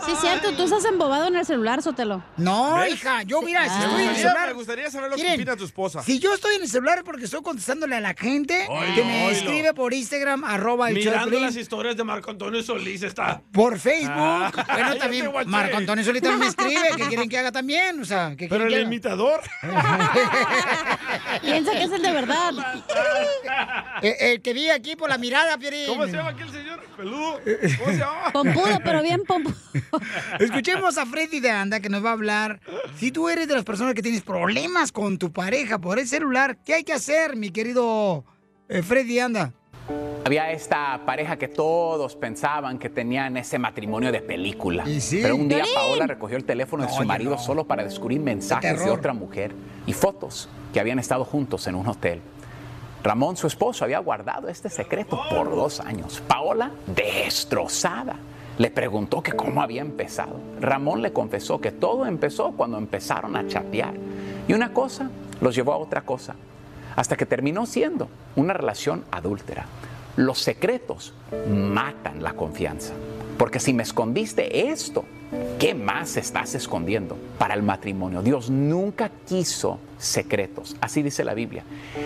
Speaker 6: Sí, es cierto, tú estás embobado en el celular, Sotelo.
Speaker 2: No, hija, yo mira,
Speaker 6: Ah,
Speaker 2: si
Speaker 5: Me
Speaker 2: Ah. estoy en el
Speaker 5: gustaría-
Speaker 2: celular.
Speaker 5: me gustaría saber lo que
Speaker 2: Miren,
Speaker 5: opina tu esposa.
Speaker 2: Si yo estoy en el celular porque estoy contestándole a la gente
Speaker 5: Oilo,
Speaker 2: que me
Speaker 5: oilo.
Speaker 2: escribe por Instagram, arroba el show de
Speaker 5: Mirando
Speaker 2: Piolín,
Speaker 5: las historias de Marco Antonio Solís está.
Speaker 2: Por Facebook.
Speaker 5: Ah, ya
Speaker 2: bueno,
Speaker 5: te
Speaker 2: también
Speaker 5: guaché.
Speaker 2: Marco Antonio Solita me escribe, que quieren que haga también? O sea, ¿qué
Speaker 5: Pero
Speaker 2: quieren
Speaker 5: el
Speaker 2: que haga?
Speaker 5: imitador.
Speaker 6: Piensa que es el de verdad.
Speaker 2: el, el que vive aquí por la mirada, Piolín.
Speaker 5: ¿Cómo se llama aquel señor? Peludo.
Speaker 6: Pompudo, pero bien pompudo.
Speaker 2: Escuchemos a Freddy de Anda que nos va a hablar. Si tú eres de las personas que tienes problemas con tu pareja por el celular, ¿qué hay que hacer, mi querido eh, Freddy de Anda?
Speaker 25: Había esta pareja que todos pensaban que tenían ese matrimonio de película.
Speaker 2: sí.
Speaker 25: Pero un día
Speaker 2: ¡Piolín!
Speaker 25: Paola recogió el teléfono de
Speaker 2: No,
Speaker 25: su
Speaker 2: oye,
Speaker 25: marido solo para descubrir mensajes de
Speaker 2: terror.
Speaker 25: otra mujer y fotos que habían estado juntos en un hotel. Ramón, su esposo, había guardado este secreto por dos años. Paola, destrozada, le preguntó que cómo había empezado. Ramón le confesó que todo empezó cuando empezaron a chatear. Y una cosa los llevó a otra cosa, hasta que terminó siendo una relación adúltera. Los secretos matan la confianza, porque si me escondiste esto, ¿qué más estás escondiendo para el matrimonio? Dios nunca quiso secretos, así dice la Biblia.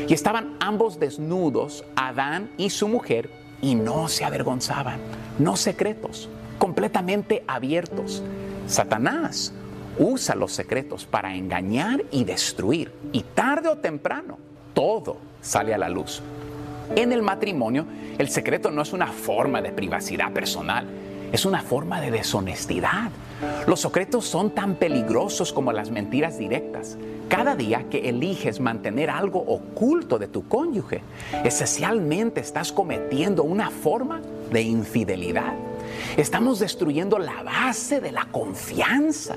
Speaker 25: Y estaban ambos desnudos, Adán y su mujer, y no se avergonzaban, no secretos, completamente abiertos. Satanás usa los secretos para engañar y destruir, y tarde o temprano todo sale a la luz. En el matrimonio, el secreto no es una forma de privacidad personal, es una forma de deshonestidad. Los secretos son tan peligrosos como las mentiras directas. Cada día que eliges mantener algo oculto de tu cónyuge, esencialmente estás cometiendo una forma de infidelidad. Estamos destruyendo la base de la confianza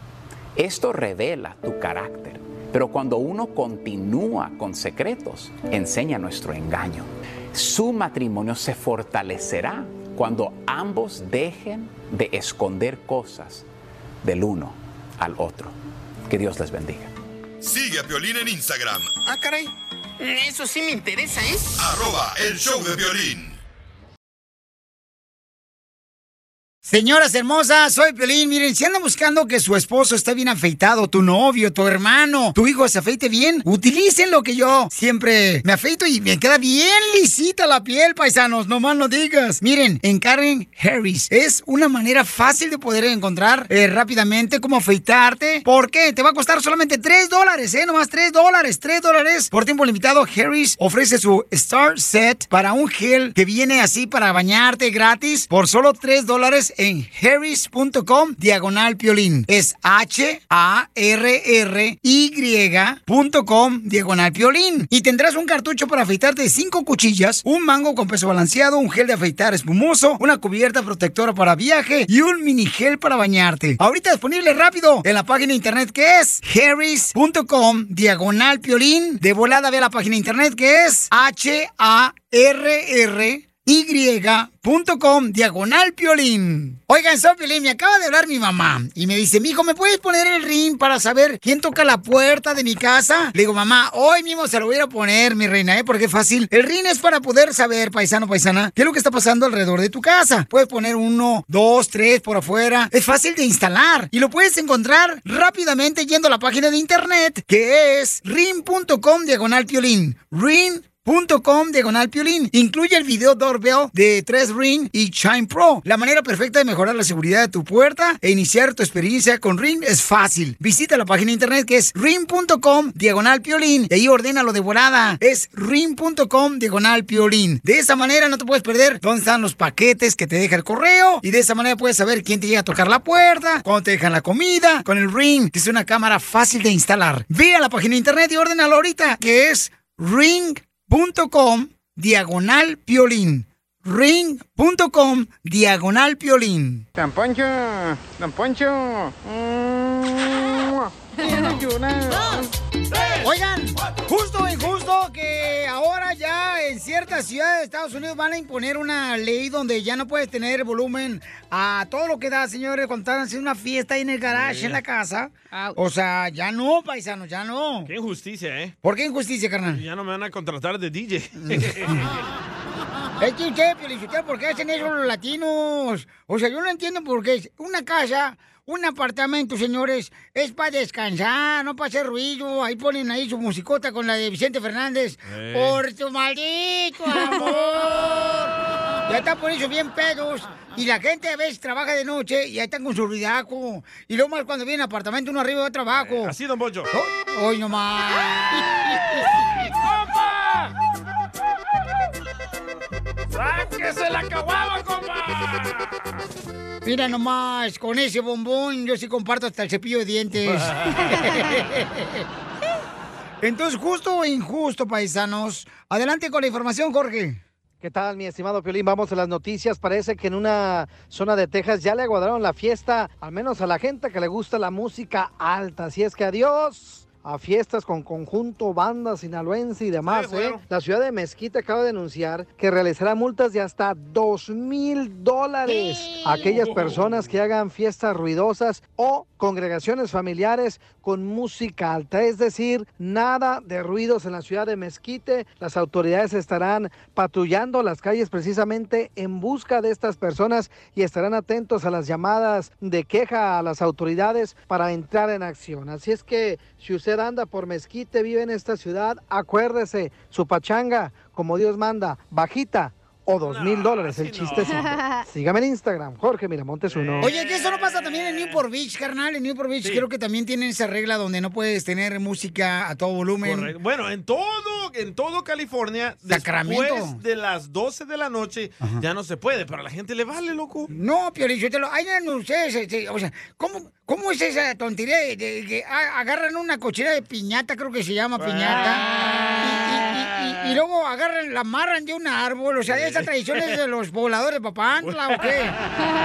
Speaker 25: Esto revela tu carácter, pero cuando uno continúa con secretos, enseña nuestro engaño. Su matrimonio se fortalecerá cuando ambos dejen de esconder cosas del uno al otro. Que Dios les bendiga.
Speaker 4: Sigue a Piolín en Instagram,
Speaker 20: Ah, caray. Eso sí me interesa, ¿eh?
Speaker 4: arroba el show de violín.
Speaker 2: Señoras hermosas, soy Pelín. Miren, si andan buscando que su esposo esté bien afeitado, tu novio, tu hermano, tu hijo se afeite bien, utilicen lo que yo siempre me afeito y me queda bien lisita la piel, paisanos. No más no digas. Miren, en Karen Harris es una manera fácil de poder encontrar eh, rápidamente cómo afeitarte. ¿Por qué? Te va a costar solamente 3 dólares, ¿eh? Nomás 3 dólares, 3 dólares. Por tiempo limitado, Harris ofrece su Star Set para un gel que viene así para bañarte gratis por solo 3 dólares en harris.com diagonal piolín. Es H-A-R-R-Y.com diagonal piolín. Y tendrás un cartucho para afeitarte de 5 cuchillas, un mango con peso balanceado, un gel de afeitar espumoso, una cubierta protectora para viaje y un mini gel para bañarte. Ahorita disponible rápido en la página de internet que es harris.com diagonal piolín. De volada ve a la página de internet que es H-A-R-R y.com diagonal piolín. Oigan, soy Piolín, me acaba de hablar mi mamá y me dice, mijo, ¿me puedes poner el ring para saber quién toca la puerta de mi casa? Le digo, mamá, hoy mismo se lo voy a ir a poner, mi reina, ¿eh? Porque es fácil. El ring es para poder saber, paisano, paisana, qué es lo que está pasando alrededor de tu casa. Puedes poner uno, dos, tres por afuera. Es fácil de instalar y lo puedes encontrar rápidamente yendo a la página de internet que es ring.com diagonal piolín. Ring Com diagonal piolín. Incluye el video doorbell de 3 Ring y Chime Pro. La manera perfecta de mejorar la seguridad de tu puerta e iniciar tu experiencia con Ring es fácil. Visita la página de internet que es ring.com diagonal piolín y ahí ordénalo de volada. Es ring.com diagonal piolín. De esa manera no te puedes perder dónde están los paquetes que te deja el correo y de esa manera puedes saber quién te llega a tocar la puerta, cuándo te dejan la comida, con el Ring, que es una cámara fácil de instalar. Ve a la página de internet y ordénalo ahorita que es ring ring.com diagonal piolín. ring.com diagonal piolín.
Speaker 21: Don Poncho, Don Poncho. Mm. ¡Mua! Quiero llorar.
Speaker 2: Oigan, justo y justo que ahora ya en ciertas ciudades de Estados Unidos van a imponer una ley donde ya no puedes tener volumen a todo lo que da, señores, cuando están haciendo una fiesta ahí en el garage,
Speaker 5: Sí.
Speaker 2: en la casa.
Speaker 5: Ouch.
Speaker 2: O sea, ya no, paisano, ya no.
Speaker 5: Qué injusticia, ¿eh?
Speaker 2: ¿Por qué injusticia, carnal?
Speaker 5: Ya no me van a contratar de DJ.
Speaker 2: Es que ustedes, Piolichotero, ¿por qué hacen eso los latinos? O sea, yo no entiendo por qué. Una casa, un apartamento, señores, es para descansar, no para hacer ruido. Ahí ponen ahí su musicota con la de Vicente Fernández.
Speaker 3: Eh.
Speaker 2: Por tu maldito amor. Ya están por eso bien pedos. Y la gente a veces trabaja de noche y ahí están con su ruidaco. Y lo más cuando viene apartamento uno arriba y otro abajo. así,
Speaker 5: don Bocho.
Speaker 2: Hoy nomás.
Speaker 3: ¡Sáquese la caguama, compa!
Speaker 2: Mira nomás, con ese bombón yo sí comparto hasta el cepillo de dientes. Entonces, justo o injusto, paisanos. Adelante con la información, Jorge.
Speaker 7: ¿Qué tal, mi estimado Piolín? Vamos a las noticias. Parece que en una zona de Texas ya le aguadaron la fiesta, al menos a la gente que le gusta la música alta. Así es que adiós a fiestas con conjunto, banda sinaloense y demás. ¿eh? La ciudad de Mezquita acaba de anunciar que realizará multas de hasta dos mil dólares a aquellas personas que hagan fiestas ruidosas o congregaciones familiares con música alta. Es decir, nada de ruidos en la ciudad de Mezquite. Las autoridades estarán patrullando las calles precisamente en busca de estas personas y estarán atentos a las llamadas de queja a las autoridades para entrar en acción. Así es que si usted anda por Mezquite, vive en esta ciudad, acuérdese, su pachanga, como Dios manda, bajita o dos mil dólares el chistecito. Sígame en Instagram, Jorge Miramontes uno.
Speaker 2: Oye, que eso no pasa también en Newport Beach, carnal. En Newport Beach creo que también tienen esa regla donde no puedes tener música a todo volumen.
Speaker 5: Correcto. Bueno, en todo, en todo California,
Speaker 2: Sacramento.
Speaker 5: después de las 12 de la noche, ya no se puede, pero a la gente le vale, loco.
Speaker 2: No, Piolichotelo, ahí no ustedes, este, o sea, ¿cómo, ¿cómo es esa tontería de, de que a- agarran una cochera de piñata, creo que se llama piñata, y, y- y- y- y luego agarran, la amarran de un árbol, o sea, esa tradición es de los voladores de Papantla, ¿o qué?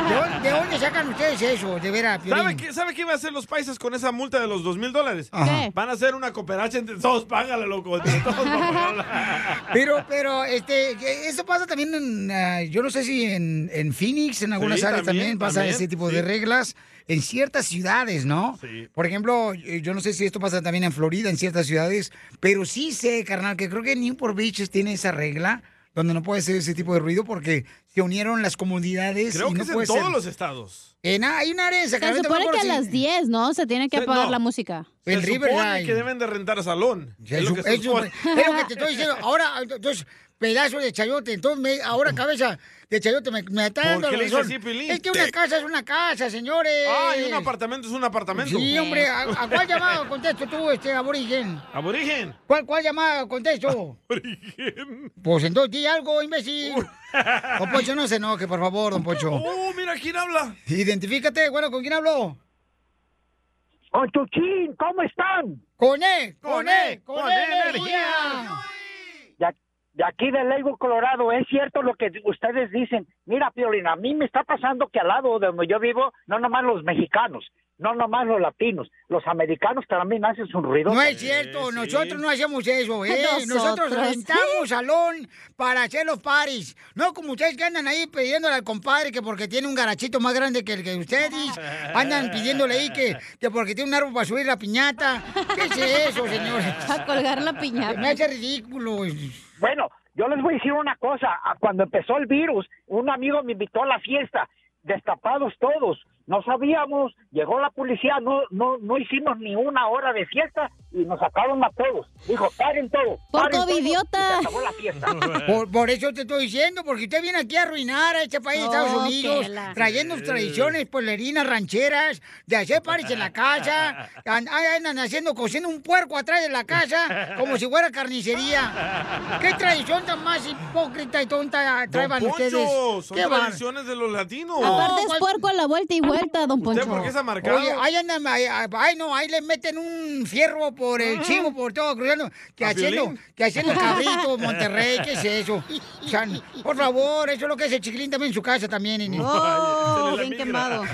Speaker 2: ¿De dónde, de dónde sacan ustedes eso, de veras, Piolín?
Speaker 5: ¿Sabe qué, ¿Sabe qué va a hacer los paisas con esa multa de los dos mil dólares?
Speaker 2: Ajá. Ah, ¿Qué?
Speaker 5: Van a hacer una cooperacha entre todos, págale, loco. entre todos vamos a pagarla.
Speaker 2: Pero, pero, este, que eso pasa también en, ah, yo no sé si en, en Phoenix, en algunas
Speaker 5: Sí,
Speaker 2: áreas también,
Speaker 5: también,
Speaker 2: pasa
Speaker 5: también,
Speaker 2: ese tipo
Speaker 5: sí.
Speaker 2: de reglas en ciertas ciudades, ¿no?
Speaker 5: Sí.
Speaker 2: Por ejemplo, eh, yo no sé si esto pasa también en Florida, en ciertas ciudades, pero sí sé, carnal, que creo que Newport Beach tiene esa regla donde no puede ser ese tipo de ruido porque que unieron las comunidades.
Speaker 5: Creo
Speaker 2: y
Speaker 5: que
Speaker 2: no
Speaker 5: es en
Speaker 2: puede
Speaker 5: todos
Speaker 2: ser.
Speaker 5: los estados.
Speaker 2: En- Ah, hay un área en
Speaker 6: Se
Speaker 2: Sacramento,
Speaker 6: supone
Speaker 2: me
Speaker 6: que a
Speaker 2: acuerdo, sí.
Speaker 6: las 10, ¿no? Se tiene que
Speaker 2: Se-
Speaker 6: apagar
Speaker 2: no.
Speaker 6: la música.
Speaker 2: En
Speaker 5: se supone
Speaker 2: Riverline.
Speaker 5: que deben de rentar salón.
Speaker 2: Es
Speaker 5: es lo que se
Speaker 2: es lo
Speaker 5: supone.
Speaker 2: que te estoy diciendo. Ahora, entonces, pedazo de chayote. Entonces, me- ahora cabeza de chayote. Me, me está
Speaker 5: ¿Por
Speaker 2: dando
Speaker 5: qué
Speaker 2: la
Speaker 5: le dices
Speaker 2: razón.
Speaker 5: así, Piolín?
Speaker 2: Es que una
Speaker 5: Te-
Speaker 2: casa es una casa, señores.
Speaker 5: Ah, y un apartamento es un apartamento.
Speaker 2: Sí, hombre. ¿A, a cuál llamado contesto tú, este aborigen?
Speaker 5: ¿Aborigen?
Speaker 2: ¿Cuál, cuál llamada contesto? Pues entonces di algo, imbécil. Don Poncho, no se enoje, por favor, don Poncho.
Speaker 5: ¡Oh, mira quién habla!
Speaker 2: Identifícate, bueno, ¿con quién habló? ¡Con Chuchín! ¿Cómo están? ¡Con E, él!
Speaker 3: Con
Speaker 5: E,
Speaker 3: él, con E energía.
Speaker 23: de, ac- de aquí de Lego, Colorado, es cierto lo que ustedes dicen. Mira, Piolín, a mí me está pasando que al lado de donde yo vivo, no nomás los mexicanos, no nomás los latinos, los americanos también hacen un ruido.
Speaker 2: No es cierto, nosotros no hacemos eso, ¿eh? Nosotros,
Speaker 23: Nosotros,
Speaker 2: rentamos salón para hacer los paris. No como ustedes que andan ahí pidiéndole al compadre que porque tiene un garachito más grande que el que ustedes, andan pidiéndole ahí que, que porque tiene un árbol para subir la piñata. ¿Qué es eso, señores?
Speaker 6: Para colgar la piñata.
Speaker 2: Me hace ridículo.
Speaker 23: Bueno, yo les voy a decir una cosa. A- Cuando empezó el virus, un amigo me invitó a la fiesta, destapados todos. No sabíamos, llegó la policía, no, no, no hicimos ni una hora de fiesta y nos sacaron a todos. Dijo, paren todo.
Speaker 2: Por
Speaker 23: paren todo", y se
Speaker 2: covidiota.
Speaker 23: acabó la fiesta.
Speaker 2: Por, por eso te estoy diciendo, porque usted viene aquí a arruinar a este país de Estados
Speaker 23: Oh,
Speaker 2: Unidos,
Speaker 23: Chela.
Speaker 2: trayendo
Speaker 23: Eh.
Speaker 2: tradiciones polerinas rancheras, de hacer pares en la casa, an- andan haciendo, cociendo un puerco atrás de la casa, como si fuera carnicería. ¿Qué tradición tan más hipócrita y tonta
Speaker 5: Don
Speaker 2: traban ustedes?
Speaker 5: Poncho, son
Speaker 2: ¡Qué bar-
Speaker 5: tradiciones de los latinos.
Speaker 6: Aparte es puerco a la vuelta y vuelta, don Poncho.
Speaker 5: por qué se ha marcado?
Speaker 2: Oye, ahí andan, ahí- ay no, ahí le meten un fierro por el chivo, por todo, cruzando, que
Speaker 3: ¿A
Speaker 2: haciendo,
Speaker 3: Piolín?
Speaker 2: que haciendo cabrito, Monterrey, ¿qué es eso? O sea, por favor, eso es lo que hace Chiquilín también en su casa también. nene.
Speaker 3: Oh, Se le la bien migra. quemado.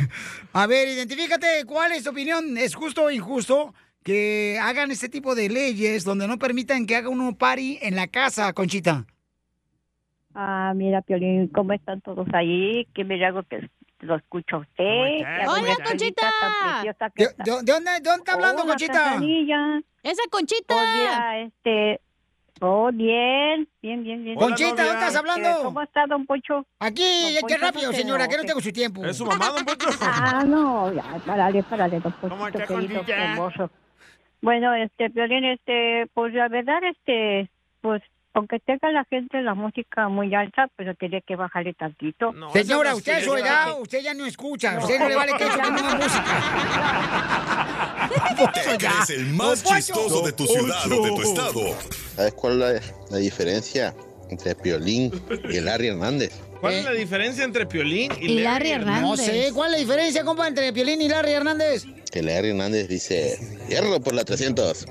Speaker 2: A ver, identifícate, ¿cuál es tu opinión? ¿Es justo o injusto que hagan este tipo de leyes donde no permitan que haga uno party en la casa, Conchita?
Speaker 19: Ah, mira, Piolín, ¿cómo están todos ahí? Qué milagro que lo escucho a usted.
Speaker 6: estás? Hola, Conchita.
Speaker 2: ¿De, dónde, está hablando, Conchita?
Speaker 19: Esa Conchita. Pues mira,
Speaker 5: eh.
Speaker 19: este... Oh, bien, bien, bien, bien.
Speaker 2: Conchita, ¿dónde estás hablando?
Speaker 19: ¿Cómo está, don Pocho?
Speaker 2: Aquí,
Speaker 19: Don
Speaker 6: Pues
Speaker 2: eche
Speaker 19: Poncho,
Speaker 2: rápido,
Speaker 19: ¿qué?
Speaker 2: señora, que no
Speaker 19: Ok.
Speaker 2: tengo su tiempo.
Speaker 19: ¿Es su
Speaker 2: mamá,
Speaker 19: Ah, no, ya, parale, parale, don Pochito,
Speaker 2: está,
Speaker 19: querido,
Speaker 2: Conchita?
Speaker 19: hermoso. Bueno, este, Piolín, este, pues la verdad, este, pues, aunque tenga la gente la música muy alta, pero tiene que bajarle tantito.
Speaker 2: Señora, usted a su edad, usted ya no escucha. Usted no le vale que eso que ponga música.
Speaker 4: Te crees el más chistoso de tu ciudad o de tu estado.
Speaker 16: ¿Sabes cuál es la, la diferencia entre Piolín y el Larry Hernández?
Speaker 5: ¿Cuál es la diferencia entre Piolín y,
Speaker 2: No sé, ¿cuál es la diferencia, compa, entre Piolín y Larry Hernández?
Speaker 16: Que el Larry Hernández dice, hierro por la 300.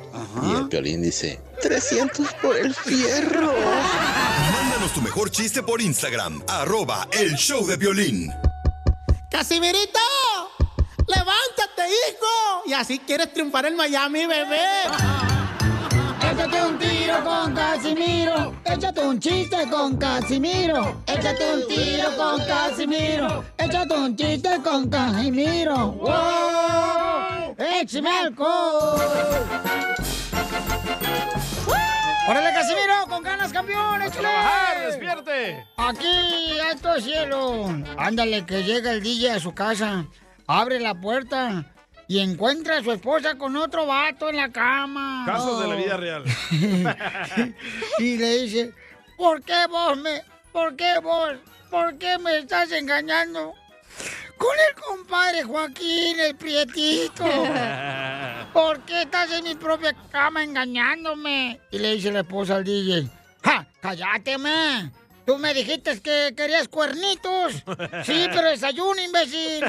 Speaker 16: Y el Piolín dice, 300 por el fierro.
Speaker 4: Mándanos tu mejor chiste por Instagram, arroba el show de violín.
Speaker 14: ¡Casimirito! ¡Levántate, hijo! Y así quieres triunfar en Miami, bebé.
Speaker 2: Échate un tiro con Casimiro. Échate un chiste con Casimiro. Échate un tiro con Casimiro. Échate un chiste con Casimiro. ¡Wow! ¡Échame alcohol! ¡Órale, Casimiro! ¡Con ganas, campeón! ¡Échale!
Speaker 5: trabajar, despierte!
Speaker 2: Aquí, alto cielo. Ándale, que llega el DJ a su casa, abre la puerta y encuentra a su esposa con otro vato en la cama.
Speaker 5: Casos de la vida real.
Speaker 2: y le dice, ¿por qué vos me, por qué vos, por qué me estás engañando? Con el compadre Joaquín, el prietito. ¿Por qué estás en mi propia cama engañándome? Y le dice la esposa al DJ, ¡ja, cállate, me! Tú me dijiste que querías cuernitos. Sí, pero desayuno, imbécil.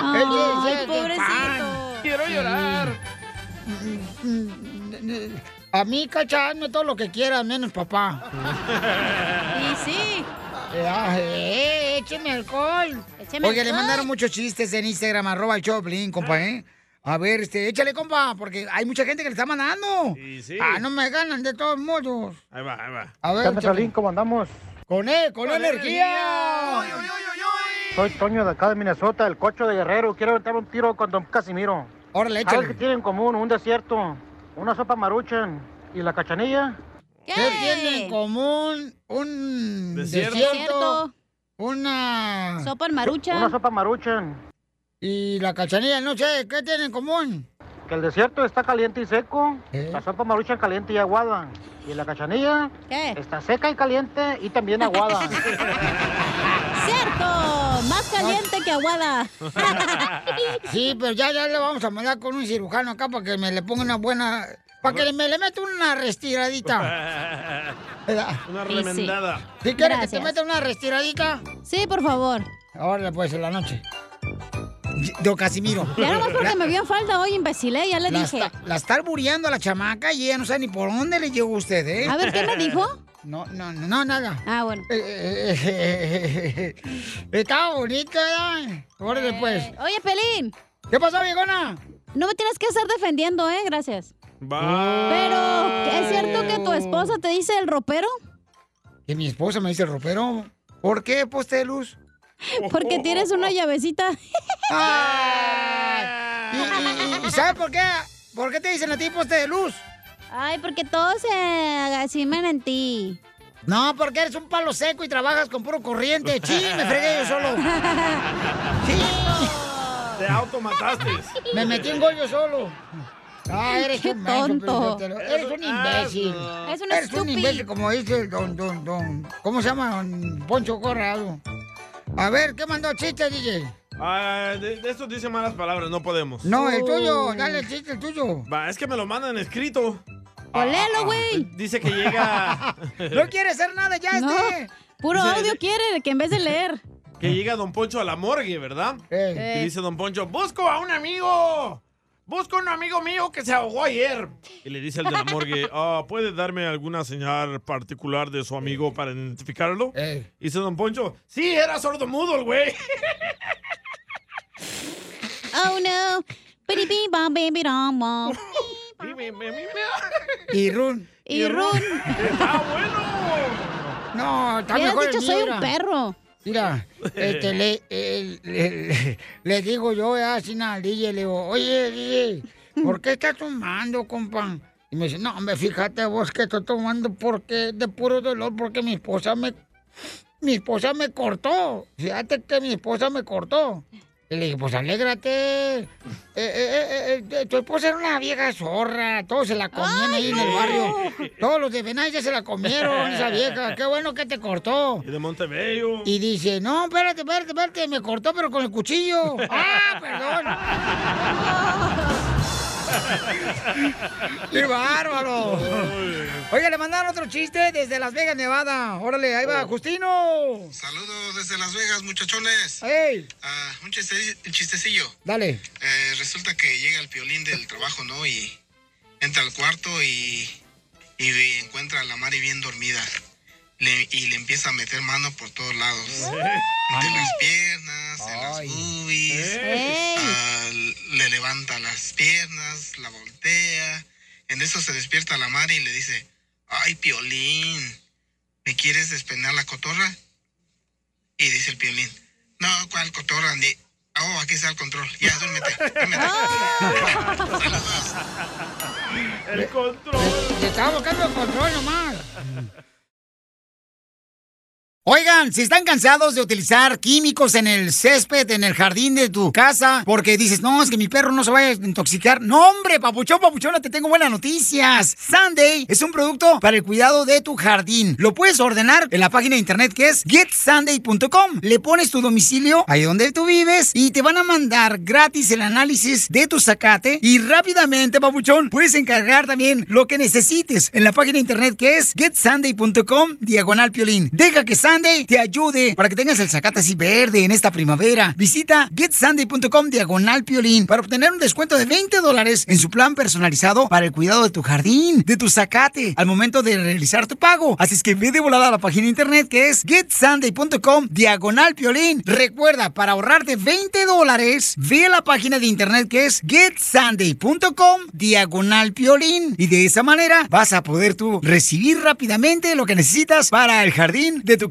Speaker 3: Ay,
Speaker 2: Ese es el
Speaker 3: pobrecito.
Speaker 2: pan.
Speaker 3: Quiero llorar.
Speaker 2: A mí, cacha, hazme todo lo que quieras, menos papá.
Speaker 3: Y
Speaker 2: sí. Eh, écheme alcohol. Oye, le
Speaker 3: alcohol.
Speaker 2: mandaron muchos chistes en Instagram, arroba el Choplin, compa, ¿eh? A ver, este, échale, compa, porque hay mucha gente que le está mandando.
Speaker 5: Sí, sí.
Speaker 2: Ah, no me ganan de todos modos.
Speaker 5: Ahí va, ahí va.
Speaker 2: A ver,
Speaker 5: Canta,
Speaker 2: échale.
Speaker 5: Piolín,
Speaker 10: ¿Cómo andamos?
Speaker 2: Con él, con, energía.
Speaker 10: Soy Toño de acá de Minnesota, el cocho de Guerrero. Quiero aventar un tiro con Don Casimiro.
Speaker 2: Órale,
Speaker 10: ¿Sabes
Speaker 2: échale.
Speaker 10: qué tienen en común? Un desierto, una sopa maruchan y la cachanilla.
Speaker 2: ¿Qué? tiene en común un
Speaker 6: Desierto.
Speaker 2: desierto,
Speaker 6: Desierto.
Speaker 2: una...
Speaker 6: Sopa en marucha.
Speaker 26: Una sopa maruchan.
Speaker 2: Y la cachanilla, no sé, ¿qué tienen en común? ¿Eh?
Speaker 26: Que el desierto está caliente y seco, la sopa maruchan caliente y aguada. Y la cachanilla está seca y caliente y también aguada.
Speaker 6: ¡Cierto! Oh, Más caliente que aguada.
Speaker 2: Sí, pero ya, ya le vamos a mandar con un cirujano acá para que me le ponga una buena... Para que me le meta una restiradita.
Speaker 5: Una remendada.
Speaker 2: ¿Sí quieres que te meta una restiradita?
Speaker 6: Sí, por favor.
Speaker 2: Ahora pues en la noche. Don Casimiro.
Speaker 6: Ya nomás porque me vio en falda hoy, imbécil, ¿eh? ya le
Speaker 2: la
Speaker 6: dije.
Speaker 2: está- la está albureando a la chamaca y ella no sabe ni por dónde le llegó a usted, ¿eh?
Speaker 6: A ver, ¿qué me dijo?
Speaker 2: No, no, no, no, nada. Eh,
Speaker 6: Ah, bueno.
Speaker 2: Está bonita, ¿verdad? Órale, pues.
Speaker 6: Oye, Pelín.
Speaker 2: ¿Qué pasó, viejona?
Speaker 6: No me tienes que estar defendiendo, ¿eh? Gracias. Pero, ¿es cierto que tu esposa te dice el ropero?
Speaker 2: Que mi esposa me dice el ropero. ¿Por qué, poste de luz?
Speaker 6: Porque tienes una llavecita.
Speaker 2: ¿Y, y- y sabes por qué? ¿Por qué te dicen a ti poste de luz?
Speaker 6: Ay, porque todos se agaciman en ti.
Speaker 2: No, porque eres un palo seco y trabajas con puro corriente. Sí, me fregué yo solo.
Speaker 5: Te automataste.
Speaker 2: Me metí un gol yo solo. Ah, eres
Speaker 5: Qué
Speaker 2: un menso,
Speaker 5: tonto.
Speaker 2: Piolín Sotelo. Eres un imbécil.
Speaker 6: Es un
Speaker 2: Eres un
Speaker 6: estúpido.
Speaker 2: imbécil, como dice el don, don, don. ¿Cómo se llama? Don Poncho Corrado. A ver, ¿qué mandó chiste, DJ?
Speaker 5: Ah, de, de estos dicen malas palabras, no podemos.
Speaker 2: No, el tuyo. Dale el chiste, el tuyo.
Speaker 5: Va, es que me lo mandan escrito.
Speaker 6: Pues
Speaker 5: Ah,
Speaker 6: Léelo, güey.
Speaker 5: Dice que llega.
Speaker 2: No quiere hacer nada ya,
Speaker 6: No,
Speaker 2: este.
Speaker 6: Puro
Speaker 5: Dice-
Speaker 6: audio quiere, que en vez de leer.
Speaker 5: Que llega Don Poncho a la morgue, ¿verdad?
Speaker 6: Eh.
Speaker 5: Y dice Don Poncho, busco a un amigo. Busco a un amigo mío que se ahogó ayer. Y le dice el de la morgue, "Ah, ¿puede darme alguna señal particular de su amigo para identificarlo?
Speaker 2: Eh.
Speaker 5: Y dice Don Poncho, sí, era sordomudo el güey.
Speaker 6: Oh, no. Piripim, pam, pim, piram, pam.
Speaker 2: Y run.
Speaker 6: Y run.
Speaker 5: ¡Está Ah, bueno!
Speaker 2: No, está
Speaker 6: Hubieras
Speaker 2: mejor el
Speaker 6: dicho,
Speaker 2: mío,
Speaker 6: soy un
Speaker 2: mira.
Speaker 6: perro.
Speaker 2: Mira, este, le, el- le- le digo yo así al DJ, le digo, oye, DJ, ¿por qué estás tomando, compa? Y me dice, no, hombre, fíjate vos que estoy tomando porque de puro dolor, porque mi esposa me, mi esposa me cortó. Fíjate que mi esposa me cortó. Y le dije, pues alégrate. Eh, eh, eh, eh, eh, tu esposa era una vieja zorra. Todos se la comían ahí en el barrio. Todos los de Benay ya se la comieron, esa vieja. Qué bueno que te cortó.
Speaker 5: Y de Montebello.
Speaker 2: Y dice, no, espérate, espérate, espérate, me cortó, pero con el cuchillo. ¡Ah, perdón! ¡Qué bárbaro! Oiga, le mandaron otro chiste desde Las Vegas, Nevada. Órale, ahí
Speaker 5: Oh.
Speaker 2: va, Justino.
Speaker 1: Saludos desde Las Vegas, muchachones.
Speaker 2: ¡Ey!
Speaker 1: Ah, un, chiste- un chistecillo.
Speaker 2: Dale.
Speaker 1: Eh, resulta que llega el piolín del trabajo, ¿no? Y entra al cuarto y, y ve- encuentra a la Mari bien dormida. Le- y le empieza a meter mano por todos lados. De las piernas, en las boobies. Ah, le levanta las piernas, la voltea. En eso se despierta la Mari y le dice, ay, piolín, ¿me quieres despenar la cotorra? Y dice el piolín, no, ¿cuál cotorra? Ni... Oh, aquí está el control. Ya, duérmete.
Speaker 5: El control.
Speaker 2: Le estaba buscando el control nomás. Oigan, si están cansados de utilizar químicos en el césped, en el jardín de tu casa, porque dices, no, es que mi perro no se vaya a intoxicar. No, hombre, papuchón, papuchona, te tengo buenas noticias. Sunday es un producto para el cuidado de tu jardín. Lo puedes ordenar en la página de internet que es getsunday.com. Le pones tu domicilio ahí donde tú vives y te van a mandar gratis el análisis de tu zacate y rápidamente, papuchón, puedes encargar también lo que necesites en la página de internet que es getsunday.com diagonal piolín. Deja que Sunday te ayude para que tengas el zacate así verde en esta primavera. Visita getsunday.com diagonal piolín para obtener un descuento de 20 dólares en su plan personalizado para el cuidado de tu jardín, de tu zacate, al momento de realizar tu pago. Así es que ve de volada a la página de internet que es getsunday.com diagonal piolín. Recuerda, para ahorrarte 20 dólares, ve a la página de internet que es getsunday.com diagonal piolín. Y de esa manera vas a poder tú recibir rápidamente lo que necesitas para el jardín de tu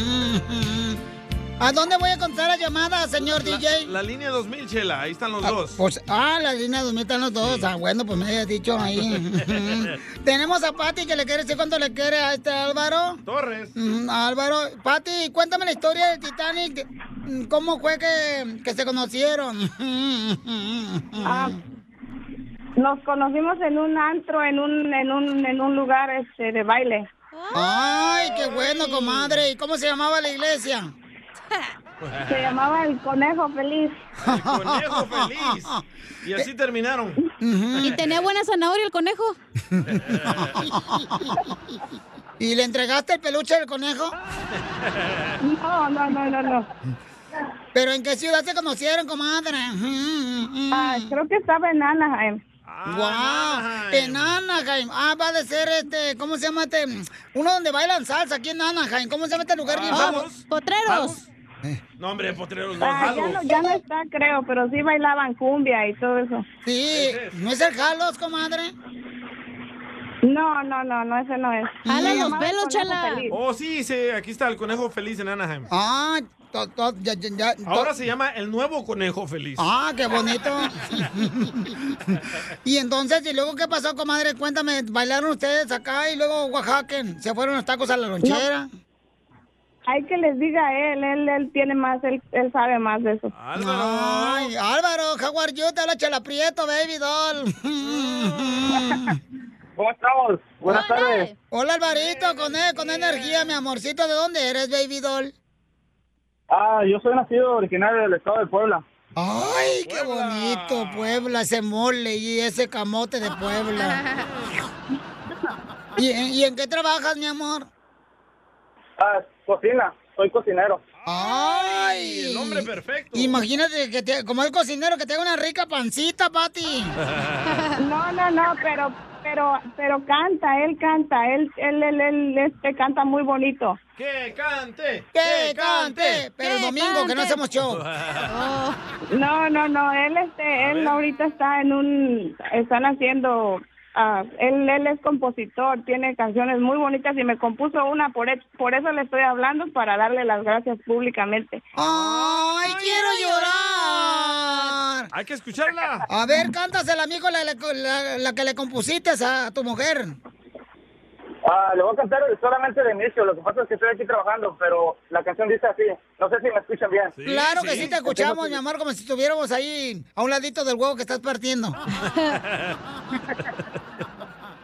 Speaker 2: Mm. ¿A dónde voy a contar la llamada, señor
Speaker 5: La-
Speaker 2: DJ?
Speaker 5: La línea 2000, Chela, ahí están los dos.
Speaker 2: Pues, ah, la línea 2000 están los dos. Ah, bueno, pues me habías dicho ahí. Tenemos a Pati que le quiere decir cuánto le quiere a este Álvaro.
Speaker 5: Torres.
Speaker 2: Álvaro, Pati, cuéntame la historia del Titanic. de- mm, ¿Cómo fue que, que se conocieron?
Speaker 8: Ah, Nos conocimos en un antro, en un, en un, en un lugar este, de baile.
Speaker 2: Ay, qué bueno, comadre. ¿Y cómo se llamaba la iglesia?
Speaker 8: Se llamaba El Conejo Feliz.
Speaker 5: El conejo feliz. Y así terminaron.
Speaker 6: ¿Y tenía buena zanahoria el conejo?
Speaker 2: ¿Y le entregaste el peluche del conejo?
Speaker 8: No, no, no, no, no.
Speaker 2: ¿Pero en qué ciudad se conocieron, comadre?
Speaker 8: Ah, creo que estaba en Anaheim.
Speaker 2: ¡Guau! En Anaheim. Ah, va a ser este, ¿cómo se llama este? Uno donde bailan salsa aquí en Anaheim. ¿Cómo se llama este lugar bien
Speaker 5: Vamos.
Speaker 2: famoso? Potreros.
Speaker 5: No, hombre, potreros, no,
Speaker 8: Ah, ya,
Speaker 5: jalos.
Speaker 8: no, ya no está, creo, pero sí bailaban cumbia y todo eso.
Speaker 2: Sí, ¿no es el Jalos, comadre?
Speaker 8: No, no, no, no, ese no es.
Speaker 5: Jala
Speaker 8: Se
Speaker 5: los
Speaker 8: llamaba El
Speaker 5: pelos,
Speaker 8: Conejo Feliz.
Speaker 5: Oh, sí, sí, aquí está el conejo feliz en Anaheim.
Speaker 2: Ah, to- to- ya, ya, ya- to-
Speaker 5: Ahora se llama el nuevo conejo feliz.
Speaker 2: Ah, qué bonito. y entonces, ¿y luego qué pasó, comadre? Cuéntame, ¿bailaron ustedes acá y luego Oaxaca? ¿Se fueron los tacos a la lonchera?
Speaker 8: Hay que les diga a él, él, él tiene más, él, él sabe más de eso.
Speaker 2: Ay, Álvaro, how are you? Te habla Chela Prieto, baby doll.
Speaker 12: ¿Cómo estamos? Buenas tardes.
Speaker 2: Hola, Alvarito, con, e- con energía, mi amorcito. ¿De dónde eres, baby doll?
Speaker 12: Ah, yo soy nacido originario del estado de Puebla.
Speaker 2: Ay, qué bonito, Puebla, ese mole y ese camote de Puebla. ¿Y, y en qué trabajas, mi amor?
Speaker 12: Ah, cocina. Soy cocinero.
Speaker 2: Ay, el hombre perfecto. Imagínate que te- como el cocinero que tenga una rica pancita, Pati.
Speaker 8: No, no, no, pero, pero, pero canta, él canta, él, él, él, él, este, canta muy bonito.
Speaker 5: ¡Que cante!
Speaker 2: ¡Que cante! Pero el domingo, que no hacemos show.
Speaker 8: No, no, no, él, este, él ahorita está en un, están haciendo, ah, él, él es compositor, tiene canciones muy bonitas y me compuso una, por, e- por eso le estoy hablando, para darle las gracias públicamente.
Speaker 3: Ah.
Speaker 2: ¡Ay, quiero llorar!
Speaker 5: Hay que escucharla.
Speaker 2: A ver, cántasela, amigo, la, la, la- la que le compusiste a tu mujer.
Speaker 12: Ah, le voy a cantar solamente el inicio. Lo que pasa es que estoy aquí trabajando, pero la canción dice así. No sé si me escuchan bien.
Speaker 2: claro que sí te escuchamos, mi amor, como si estuviéramos ahí a un ladito del huevo que estás partiendo.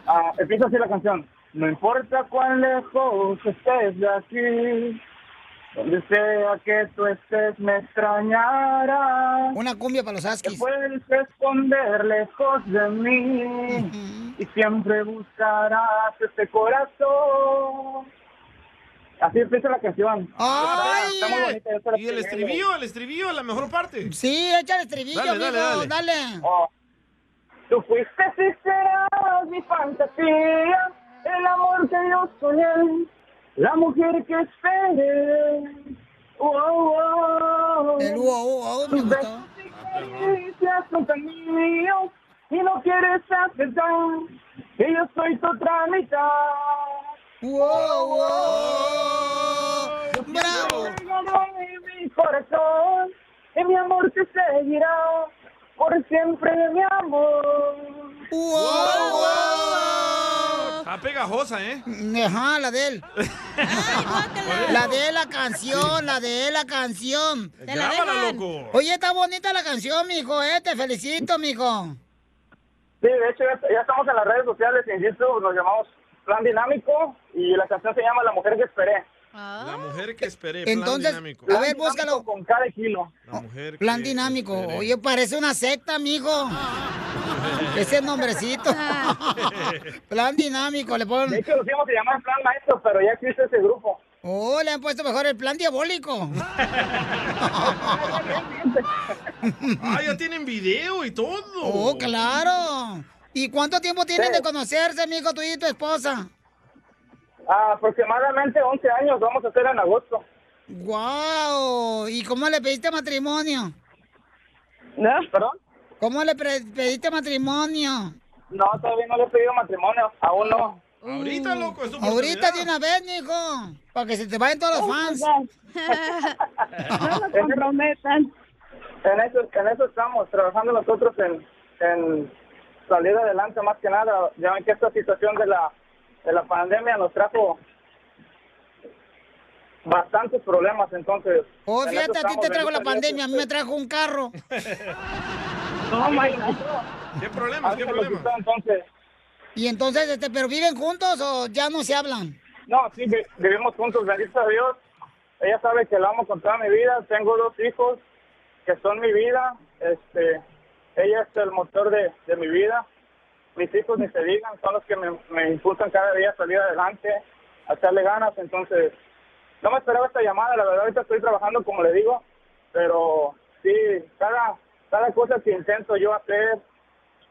Speaker 12: Ah, empieza así la canción. No importa cuán lejos estés de aquí, donde sea que tú estés me extrañarás.
Speaker 2: Una cumbia para los
Speaker 12: Te puedes esconder lejos de mí y siempre buscarás este corazón. Así empieza la canción.
Speaker 5: Ah,
Speaker 2: ¡Ay!
Speaker 12: Está muy bonita, yo se la
Speaker 5: Y el
Speaker 12: estoy leyendo.
Speaker 5: estribillo, el estribillo, la mejor parte.
Speaker 2: Sí, échale estribillo,
Speaker 5: Dale, dale,
Speaker 2: amigo,
Speaker 5: dale.
Speaker 12: Oh. Tú fuiste y serás mi fantasía, el amor que yo soñé, la mujer que esperé. Wow, wow.
Speaker 2: El wow, wow, me
Speaker 12: Tus
Speaker 2: gustó.
Speaker 12: caricias son tan míos y no quieres aceptar que yo soy tu otra mitad. Oh,
Speaker 2: Wow,
Speaker 12: wow. mi corazón y mi amor te seguirá por siempre, mi amor.
Speaker 8: oh,
Speaker 5: Está pegajosa, ¿eh?
Speaker 2: Ajá, la de él. la de él, la canción, la de él, la canción.
Speaker 5: Te la Grábala, dejan. loco.
Speaker 2: Oye, está bonita la canción, mijo, eh. Te felicito, mijo.
Speaker 12: Sí, de hecho, ya, ya estamos en las redes sociales y en YouTube nos llamamos Plan Dinámico y la canción se llama La Mujer que Esperé.
Speaker 5: La mujer que esperé, plan
Speaker 2: Entonces,
Speaker 5: dinámico.
Speaker 2: a ver, búscalo.
Speaker 12: Con cada kilo.
Speaker 5: La mujer que-
Speaker 2: Plan dinámico. Oye, parece una secta, mijo. Ese nombrecito.
Speaker 5: Ah.
Speaker 2: plan dinámico, le ponen.
Speaker 12: De hecho, los íbamos a llamar Plan Maestro, pero ya existe ese grupo.
Speaker 2: Oh, le han puesto mejor el plan diabólico.
Speaker 5: Ah, ya tienen video y todo.
Speaker 2: Oh, claro. ¿Y cuánto tiempo tienen de conocerse, amigo, tú y tu esposa?
Speaker 12: aproximadamente 11 años vamos a hacer en agosto.
Speaker 2: ¡Guau! ¿Y cómo le pediste matrimonio?
Speaker 12: ¿No? ¿Perdón?
Speaker 2: ¿Cómo le pre- pediste matrimonio?
Speaker 12: No, todavía no le he pedido matrimonio, aún no.
Speaker 5: Ahorita, loco, es tu
Speaker 2: Mm. Ahorita
Speaker 5: oportunidad.
Speaker 2: de una vez, mijo. Para que se te vayan todos los fans.
Speaker 12: Oh no nos comprometan. En eso, en eso estamos, trabajando nosotros en, en salir adelante más que nada. Ya ven que esta situación de la, de la pandemia nos trajo bastantes problemas, entonces...
Speaker 2: Oh,
Speaker 12: en
Speaker 2: fíjate,
Speaker 12: eso
Speaker 2: a ti te
Speaker 12: estamos,
Speaker 2: trajo la
Speaker 12: bendito Dios.
Speaker 2: pandemia, a mí me trajo un carro.
Speaker 12: No, my God.
Speaker 5: ¿Qué problemas? ¿Qué problemas?
Speaker 12: Entonces,
Speaker 2: Y entonces, este, ¿pero viven juntos o ya no se hablan?
Speaker 12: No, sí, vi- vivimos juntos, bendito sea Dios. Ella sabe que la amo con toda mi vida. Tengo dos hijos que son mi vida. Este, ella es el motor de, de mi vida. Mis hijos, ni se digan, son los que me, me impulsan cada día a salir adelante, a echarle ganas. Entonces, no me esperaba esta llamada. La verdad, ahorita estoy trabajando, como le digo. Pero sí, cada, cada cosa que intento yo hacer,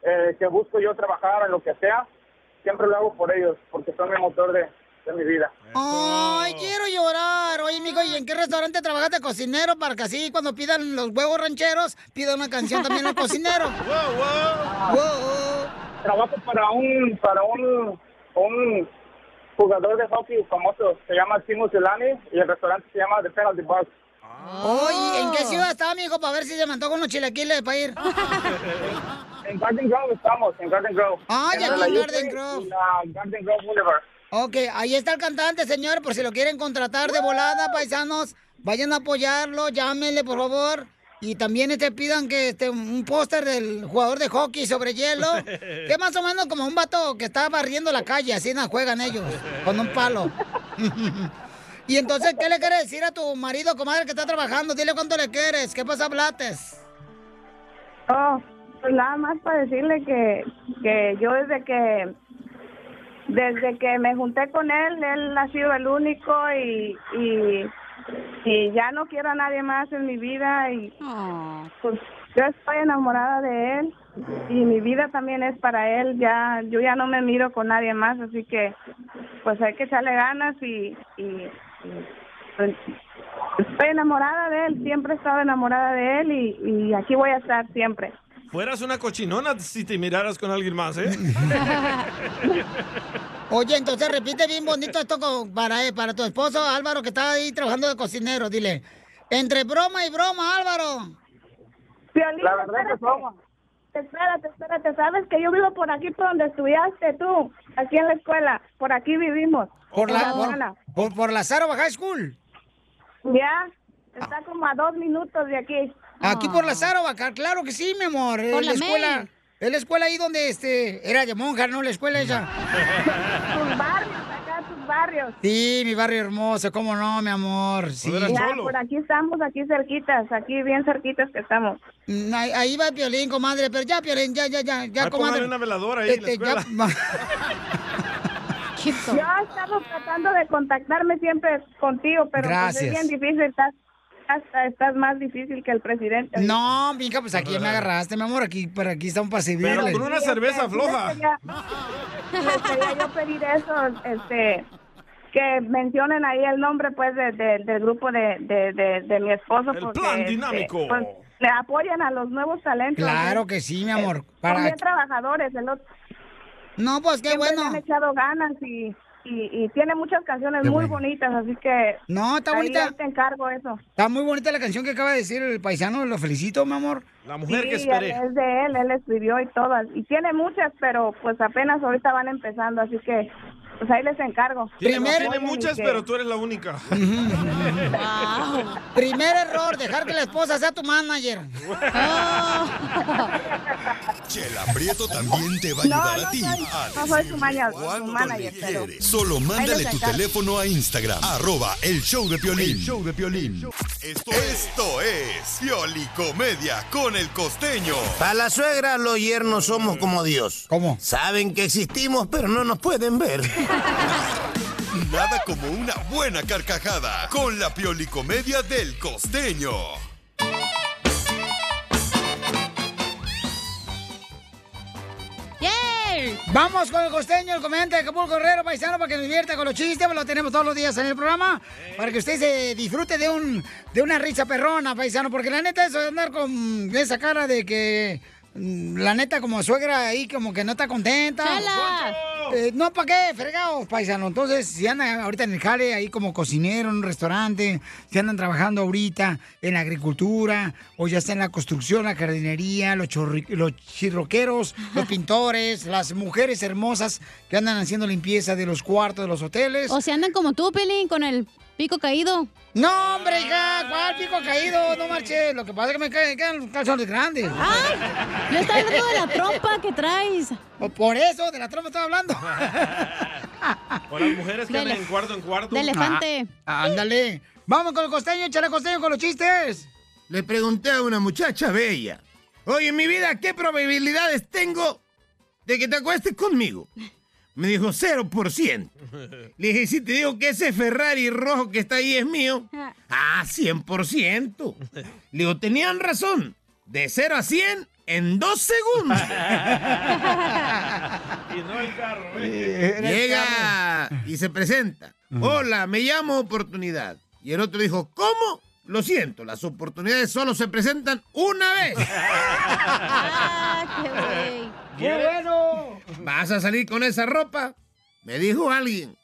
Speaker 12: eh, que busco yo trabajar en lo que sea, siempre lo hago por ellos, porque son el motor de, de mi vida.
Speaker 2: Ay, quiero llorar. Oye, mijo, ¿y en qué restaurante trabajaste cocinero para que así cuando pidan los huevos rancheros, pidan una canción también al cocinero?
Speaker 12: Trabajo para un para un, un jugador de hockey famoso, se llama Timo Zulani y el restaurante se llama The Penalty Box.
Speaker 2: Oye, ¿en qué
Speaker 5: Oh.
Speaker 2: ciudad está, mijo, para ver si se me con los chilaquiles para ir?
Speaker 12: En Garden Grove estamos, en Garden Grove.
Speaker 2: Ah, ya aquí
Speaker 12: la
Speaker 2: en
Speaker 12: Yupi
Speaker 2: Garden
Speaker 12: y
Speaker 2: Grove.
Speaker 12: la Garden Grove Boulevard.
Speaker 2: Ok, ahí está el cantante, señor, por si lo quieren contratar de volada, paisanos, vayan a apoyarlo, llámenle, por favor. Y también este, pidan que este, un póster del jugador de hockey sobre hielo, que más o menos como un vato que está barriendo la calle, así no juegan ellos, con un palo. y entonces, ¿qué le quieres decir a tu marido, comadre, que está trabajando? Dile cuánto le quieres, ¿qué pasa, Blates?
Speaker 8: Oh, pues nada más para decirle que, que yo desde que desde que me junté con él, él ha sido el único y, y, y ya no quiero a nadie más en mi vida y pues yo estoy enamorada de él y mi vida también es para él, ya yo ya no me miro con nadie más, así que pues hay que echarle ganas y, y- y, pues, estoy enamorada de él, siempre he estado enamorada de él y, y aquí voy a estar siempre.
Speaker 5: Fueras una cochinona si te miraras con alguien más, ¿eh?
Speaker 2: Oye, entonces repite bien bonito esto con- para, eh, para tu esposo Álvaro que está ahí trabajando de cocinero. Dile, entre broma y broma, Álvaro.
Speaker 8: La verdad que somos. Espérate, espérate, sabes que yo vivo por aquí, por donde estudiaste tú, aquí en la escuela, por aquí vivimos.
Speaker 2: Por la,
Speaker 8: En Aduana.
Speaker 2: por, por, por la Zaro High School.
Speaker 8: Ya, está como a dos minutos de aquí.
Speaker 2: Aquí por la Zaro acá, claro que sí, mi amor.
Speaker 8: Por
Speaker 2: es la
Speaker 8: la
Speaker 2: escuela.
Speaker 8: May.
Speaker 2: Es la escuela ahí donde este era de monja, ¿no? La escuela esa.
Speaker 8: Tus barrios, acá tus barrios.
Speaker 2: Sí, mi barrio hermoso, cómo no, mi amor. Sí.
Speaker 8: Ya, por aquí estamos, aquí cerquitas, aquí bien cerquitas que estamos.
Speaker 2: Mm, Ahí, ahí va Piolín, comadre, pero ya, Piolín, ya, ya, ya, ya, comadre. Este,
Speaker 8: Ay, póngale Ah, una veladora ahí en la
Speaker 2: ya-
Speaker 8: Yo he estado tratando de contactarme siempre contigo, pero pues es
Speaker 2: Gracias.
Speaker 8: bien difícil, estás, hasta estás más difícil que el presidente.
Speaker 2: No, mija, pues aquí me agarraste, mi amor, aquí, para aquí está un pasible.
Speaker 5: Pero con una cerveza floja.
Speaker 8: Les quería yo pedir eso, este, que mencionen ahí el nombre, pues, de, de- del grupo de, de, de, de mi esposo.
Speaker 2: El
Speaker 8: porque,
Speaker 2: plan
Speaker 8: este,
Speaker 2: dinámico.
Speaker 8: pues, le apoyan a los nuevos talentos.
Speaker 2: Claro que sí, mi amor. Para-
Speaker 8: Son bien trabajadores. El otro.
Speaker 2: No, pues, qué
Speaker 8: bueno. han echado ganas y, y, y tiene muchas canciones muy bonitas, así que...
Speaker 2: No, está
Speaker 8: ahí
Speaker 2: bonita.
Speaker 8: ahí te encargo eso.
Speaker 2: Está muy bonita la canción que acaba de decir el paisano, lo felicito, mi amor.
Speaker 5: La
Speaker 8: Sí, es de él, él escribió y todas. Y tiene muchas, pero pues apenas ahorita van empezando, así que pues ahí les encargo.
Speaker 5: Tiene,
Speaker 8: Primero-
Speaker 5: tiene muchas,
Speaker 8: que-
Speaker 5: pero tú eres la única.
Speaker 2: Primer error, dejar que la esposa sea tu manager.
Speaker 4: Chela Prieto también te va a
Speaker 8: No,
Speaker 4: ayudar
Speaker 8: no
Speaker 4: a ti.
Speaker 8: soy-
Speaker 4: a
Speaker 8: no soy su manager, su manager, pero-
Speaker 4: decirle. Solo
Speaker 8: Ahí
Speaker 4: mándale
Speaker 8: los
Speaker 4: tu
Speaker 8: encargo.
Speaker 4: teléfono a Instagram, arroba el show de Piolín. show de Piolín. Esto, esto es Pioli Comedia con el costeño.
Speaker 9: Para la suegra, los yernos somos como Dios.
Speaker 2: ¿Cómo?
Speaker 9: Saben que existimos, pero no nos pueden ver.
Speaker 4: Nada como una buena carcajada con la piolicomedia del costeño.
Speaker 2: Vamos con el costeño, el comediante de Acapulco Herrero, paisano, para que nos divierta con los chistes, pues lo tenemos todos los días en el programa, para que usted se disfrute de un de una risa perrona, paisano, porque la neta eso de andar con esa cara de que mm, la neta como suegra ahí como que no está contenta.
Speaker 6: ¡Chela!
Speaker 2: Eh, no, ¿para qué? Fregados, paisano. Entonces, si andan ahorita en el jale, ahí como cocinero en un restaurante, si andan trabajando ahorita en la agricultura, o ya está en la construcción, la jardinería, los, chorri- los chirroqueros, los pintores, las mujeres hermosas que andan haciendo limpieza de los cuartos, de los hoteles.
Speaker 6: O sea, andan como tú, Pelín, con el pico caído.
Speaker 2: No, hombre, hija, ¿cuál pico caído? No marche, lo que pasa es que me caen, caen los calzones grandes.
Speaker 6: ¡Ay! Yo estaba hablando de la trompa que traes.
Speaker 2: por eso, de la trompa estaba hablando.
Speaker 5: O las mujeres que andan en cuarto en cuarto.
Speaker 2: Ah, ándale. Vamos con el costeño, échale costeño con los chistes.
Speaker 10: Le pregunté a una muchacha bella. Oye, mi vida, ¿qué probabilidades tengo de que te acuestes conmigo? Me dijo 0%. Le dije, si te digo que ese Ferrari rojo que está ahí es mío. Ah, 100%. Le digo, tenían razón. De 0 a 100 en dos segundos.
Speaker 5: Y no el carro, ¿eh?
Speaker 10: Llega y se presenta. Hola, me llamo Oportunidad. Y el otro dijo, ¿cómo? Lo siento, las oportunidades solo se presentan una vez.
Speaker 23: Ah,
Speaker 3: ¡Qué
Speaker 2: bueno!
Speaker 10: ¿Vas a salir con esa ropa? Me dijo alguien.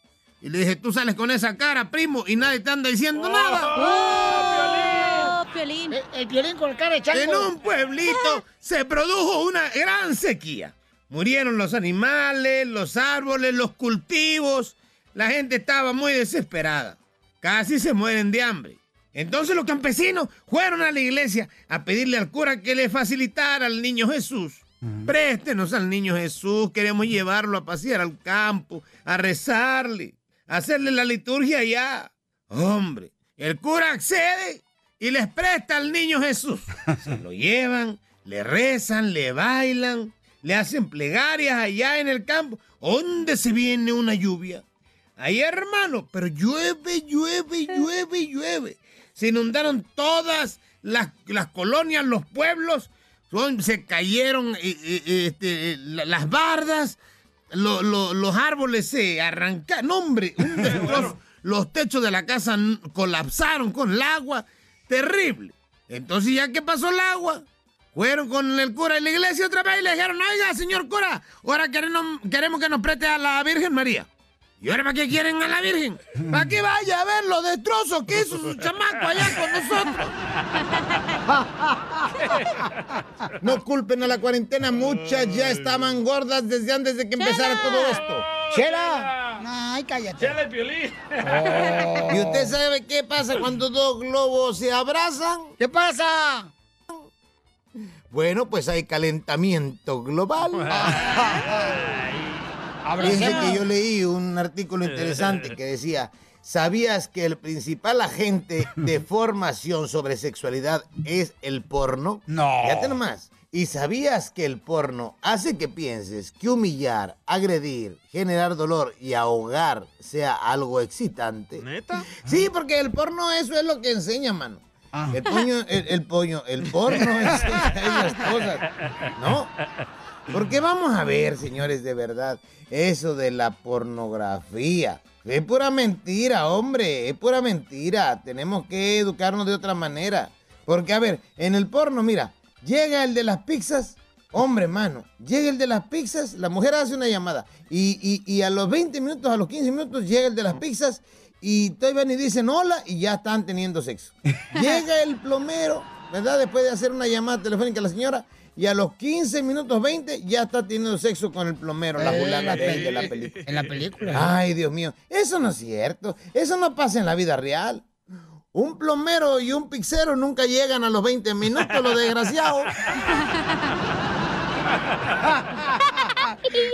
Speaker 10: Y le dije, tú sales con esa cara, primo, y nadie te anda diciendo nada.
Speaker 6: ¡Oh, Piolín!
Speaker 2: El, Piolín con cara de chango.
Speaker 10: En un pueblito se produjo una gran sequía. Murieron los animales, los árboles, los cultivos. La gente estaba muy desesperada. Casi se mueren de hambre. Entonces los campesinos fueron a la iglesia a pedirle al cura que le facilitara al niño Jesús. Préstenos al niño Jesús, queremos llevarlo a pasear al campo, a rezarle, a hacerle la liturgia allá. Hombre, el cura accede y les presta al niño Jesús. Se lo llevan, le rezan, le bailan, le hacen plegarias allá en el campo, donde se viene una lluvia. Ahí, hermano, pero llueve, llueve, llueve, llueve. Se inundaron todas las, las colonias, los pueblos, son- se cayeron eh, eh, eh, este, eh, la- las bardas, lo- lo- los árboles se arrancaron. No, hombre, un destrozo. los techos de la casa n- colapsaron con el agua. Terrible. Entonces, ¿ya qué pasó el agua? Fueron con el cura de la iglesia otra vez y le dijeron, oiga, señor cura, ahora queremos, queremos que nos preste a la Virgen María. ¿Y ahora para qué quieren a la Virgen? Para que vaya a ver los destrozos que hizo su chamaco allá con nosotros. No culpen a la cuarentena, muchas ya estaban gordas desde antes de que empezara todo esto.
Speaker 2: ¡Chela! ¡Ay, cállate!
Speaker 5: ¡Chela y Piolín!
Speaker 2: Oh.
Speaker 10: ¿Y usted sabe qué pasa cuando dos globos se abrazan?
Speaker 2: ¿Qué pasa?
Speaker 10: Bueno, pues hay calentamiento global. Fíjense
Speaker 3: Abracemos.
Speaker 10: que yo leí un artículo interesante que decía, ¿sabías que el principal agente de formación sobre sexualidad es el porno? No. Fíjate nomás. ¿Y sabías que el porno hace que pienses que humillar, agredir, generar dolor y ahogar sea algo excitante? ¿Neta? Sí, porque el porno eso es lo que enseña, mano. El puño, el, el puño, el porno enseña esas cosas, ¿no? Porque vamos a ver, señores, de verdad, eso de la pornografía. Es pura mentira, hombre, es pura mentira. Tenemos que educarnos de otra manera. Porque, a ver, en el porno, mira, llega el de las pizzas, hombre, mano, llega el de las pizzas, la mujer hace una llamada. Y, y- y a los 20 minutos, a los 15 minutos, llega el de las pizzas y todavía ni dicen hola y ya están teniendo sexo. Llega el plomero, ¿verdad? Después de hacer una llamada telefónica a la señora y a los 15 minutos 20 ya está tenieniendo sexo con el plomero, la
Speaker 2: Eh,
Speaker 10: fulana
Speaker 2: la
Speaker 10: aquella de
Speaker 2: peli-
Speaker 10: la película.
Speaker 2: En la película. ¿eh?
Speaker 10: Ay, Dios mío, eso no es cierto, eso no pasa en la vida real. Un plomero y un pixero nunca llegan a los 20 minutos, los desgraciados.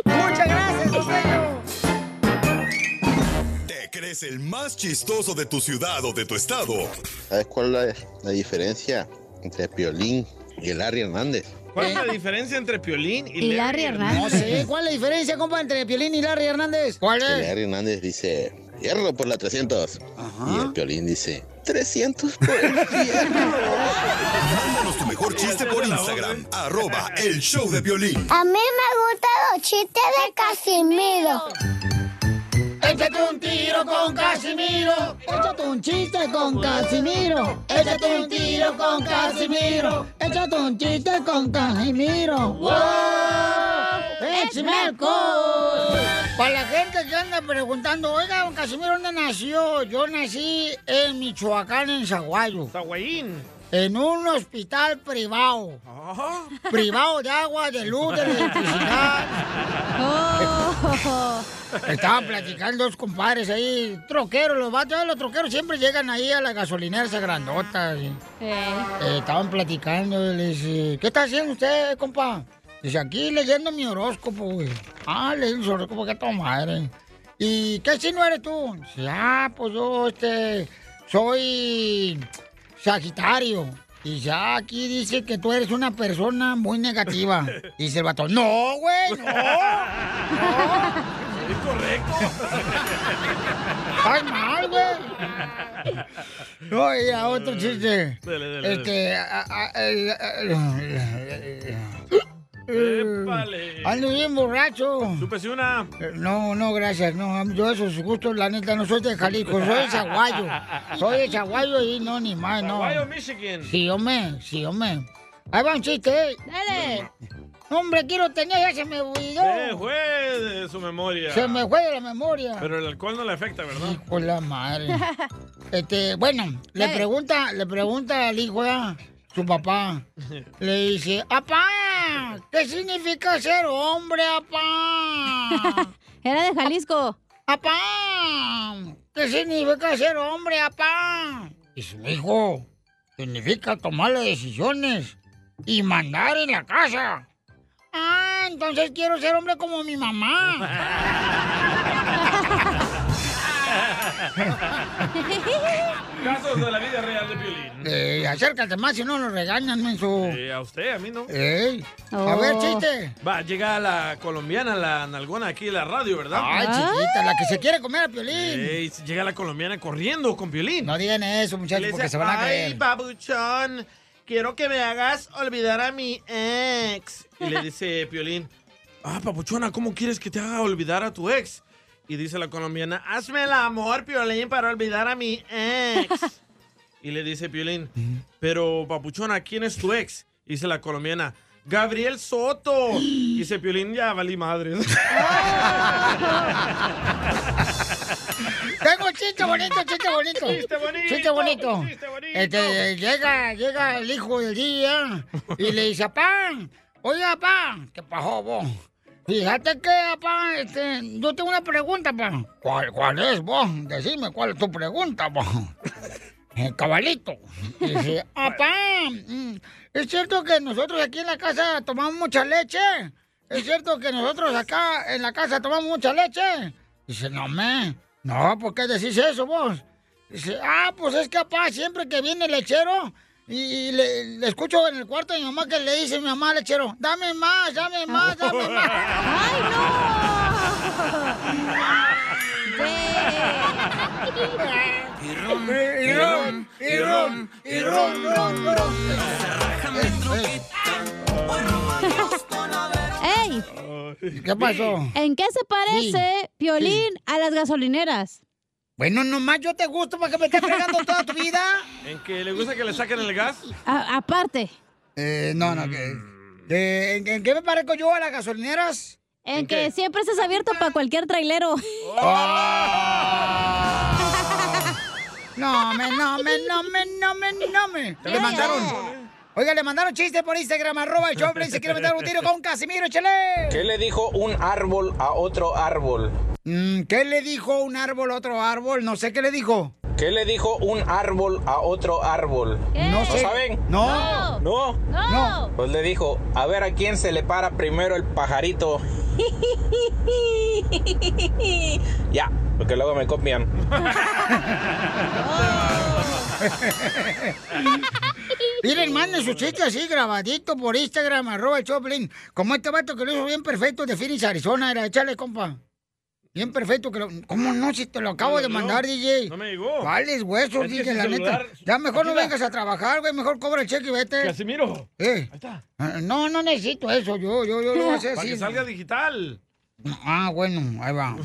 Speaker 2: Muchas gracias, costeño.
Speaker 4: ¿Te crees el más chistoso de tu ciudad o de tu estado?
Speaker 16: ¿Sabes cuál es la, la diferencia entre Piolín y el Larry Hernández?
Speaker 5: ¿Cuál es la diferencia entre Piolín y,
Speaker 2: No sé, ¿cuál es la diferencia, compa, entre Piolín y Larry Hernández? ¿Cuál
Speaker 16: El
Speaker 2: es?
Speaker 16: Larry Hernández dice, hierro por la 300. Y el Piolín dice, 300 por el
Speaker 4: Mándanos tu mejor chiste por Instagram, arroba el show de violín.
Speaker 23: A mí me gustan los chistes de Casimiro.
Speaker 2: Échate un tiro con Casimiro. Échate un chiste con Casimiro. Échate un tiro con Casimiro. Échate un chiste con Casimiro. ¡Wow!
Speaker 3: ¡Échame
Speaker 2: alcohol! Para la gente que anda preguntando, oiga, don Casimiro, ¿dónde nació? Yo nací en Michoacán, en Zaguayo.
Speaker 5: Zaguayín.
Speaker 2: En un hospital privado. Privado de agua, de luz, de electricidad.
Speaker 23: Oh,
Speaker 2: Estaban platicando dos compadres ahí, troqueros, los vatos, los troqueros siempre llegan ahí a la gasolinera esa grandota. y, eh, estaban platicando y le dice, ¿qué está haciendo usted, compa? Dice, aquí leyendo mi horóscopo, güey. Ah, leyendo su horóscopo, qué toma madre. ¿Y qué signo eres tú? Dice, ah, pues yo, este, soy Sagitario. Y ya aquí dice que tú eres una persona muy negativa. Dice el vato, no, güey, no.
Speaker 3: Es correcto.
Speaker 2: Estás mal, güey. No, y a otro chiste.
Speaker 3: Dale, dale, dale.
Speaker 2: Este. a- a- el- el-
Speaker 5: Épale.
Speaker 2: eh, Ando bien borracho.
Speaker 5: Súpese una.
Speaker 2: Eh, No, no, gracias. No, yo esos gustos, la neta, no soy de Jalisco, soy de Chaguayo. Soy de Chaguayo y no, ni más, no.
Speaker 5: Ohio, Michigan.
Speaker 2: Sí, hombre, sí, hombre. Ahí va un chiste, ¿eh?
Speaker 6: Dale.
Speaker 2: Hombre, quiero tener, ya se me olvidó.
Speaker 5: Se fue de su memoria.
Speaker 2: Se me fue de la memoria.
Speaker 5: Pero el alcohol no le afecta, ¿verdad?
Speaker 2: Por la madre. Este, bueno, le
Speaker 5: Ey.
Speaker 2: pregunta, le pregunta al hijo a su papá. Le dice, ¡Apá! ¿Qué significa ser hombre, apá?
Speaker 6: Era de Jalisco.
Speaker 2: ¡Apá! ¿Qué significa ser hombre, apá? Dice, hijo, significa tomar las decisiones y mandar en la casa. Ah, entonces quiero ser hombre como mi mamá.
Speaker 5: Casos de la vida real de violín.
Speaker 2: Eh, acércate más, si no nos regañan, menso.
Speaker 5: Eh, a usted, a mí no.
Speaker 2: Ey. A ver,
Speaker 6: Oh.
Speaker 2: chiste.
Speaker 5: Va, llega la colombiana, la nalgona aquí de la radio, ¿verdad?
Speaker 2: Ay, chiquita, la que se quiere comer a Piolín.
Speaker 5: Ey, llega la colombiana corriendo con Piolín.
Speaker 2: No digan eso, muchachos, porque se van a
Speaker 5: Ay,
Speaker 2: creer.
Speaker 5: babuchón, quiero que me hagas olvidar a mi ex. Y le dice Piolín, ah, papuchona, ¿cómo quieres que te haga olvidar a tu ex? Y dice la colombiana, hazme el amor, Piolín, para olvidar a mi ex. y le dice Piolín, pero papuchona, ¿quién es tu ex? Y dice la colombiana, Gabriel Soto. Y dice Piolín, ya valí madre.
Speaker 2: Tengo chiste bonito, chiste bonito.
Speaker 3: Chiste bonito,
Speaker 2: Chiste bonito.
Speaker 3: chiste bonito.
Speaker 2: Este, llega, llega el hijo del día y le dice, papá, oye, papá, ¿qué pasó vos? Fíjate que, papá, este, yo tengo una pregunta, papá. ¿Cuál, cuál es vos? Decime cuál es tu pregunta, vos. El cabalito. Dice, papá, mm, ¿es cierto que nosotros aquí en la casa tomamos mucha leche? ¿Es cierto que nosotros acá en la casa tomamos mucha leche? Dice, no, me. No, Oh, ¿por qué decís eso vos? Dice, ah, pues es que, papá, siempre que viene el lechero y, y le, le escucho en el cuarto de mi mamá que le dice a mi mamá al lechero, dame más, dame más, dame más. ¡Ay,
Speaker 3: Y
Speaker 2: rom, y rom, y rom, y rom, rom, rom.
Speaker 6: ¡Ey!
Speaker 2: ¿Qué pasó?
Speaker 6: ¿En qué se parece Piolín a las gasolineras?
Speaker 2: Bueno, nomás yo te gusto para que me estés fregando toda tu vida.
Speaker 5: ¿En que le gusta que le saquen el gas?
Speaker 6: aparte.
Speaker 2: Eh, no, no, que... que- ¿en, en qué me parezco yo a las gasolineras?
Speaker 6: En, que siempre estás abierto para cualquier trailero.
Speaker 2: No, me, no, me, no, me, no, me, no, me. Le mandaron... Oiga, le mandaron chiste por Instagram, arroba el show, Piolín, se quiere meter un tiro con Casimiro, chale.
Speaker 24: ¿Qué le dijo un árbol a otro árbol?
Speaker 2: Mm, ¿Qué le dijo un árbol a otro árbol? No sé qué le dijo.
Speaker 24: ¿Qué le dijo un árbol a otro árbol?
Speaker 2: No sé.
Speaker 24: saben?
Speaker 2: No.
Speaker 24: ¿No?
Speaker 2: No.
Speaker 24: Pues le dijo, a ver a quién se le para primero el pajarito. Ya, porque luego me copian.
Speaker 2: Miren, manden su chiste así grabadito por Instagram, arroba el Choplin. Como este vato que lo hizo bien perfecto de Phoenix, Arizona, era échale, compa. Bien perfecto, que lo- ¿cómo no? Si te lo acabo de mandar, DJ.
Speaker 5: No me llegó.
Speaker 2: ¿Cuáles huesos,
Speaker 5: Es que
Speaker 2: DJ,
Speaker 5: ese
Speaker 2: la
Speaker 5: celular-
Speaker 2: neta? Ya mejor no
Speaker 5: Aquí va.
Speaker 2: vengas a trabajar, güey, mejor cobra el cheque y vete.
Speaker 5: Casimiro.
Speaker 2: Eh. Ah, No, no necesito eso, yo, yo, yo lo voy a hacer
Speaker 5: Para
Speaker 2: así.
Speaker 5: que salga digital.
Speaker 2: Ah, bueno, ahí va.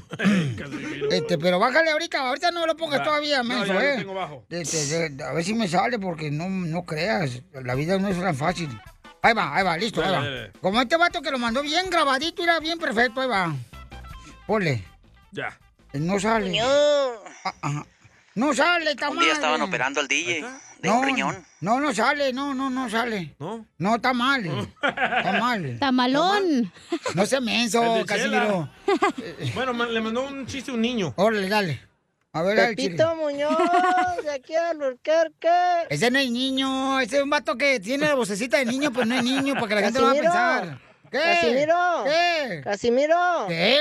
Speaker 2: este, pero bájale ahorita, ahorita no lo pongas
Speaker 5: Va.
Speaker 2: todavía,
Speaker 5: No,
Speaker 2: menso,
Speaker 5: ya lo
Speaker 2: eh.
Speaker 5: tengo bajo.
Speaker 2: Este, de- a ver si me sale, porque no, no creas, la vida no es tan fácil. Ahí va, ahí va, listo, ahí
Speaker 5: Dale,
Speaker 2: va.
Speaker 5: dale.
Speaker 2: Como este vato que lo mandó bien grabadito, era bien perfecto, ahí va. Ponle.
Speaker 5: Ya.
Speaker 2: No sale. Ah, ajá. No sale, está
Speaker 13: Un día estaban
Speaker 2: mal. eh.
Speaker 13: operando al DJ de
Speaker 2: no,
Speaker 13: un riñón.
Speaker 2: No, no sale, no, no, no sale.
Speaker 5: ¿No?
Speaker 2: No, está mal. Está mal.
Speaker 6: Tamalón.
Speaker 2: No se menso,
Speaker 5: El de
Speaker 2: Casimiro.
Speaker 5: Bueno, ma- le mandó un chiste a un niño.
Speaker 2: Órale, dale. A ver, dale, chile.
Speaker 25: Pepito Muñoz, de aquí a Lurquerque.
Speaker 2: Ese no es niño, ese es un vato que tiene la vocecita de niño, pero no es niño, para que la gente lo va a
Speaker 25: Casimiro,
Speaker 2: pensar. ¿Qué?
Speaker 25: Casimiro.
Speaker 2: ¿Qué?
Speaker 25: Casimiro.
Speaker 2: ¿Qué,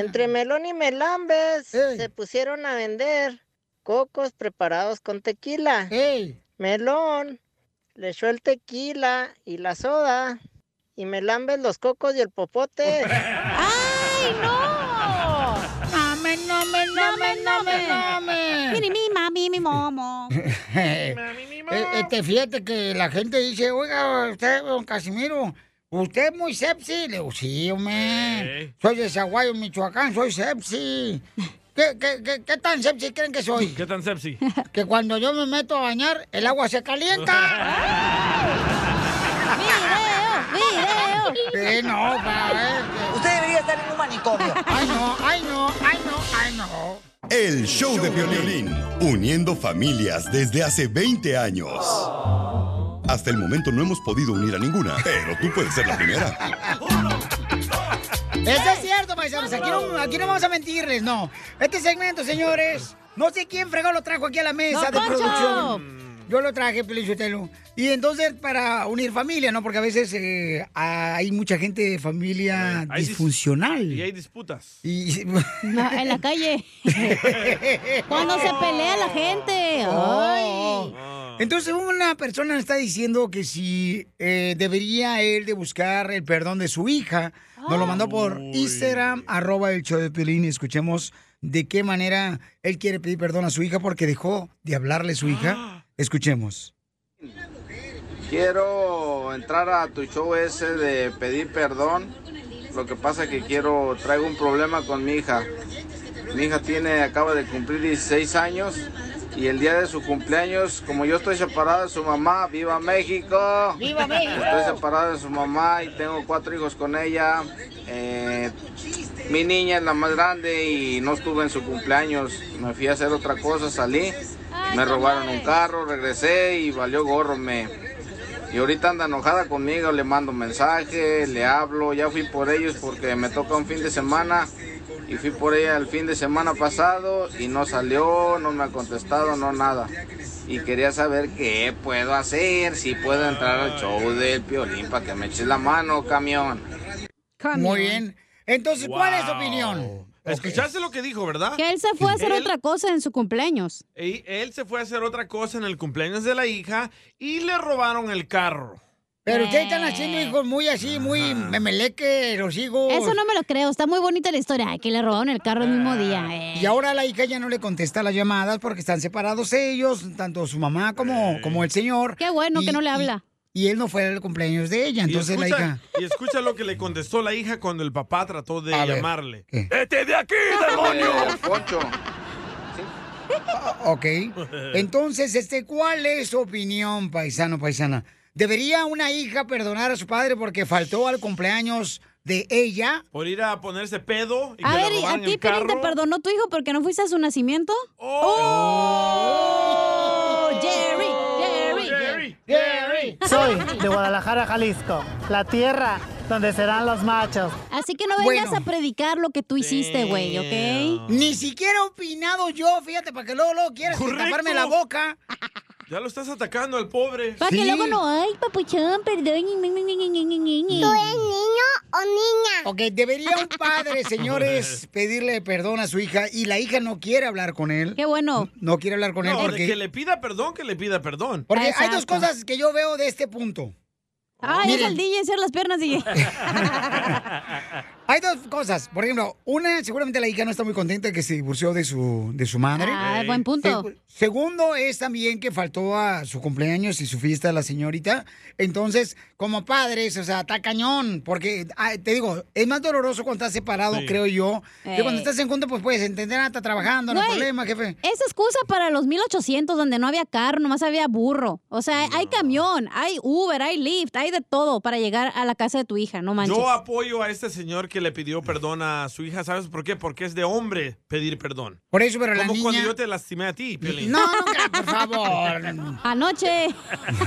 Speaker 25: Entre Melón y Melambes se pusieron a vender cocos preparados con tequila. Melón le echó el tequila y la soda. Y Melambes los cocos y el popote. ¡Ay, no!
Speaker 2: Name, name, name, name, name.
Speaker 6: Mini, mi, mami, mi, momo.
Speaker 2: Eh, este, fíjate que la gente dice, oiga, usted, don Casimiro, usted es muy sepsi. Le digo, sí, hombre, soy de Zaguayo, Michoacán, soy sepsi. ¿Qué, qué, qué, qué tan sepsi creen que soy?
Speaker 5: ¿Qué tan sepsi?
Speaker 2: Que cuando yo me meto a bañar, el agua se calienta. ¡Video! ¡Video! Sí, no, Usted debería estar en un manicomio. Ay, no, ay, no, ay, no, ay, no.
Speaker 4: El show de violín, uniendo familias desde hace 20 años. Hasta el momento no hemos podido unir a ninguna, pero tú puedes ser la primera.
Speaker 2: Eso es cierto, paisanos. Aquí no, aquí no vamos a mentirles, no. Este segmento, señores, no sé quién fregado lo trajo aquí a la mesa
Speaker 6: ¡Don
Speaker 2: de
Speaker 6: Poncho!
Speaker 2: producción. Yo lo traje, Pelichotelo. Y entonces, para unir familia, ¿no? Porque a veces eh, hay mucha gente de familia
Speaker 5: Ahí sí-
Speaker 2: disfuncional.
Speaker 5: Y hay disputas.
Speaker 2: Y-
Speaker 6: No, en la calle. Cuando se pelea la gente.
Speaker 2: Oh. Entonces una persona está diciendo que si eh, debería él de buscar el perdón de su hija, nos lo mandó por Instagram, arroba el show de Piolín, y escuchemos de qué manera él quiere pedir perdón a su hija porque dejó de hablarle a su hija. Escuchemos.
Speaker 20: Quiero entrar a tu show ese de pedir perdón. Lo que pasa que quiero, traigo un problema con mi hija. Mi hija tiene, acaba de cumplir 16 años y el día de su cumpleaños, como yo estoy separado de su mamá, ¡viva México!
Speaker 19: ¡Viva México!
Speaker 20: Estoy separado de su mamá y tengo cuatro hijos con ella. Eh, mi niña es la más grande y no estuve en su cumpleaños. Me fui a hacer otra cosa, salí. Me robaron un carro, regresé y valió gorro. Me... Y ahorita anda enojada conmigo, le mando mensaje, le hablo. Ya fui por ellos porque me toca un fin de semana. Y fui por ella el fin de semana pasado y no salió, no me ha contestado, no nada. Y quería saber qué puedo hacer, si puedo entrar al show del Piolín para que me eches la mano, camión.
Speaker 2: Muy bien. Entonces, ¿cuál es su
Speaker 5: Wow.
Speaker 2: opinión?
Speaker 5: Escuchaste lo que dijo, ¿verdad?
Speaker 6: Que él se fue a hacer
Speaker 5: Él-
Speaker 6: otra cosa en su cumpleaños.
Speaker 5: Él, él se fue a hacer otra cosa en el cumpleaños de la hija y le robaron el carro.
Speaker 2: Pero ustedes están
Speaker 6: Eh,
Speaker 2: haciendo hijos muy así, muy memeleque, los hijos.
Speaker 6: Eso no me lo creo. Está muy bonita la historia. Ay, que le robaron el carro el mismo día. eh.
Speaker 2: Ah, Y ahora la hija ya no le contesta las llamadas porque están separados ellos, tanto su mamá como,
Speaker 5: Eh.
Speaker 2: como el señor. Qué bueno
Speaker 6: que no le habla.
Speaker 2: Y, él no fue al cumpleaños de ella, entonces
Speaker 5: y
Speaker 2: la
Speaker 5: escucha,
Speaker 2: hija.
Speaker 5: y escucha lo que le contestó la hija cuando el papá trató de
Speaker 2: A ver,
Speaker 5: llamarle.
Speaker 20: ¡Este de aquí,
Speaker 5: demonio!
Speaker 20: Poncho.
Speaker 2: Ah, Ok. Entonces, este, ¿cuál es su opinión, paisano, paisana? ¿Debería una hija perdonar a su padre porque faltó al cumpleaños de ella?
Speaker 5: Por ir a ponerse pedo y
Speaker 6: A
Speaker 5: que
Speaker 6: ver,
Speaker 5: le
Speaker 6: ¿y ¿a
Speaker 5: robaran
Speaker 6: ti,
Speaker 5: el
Speaker 6: Piolín, te
Speaker 5: carro.
Speaker 6: perdonó tu hijo porque no fuiste a su nacimiento?
Speaker 25: ¡Oh!
Speaker 6: Jerry, Jerry,
Speaker 25: Jerry,
Speaker 6: Jerry.
Speaker 25: Soy de Guadalajara, Jalisco, la tierra donde serán los machos.
Speaker 6: Así que no vengas
Speaker 25: Bueno.
Speaker 6: a predicar lo que tú hiciste, güey, ¿ok?
Speaker 2: Ni siquiera he opinado yo, fíjate, para que luego, luego quieras
Speaker 5: Correcto.
Speaker 2: taparme la boca.
Speaker 5: Ya lo estás atacando al pobre.
Speaker 6: Para que luego no, ay, papuchón, perdón.
Speaker 2: niño o niña? Ok, debería un padre, señores, pedirle perdón a su hija y la hija no quiere hablar con él. Qué
Speaker 6: bueno.
Speaker 2: No quiere hablar con él
Speaker 5: No,
Speaker 2: porque...
Speaker 5: que le pida perdón, que le pida perdón.
Speaker 2: Porque hay dos cosas que yo veo de este punto.
Speaker 6: Ay, es
Speaker 2: Miren.
Speaker 6: el DJ, hacer las piernas, DJ.
Speaker 2: Hay dos cosas. Por ejemplo, una, seguramente la hija no está muy contenta de que se divorció de su, de su madre.
Speaker 6: Ah, buen punto.
Speaker 2: Se- segundo, es también que faltó a su cumpleaños y su fiesta de la señorita. Entonces, como padres, o sea, está cañón. Porque, ah, te digo, es más doloroso cuando estás separado,
Speaker 6: Sí.
Speaker 2: creo yo.
Speaker 6: Eh.
Speaker 2: Que cuando estás en junta, pues puedes entender, ah, está trabajando, no hay
Speaker 6: Güey,
Speaker 2: problema, jefe.
Speaker 6: Esa excusa para los 1800 donde no había carro, nomás había burro. O sea, hay camión, hay Uber, hay Lyft, hay de todo para llegar a la casa de tu hija, no manches.
Speaker 5: Yo apoyo a este señor que le pidió perdón a su hija. ¿Sabes por qué? Porque es de hombre pedir perdón.
Speaker 2: Por eso, pero la
Speaker 5: Como cuando
Speaker 2: niña-
Speaker 5: yo te lastimé a ti, Piolín.
Speaker 2: No, no, por favor.
Speaker 6: Anoche.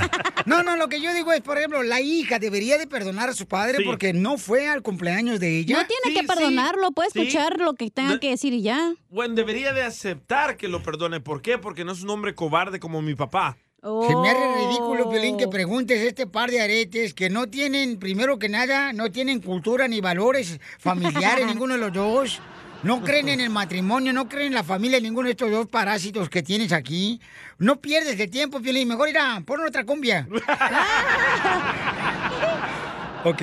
Speaker 2: No, no, lo que yo digo es, por ejemplo, la hija debería de perdonar a su padre
Speaker 6: Sí.
Speaker 2: porque no fue al cumpleaños de ella.
Speaker 6: No tiene que perdonarlo, puede
Speaker 5: Sí.
Speaker 6: escuchar lo que tenga
Speaker 5: No-
Speaker 6: que decir y ya.
Speaker 5: Bueno, debería de aceptar que lo perdone. ¿Por qué? Porque no es un hombre cobarde como mi papá.
Speaker 2: Se me hace ridículo, Piolín,
Speaker 5: Oh.
Speaker 2: que preguntes a este par de aretes que no tienen, primero que nada, no tienen cultura ni valores familiares, ninguno de los dos. No creen en el matrimonio, no creen en la familia, ninguno de estos dos parásitos que tienes aquí. No pierdes el tiempo, Piolín. Mejor irá, pon otra cumbia. ok.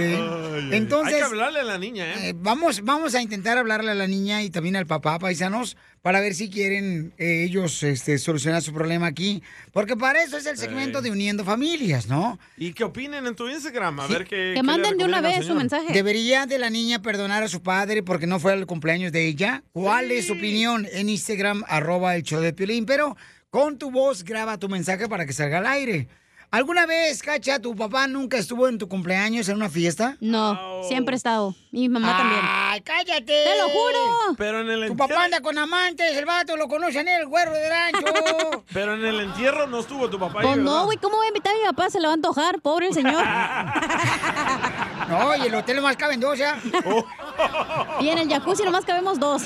Speaker 2: Entonces.
Speaker 5: Hay que hablarle a la niña, ¿eh?
Speaker 2: Eh, vamos, vamos a intentar hablarle a la niña y también al papá, paisanos, para ver si quieren eh, ellos este, solucionar su problema aquí. Porque para eso es el segmento
Speaker 5: Sí.
Speaker 2: de Uniendo Familias, ¿no?
Speaker 5: Y que opinen en tu Instagram, a ver qué.
Speaker 2: Que
Speaker 5: qué le recomiendan al señor.
Speaker 2: ¿Debería de la niña perdonar a su padre porque no fue al cumpleaños de ella? ¿Cuál es su opinión? En Instagram, arroba el show de Piolín. Pero con tu voz graba tu mensaje para que salga al aire. ¿Alguna vez, Cacha, tu papá nunca estuvo en tu cumpleaños en una fiesta?
Speaker 6: No, siempre he estado. Y mi mamá también.
Speaker 2: ¡Ay, cállate!
Speaker 6: ¡Te lo juro!
Speaker 5: Pero en el
Speaker 2: Tu
Speaker 5: entierro,
Speaker 2: papá anda con amantes, el vato lo conocen el güero de rancho.
Speaker 5: pero en el entierro no estuvo tu papá. ahí,
Speaker 6: Pues
Speaker 5: ¿verdad?
Speaker 6: no, güey, ¿cómo voy a invitar a mi papá? Se le va a antojar, pobre el señor.
Speaker 2: No, y el hotel más ¿eh? caben dos ya.
Speaker 6: Y en el jacuzzi nomás cabemos dos.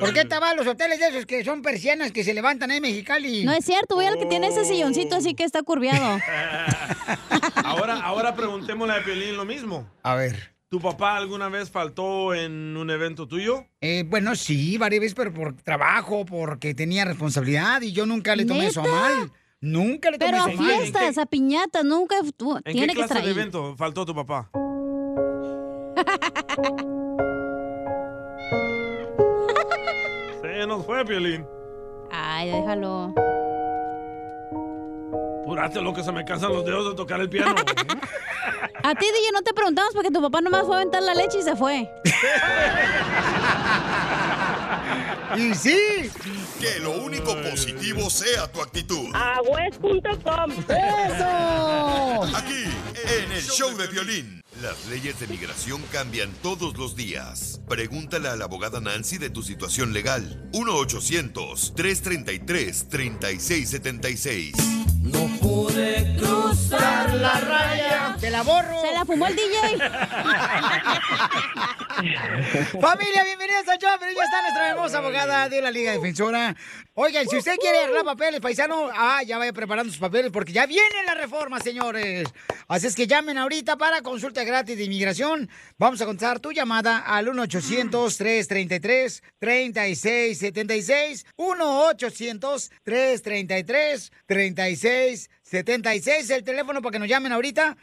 Speaker 2: ¿Por qué estaban los hoteles de esos que son persianas que se levantan ahí en Mexicali?
Speaker 6: No es cierto, voy al que tiene ese silloncito así que está curviado.
Speaker 5: Ahora, ahora preguntémosle a Piolín lo mismo.
Speaker 2: A ver.
Speaker 5: ¿Tu papá alguna vez faltó en un evento tuyo?
Speaker 2: Eh, bueno, sí, varias veces, pero por trabajo, porque tenía responsabilidad y yo nunca le tomé eso a
Speaker 6: ¿Neta?
Speaker 2: mal. Nunca le tomé
Speaker 6: Pero a
Speaker 2: eso a mal.
Speaker 6: fiestas, a piñatas, nunca tú-
Speaker 5: ¿En
Speaker 6: tiene
Speaker 5: qué
Speaker 6: que
Speaker 5: clase
Speaker 6: estar
Speaker 5: de
Speaker 6: ahí.
Speaker 5: evento faltó tu papá? Se nos fue, Piolín.
Speaker 6: Ay, déjalo.
Speaker 5: Purate lo que se me cansan los dedos de tocar el piano.
Speaker 6: A ti, DJ, no te preguntamos porque tu papá nomás fue a aventar la leche y se fue.
Speaker 2: ¡Y sí!
Speaker 4: Que lo único positivo sea tu actitud.
Speaker 7: Agüez.com.
Speaker 2: ¡Eso!
Speaker 4: Aquí, en el show de violín. Las leyes de migración cambian todos los días. Pregúntale a la abogada Nancy de tu situación legal. 1-800-333-3676. No pude
Speaker 3: cruzar la raya.
Speaker 2: ¡Te la borro!
Speaker 6: ¡Se la fumó el DJ!
Speaker 2: Familia, bienvenidos a Chopper. Ya está nuestra hermosa abogada de la Liga Defensora. Oigan, si usted quiere arreglar papeles, paisano, ah, ya vaya preparando sus papeles porque ya viene la reforma, señores. Así es que llamen ahorita para consulta gratis de inmigración. Vamos a contar tu llamada al 1-800-333-3676. 1-800-333-3676. 76, el teléfono para que nos llamen ahorita.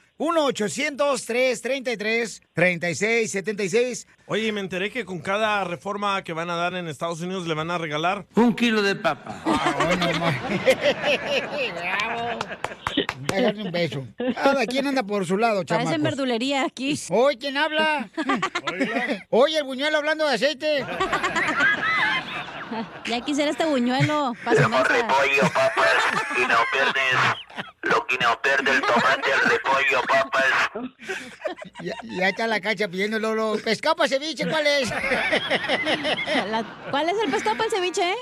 Speaker 2: 1-800-333-3676.
Speaker 5: Oye, me enteré que con cada reforma que van a dar en Estados Unidos le van a regalar
Speaker 7: un kilo de papa.
Speaker 2: Bravo. Déjale un beso. Cada quien anda por su lado, chamacos.
Speaker 6: Parecen verdulería aquí.
Speaker 2: Hoy, ¿quién habla? Oye, el buñuelo hablando de aceite.
Speaker 6: Ya quisiera este buñuelo para su mesa.
Speaker 7: Y no pierdes lo que no pierde el tomate, el repollo, papas.
Speaker 2: Ya, ya está la cacha pidiendo Lolo. Pescado para ceviche, ¿cuál es?
Speaker 6: ¿Cuál es el pescado para el ceviche?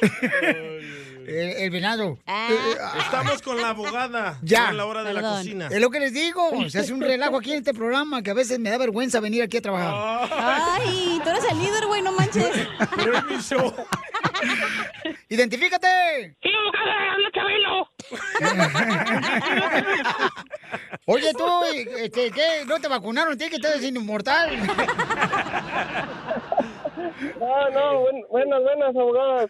Speaker 2: El, el venado.
Speaker 6: Ah.
Speaker 2: Eh, ah,
Speaker 5: Estamos con la abogada.
Speaker 2: Ya.
Speaker 5: Son la hora de la cocina.
Speaker 2: Es lo que les digo. Se hace un relajo aquí en este programa que a veces me da vergüenza venir aquí a trabajar.
Speaker 6: Ay, tú eres el líder, güey, no manches.
Speaker 5: Pero es mi show.
Speaker 2: ¡Identifícate!
Speaker 7: ¡Sí, habla
Speaker 2: Oye, tú, este, ¿qué? ¿No te vacunaron? Tienes que estar sin inmortal.
Speaker 27: Ah,
Speaker 7: No, no, buen- buenas, buenas, abogada.
Speaker 27: eh,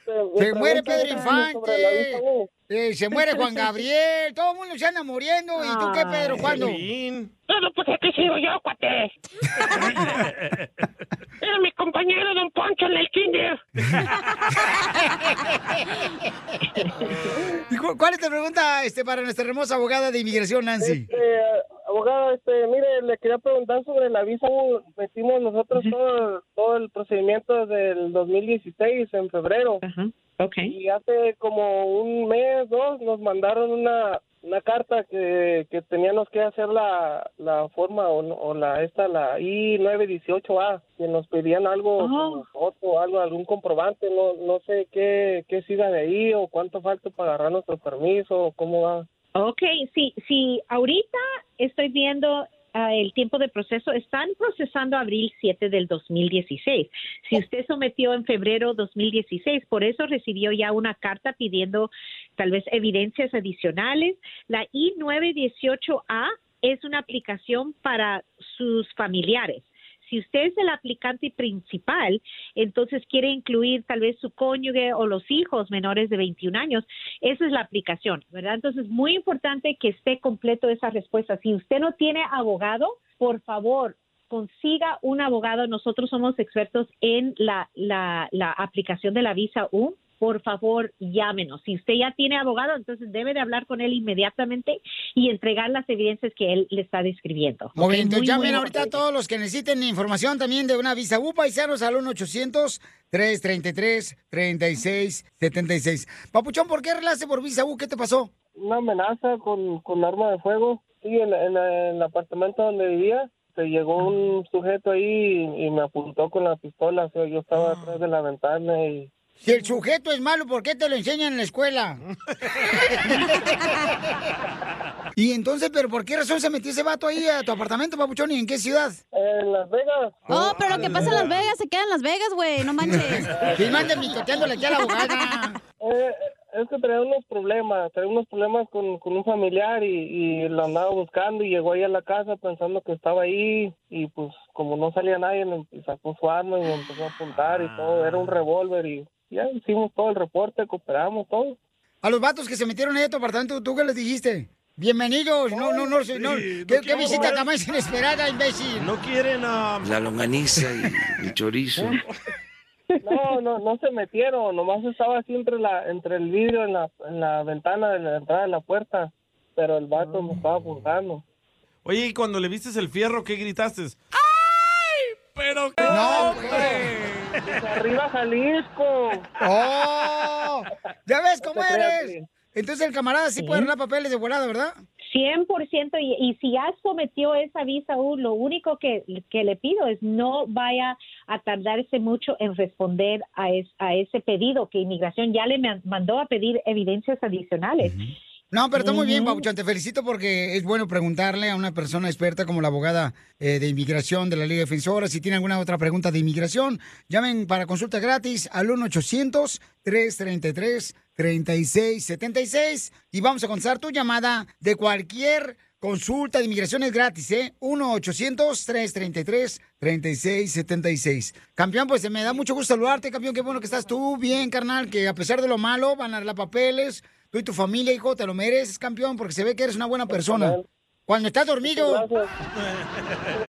Speaker 7: Este, mi
Speaker 2: Eh. Se muere
Speaker 7: pregunta
Speaker 2: Pedro
Speaker 7: era sobre la visa
Speaker 2: Infante.
Speaker 7: U. Ah,
Speaker 2: eh, se muere Juan Gabriel. Todo el mundo se anda muriendo. ¿Y tú qué, Pedro? ¿Cuándo?
Speaker 7: No,
Speaker 3: no, pues aquí sigo yo, cuate. Era mi compañero Don Poncho en el kinder.
Speaker 2: ¿Y cu- ¿Cuál es tu pregunta este, para nuestra hermosa abogada de inmigración, Nancy?
Speaker 27: Este, abogado, este, mire, le quería preguntar sobre la visa. Metimos nosotros todo, el- todo el procedimiento desde el 2016, en febrero. Y hace como un mes, dos, nos mandaron una, una carta que, que teníamos que hacer la, la forma o, no- o la esta, la I-918A, que nos pedían algo, como foto, algo, algún comprobante, no, no sé qué, qué siga de ahí o cuánto falta para agarrar nuestro permiso o cómo va.
Speaker 19: Ok, sí, sí, ahorita estoy viendo ah, el tiempo de proceso. Están procesando abril 7 del 2016. Si usted sometió en febrero 2016, por eso recibió ya una carta pidiendo tal vez evidencias adicionales. La I-918A es una aplicación para sus familiares. Si usted es el aplicante principal, entonces quiere incluir tal vez su cónyuge o los hijos menores de 21 años, esa es la aplicación, ¿verdad? Entonces, muy importante que esté completo esa respuesta. Si usted no tiene abogado, por favor, consiga un abogado. Nosotros somos expertos en la, la, la aplicación de la visa U. Por favor, llámenos. Si usted ya tiene abogado, entonces debe de hablar con él inmediatamente y entregar las evidencias que él le está describiendo.
Speaker 2: Muy
Speaker 19: ¿ok?
Speaker 2: bien, entonces
Speaker 19: Muy, muy
Speaker 2: llamen ahorita a
Speaker 19: importante.
Speaker 2: todos los que necesiten información también de una visa U paisanos al 1-800-333-3676. Papuchón, ¿por qué arreglaste por visa U? ¿Qué te pasó?
Speaker 27: una amenaza con, con arma de fuego. Sí, en, en- en el apartamento donde vivía, se llegó un sujeto ahí y, y me apuntó con la pistola. O sea, yo estaba atrás de la ventana y...
Speaker 2: Si el sujeto es malo, ¿por qué te lo enseñan en la escuela? y entonces, ¿pero por qué razón se metió ese vato ahí a tu apartamento, Papuchón? ¿Y en qué ciudad?
Speaker 27: En Las Vegas.
Speaker 6: Oh, pero lo que pasa en Las Vegas se queda en Las Vegas, güey, no manches.
Speaker 2: Y manden mitoteándole aquí a la abogada.
Speaker 27: Eh, es que traía unos problemas, traía unos problemas con, con un familiar y, y lo andaba buscando y llegó ahí a la casa pensando que estaba ahí y pues como no salía nadie, me y sacó su arma y me empezó a apuntar y todo, era un revólver y ya hicimos todo el reporte, cooperamos todo.
Speaker 2: A los vatos que se metieron ahí a tu apartamento, ¿tú qué les dijiste? Bienvenidos, no, no, no, no, ¿Qué, qué
Speaker 5: quiero
Speaker 2: visita
Speaker 5: comer.
Speaker 2: tan más inesperada, imbécil?
Speaker 5: No quieren a...
Speaker 10: La longaniza y el chorizo.
Speaker 27: No, no, no se metieron, nomás estaba así entre, la, entre el vidrio en la, en la ventana de la entrada de la puerta, pero el vato me estaba apuntando.
Speaker 5: Oye, y cuando le vistes el fierro, ¿qué gritaste?
Speaker 27: Pero qué
Speaker 2: pues,
Speaker 27: arriba Jalisco.
Speaker 2: ¡Oh! ¿Ya ves cómo
Speaker 19: No te creas,
Speaker 2: eres? Entonces el camarada sí, puede arreglar papeles de volada, ¿verdad?
Speaker 19: 100% y, y si ya sometió esa visa U, lo único que, que le pido es no vaya a tardarse mucho en responder a, es- a ese pedido que inmigración ya le man- mandó a pedir evidencias adicionales.
Speaker 2: No, pero está muy bien, Pabuchón. Te felicito porque es bueno preguntarle a una persona experta como la abogada eh, de inmigración de la Liga Defensora. Si tiene alguna otra pregunta de inmigración, llamen para consulta gratis al 1-800-333-3676 y vamos a contestar tu llamada de cualquier consulta de inmigración. Es gratis, ¿eh? 1-800-333-3676. Campeón, pues me da mucho gusto saludarte, campeón. Qué bueno que estás tú bien, carnal, que a pesar de lo malo van a arreglar papeles. Tú y tu familia, hijo, te lo mereces, campeón, porque se ve que eres una buena persona. Cuando estás dormido.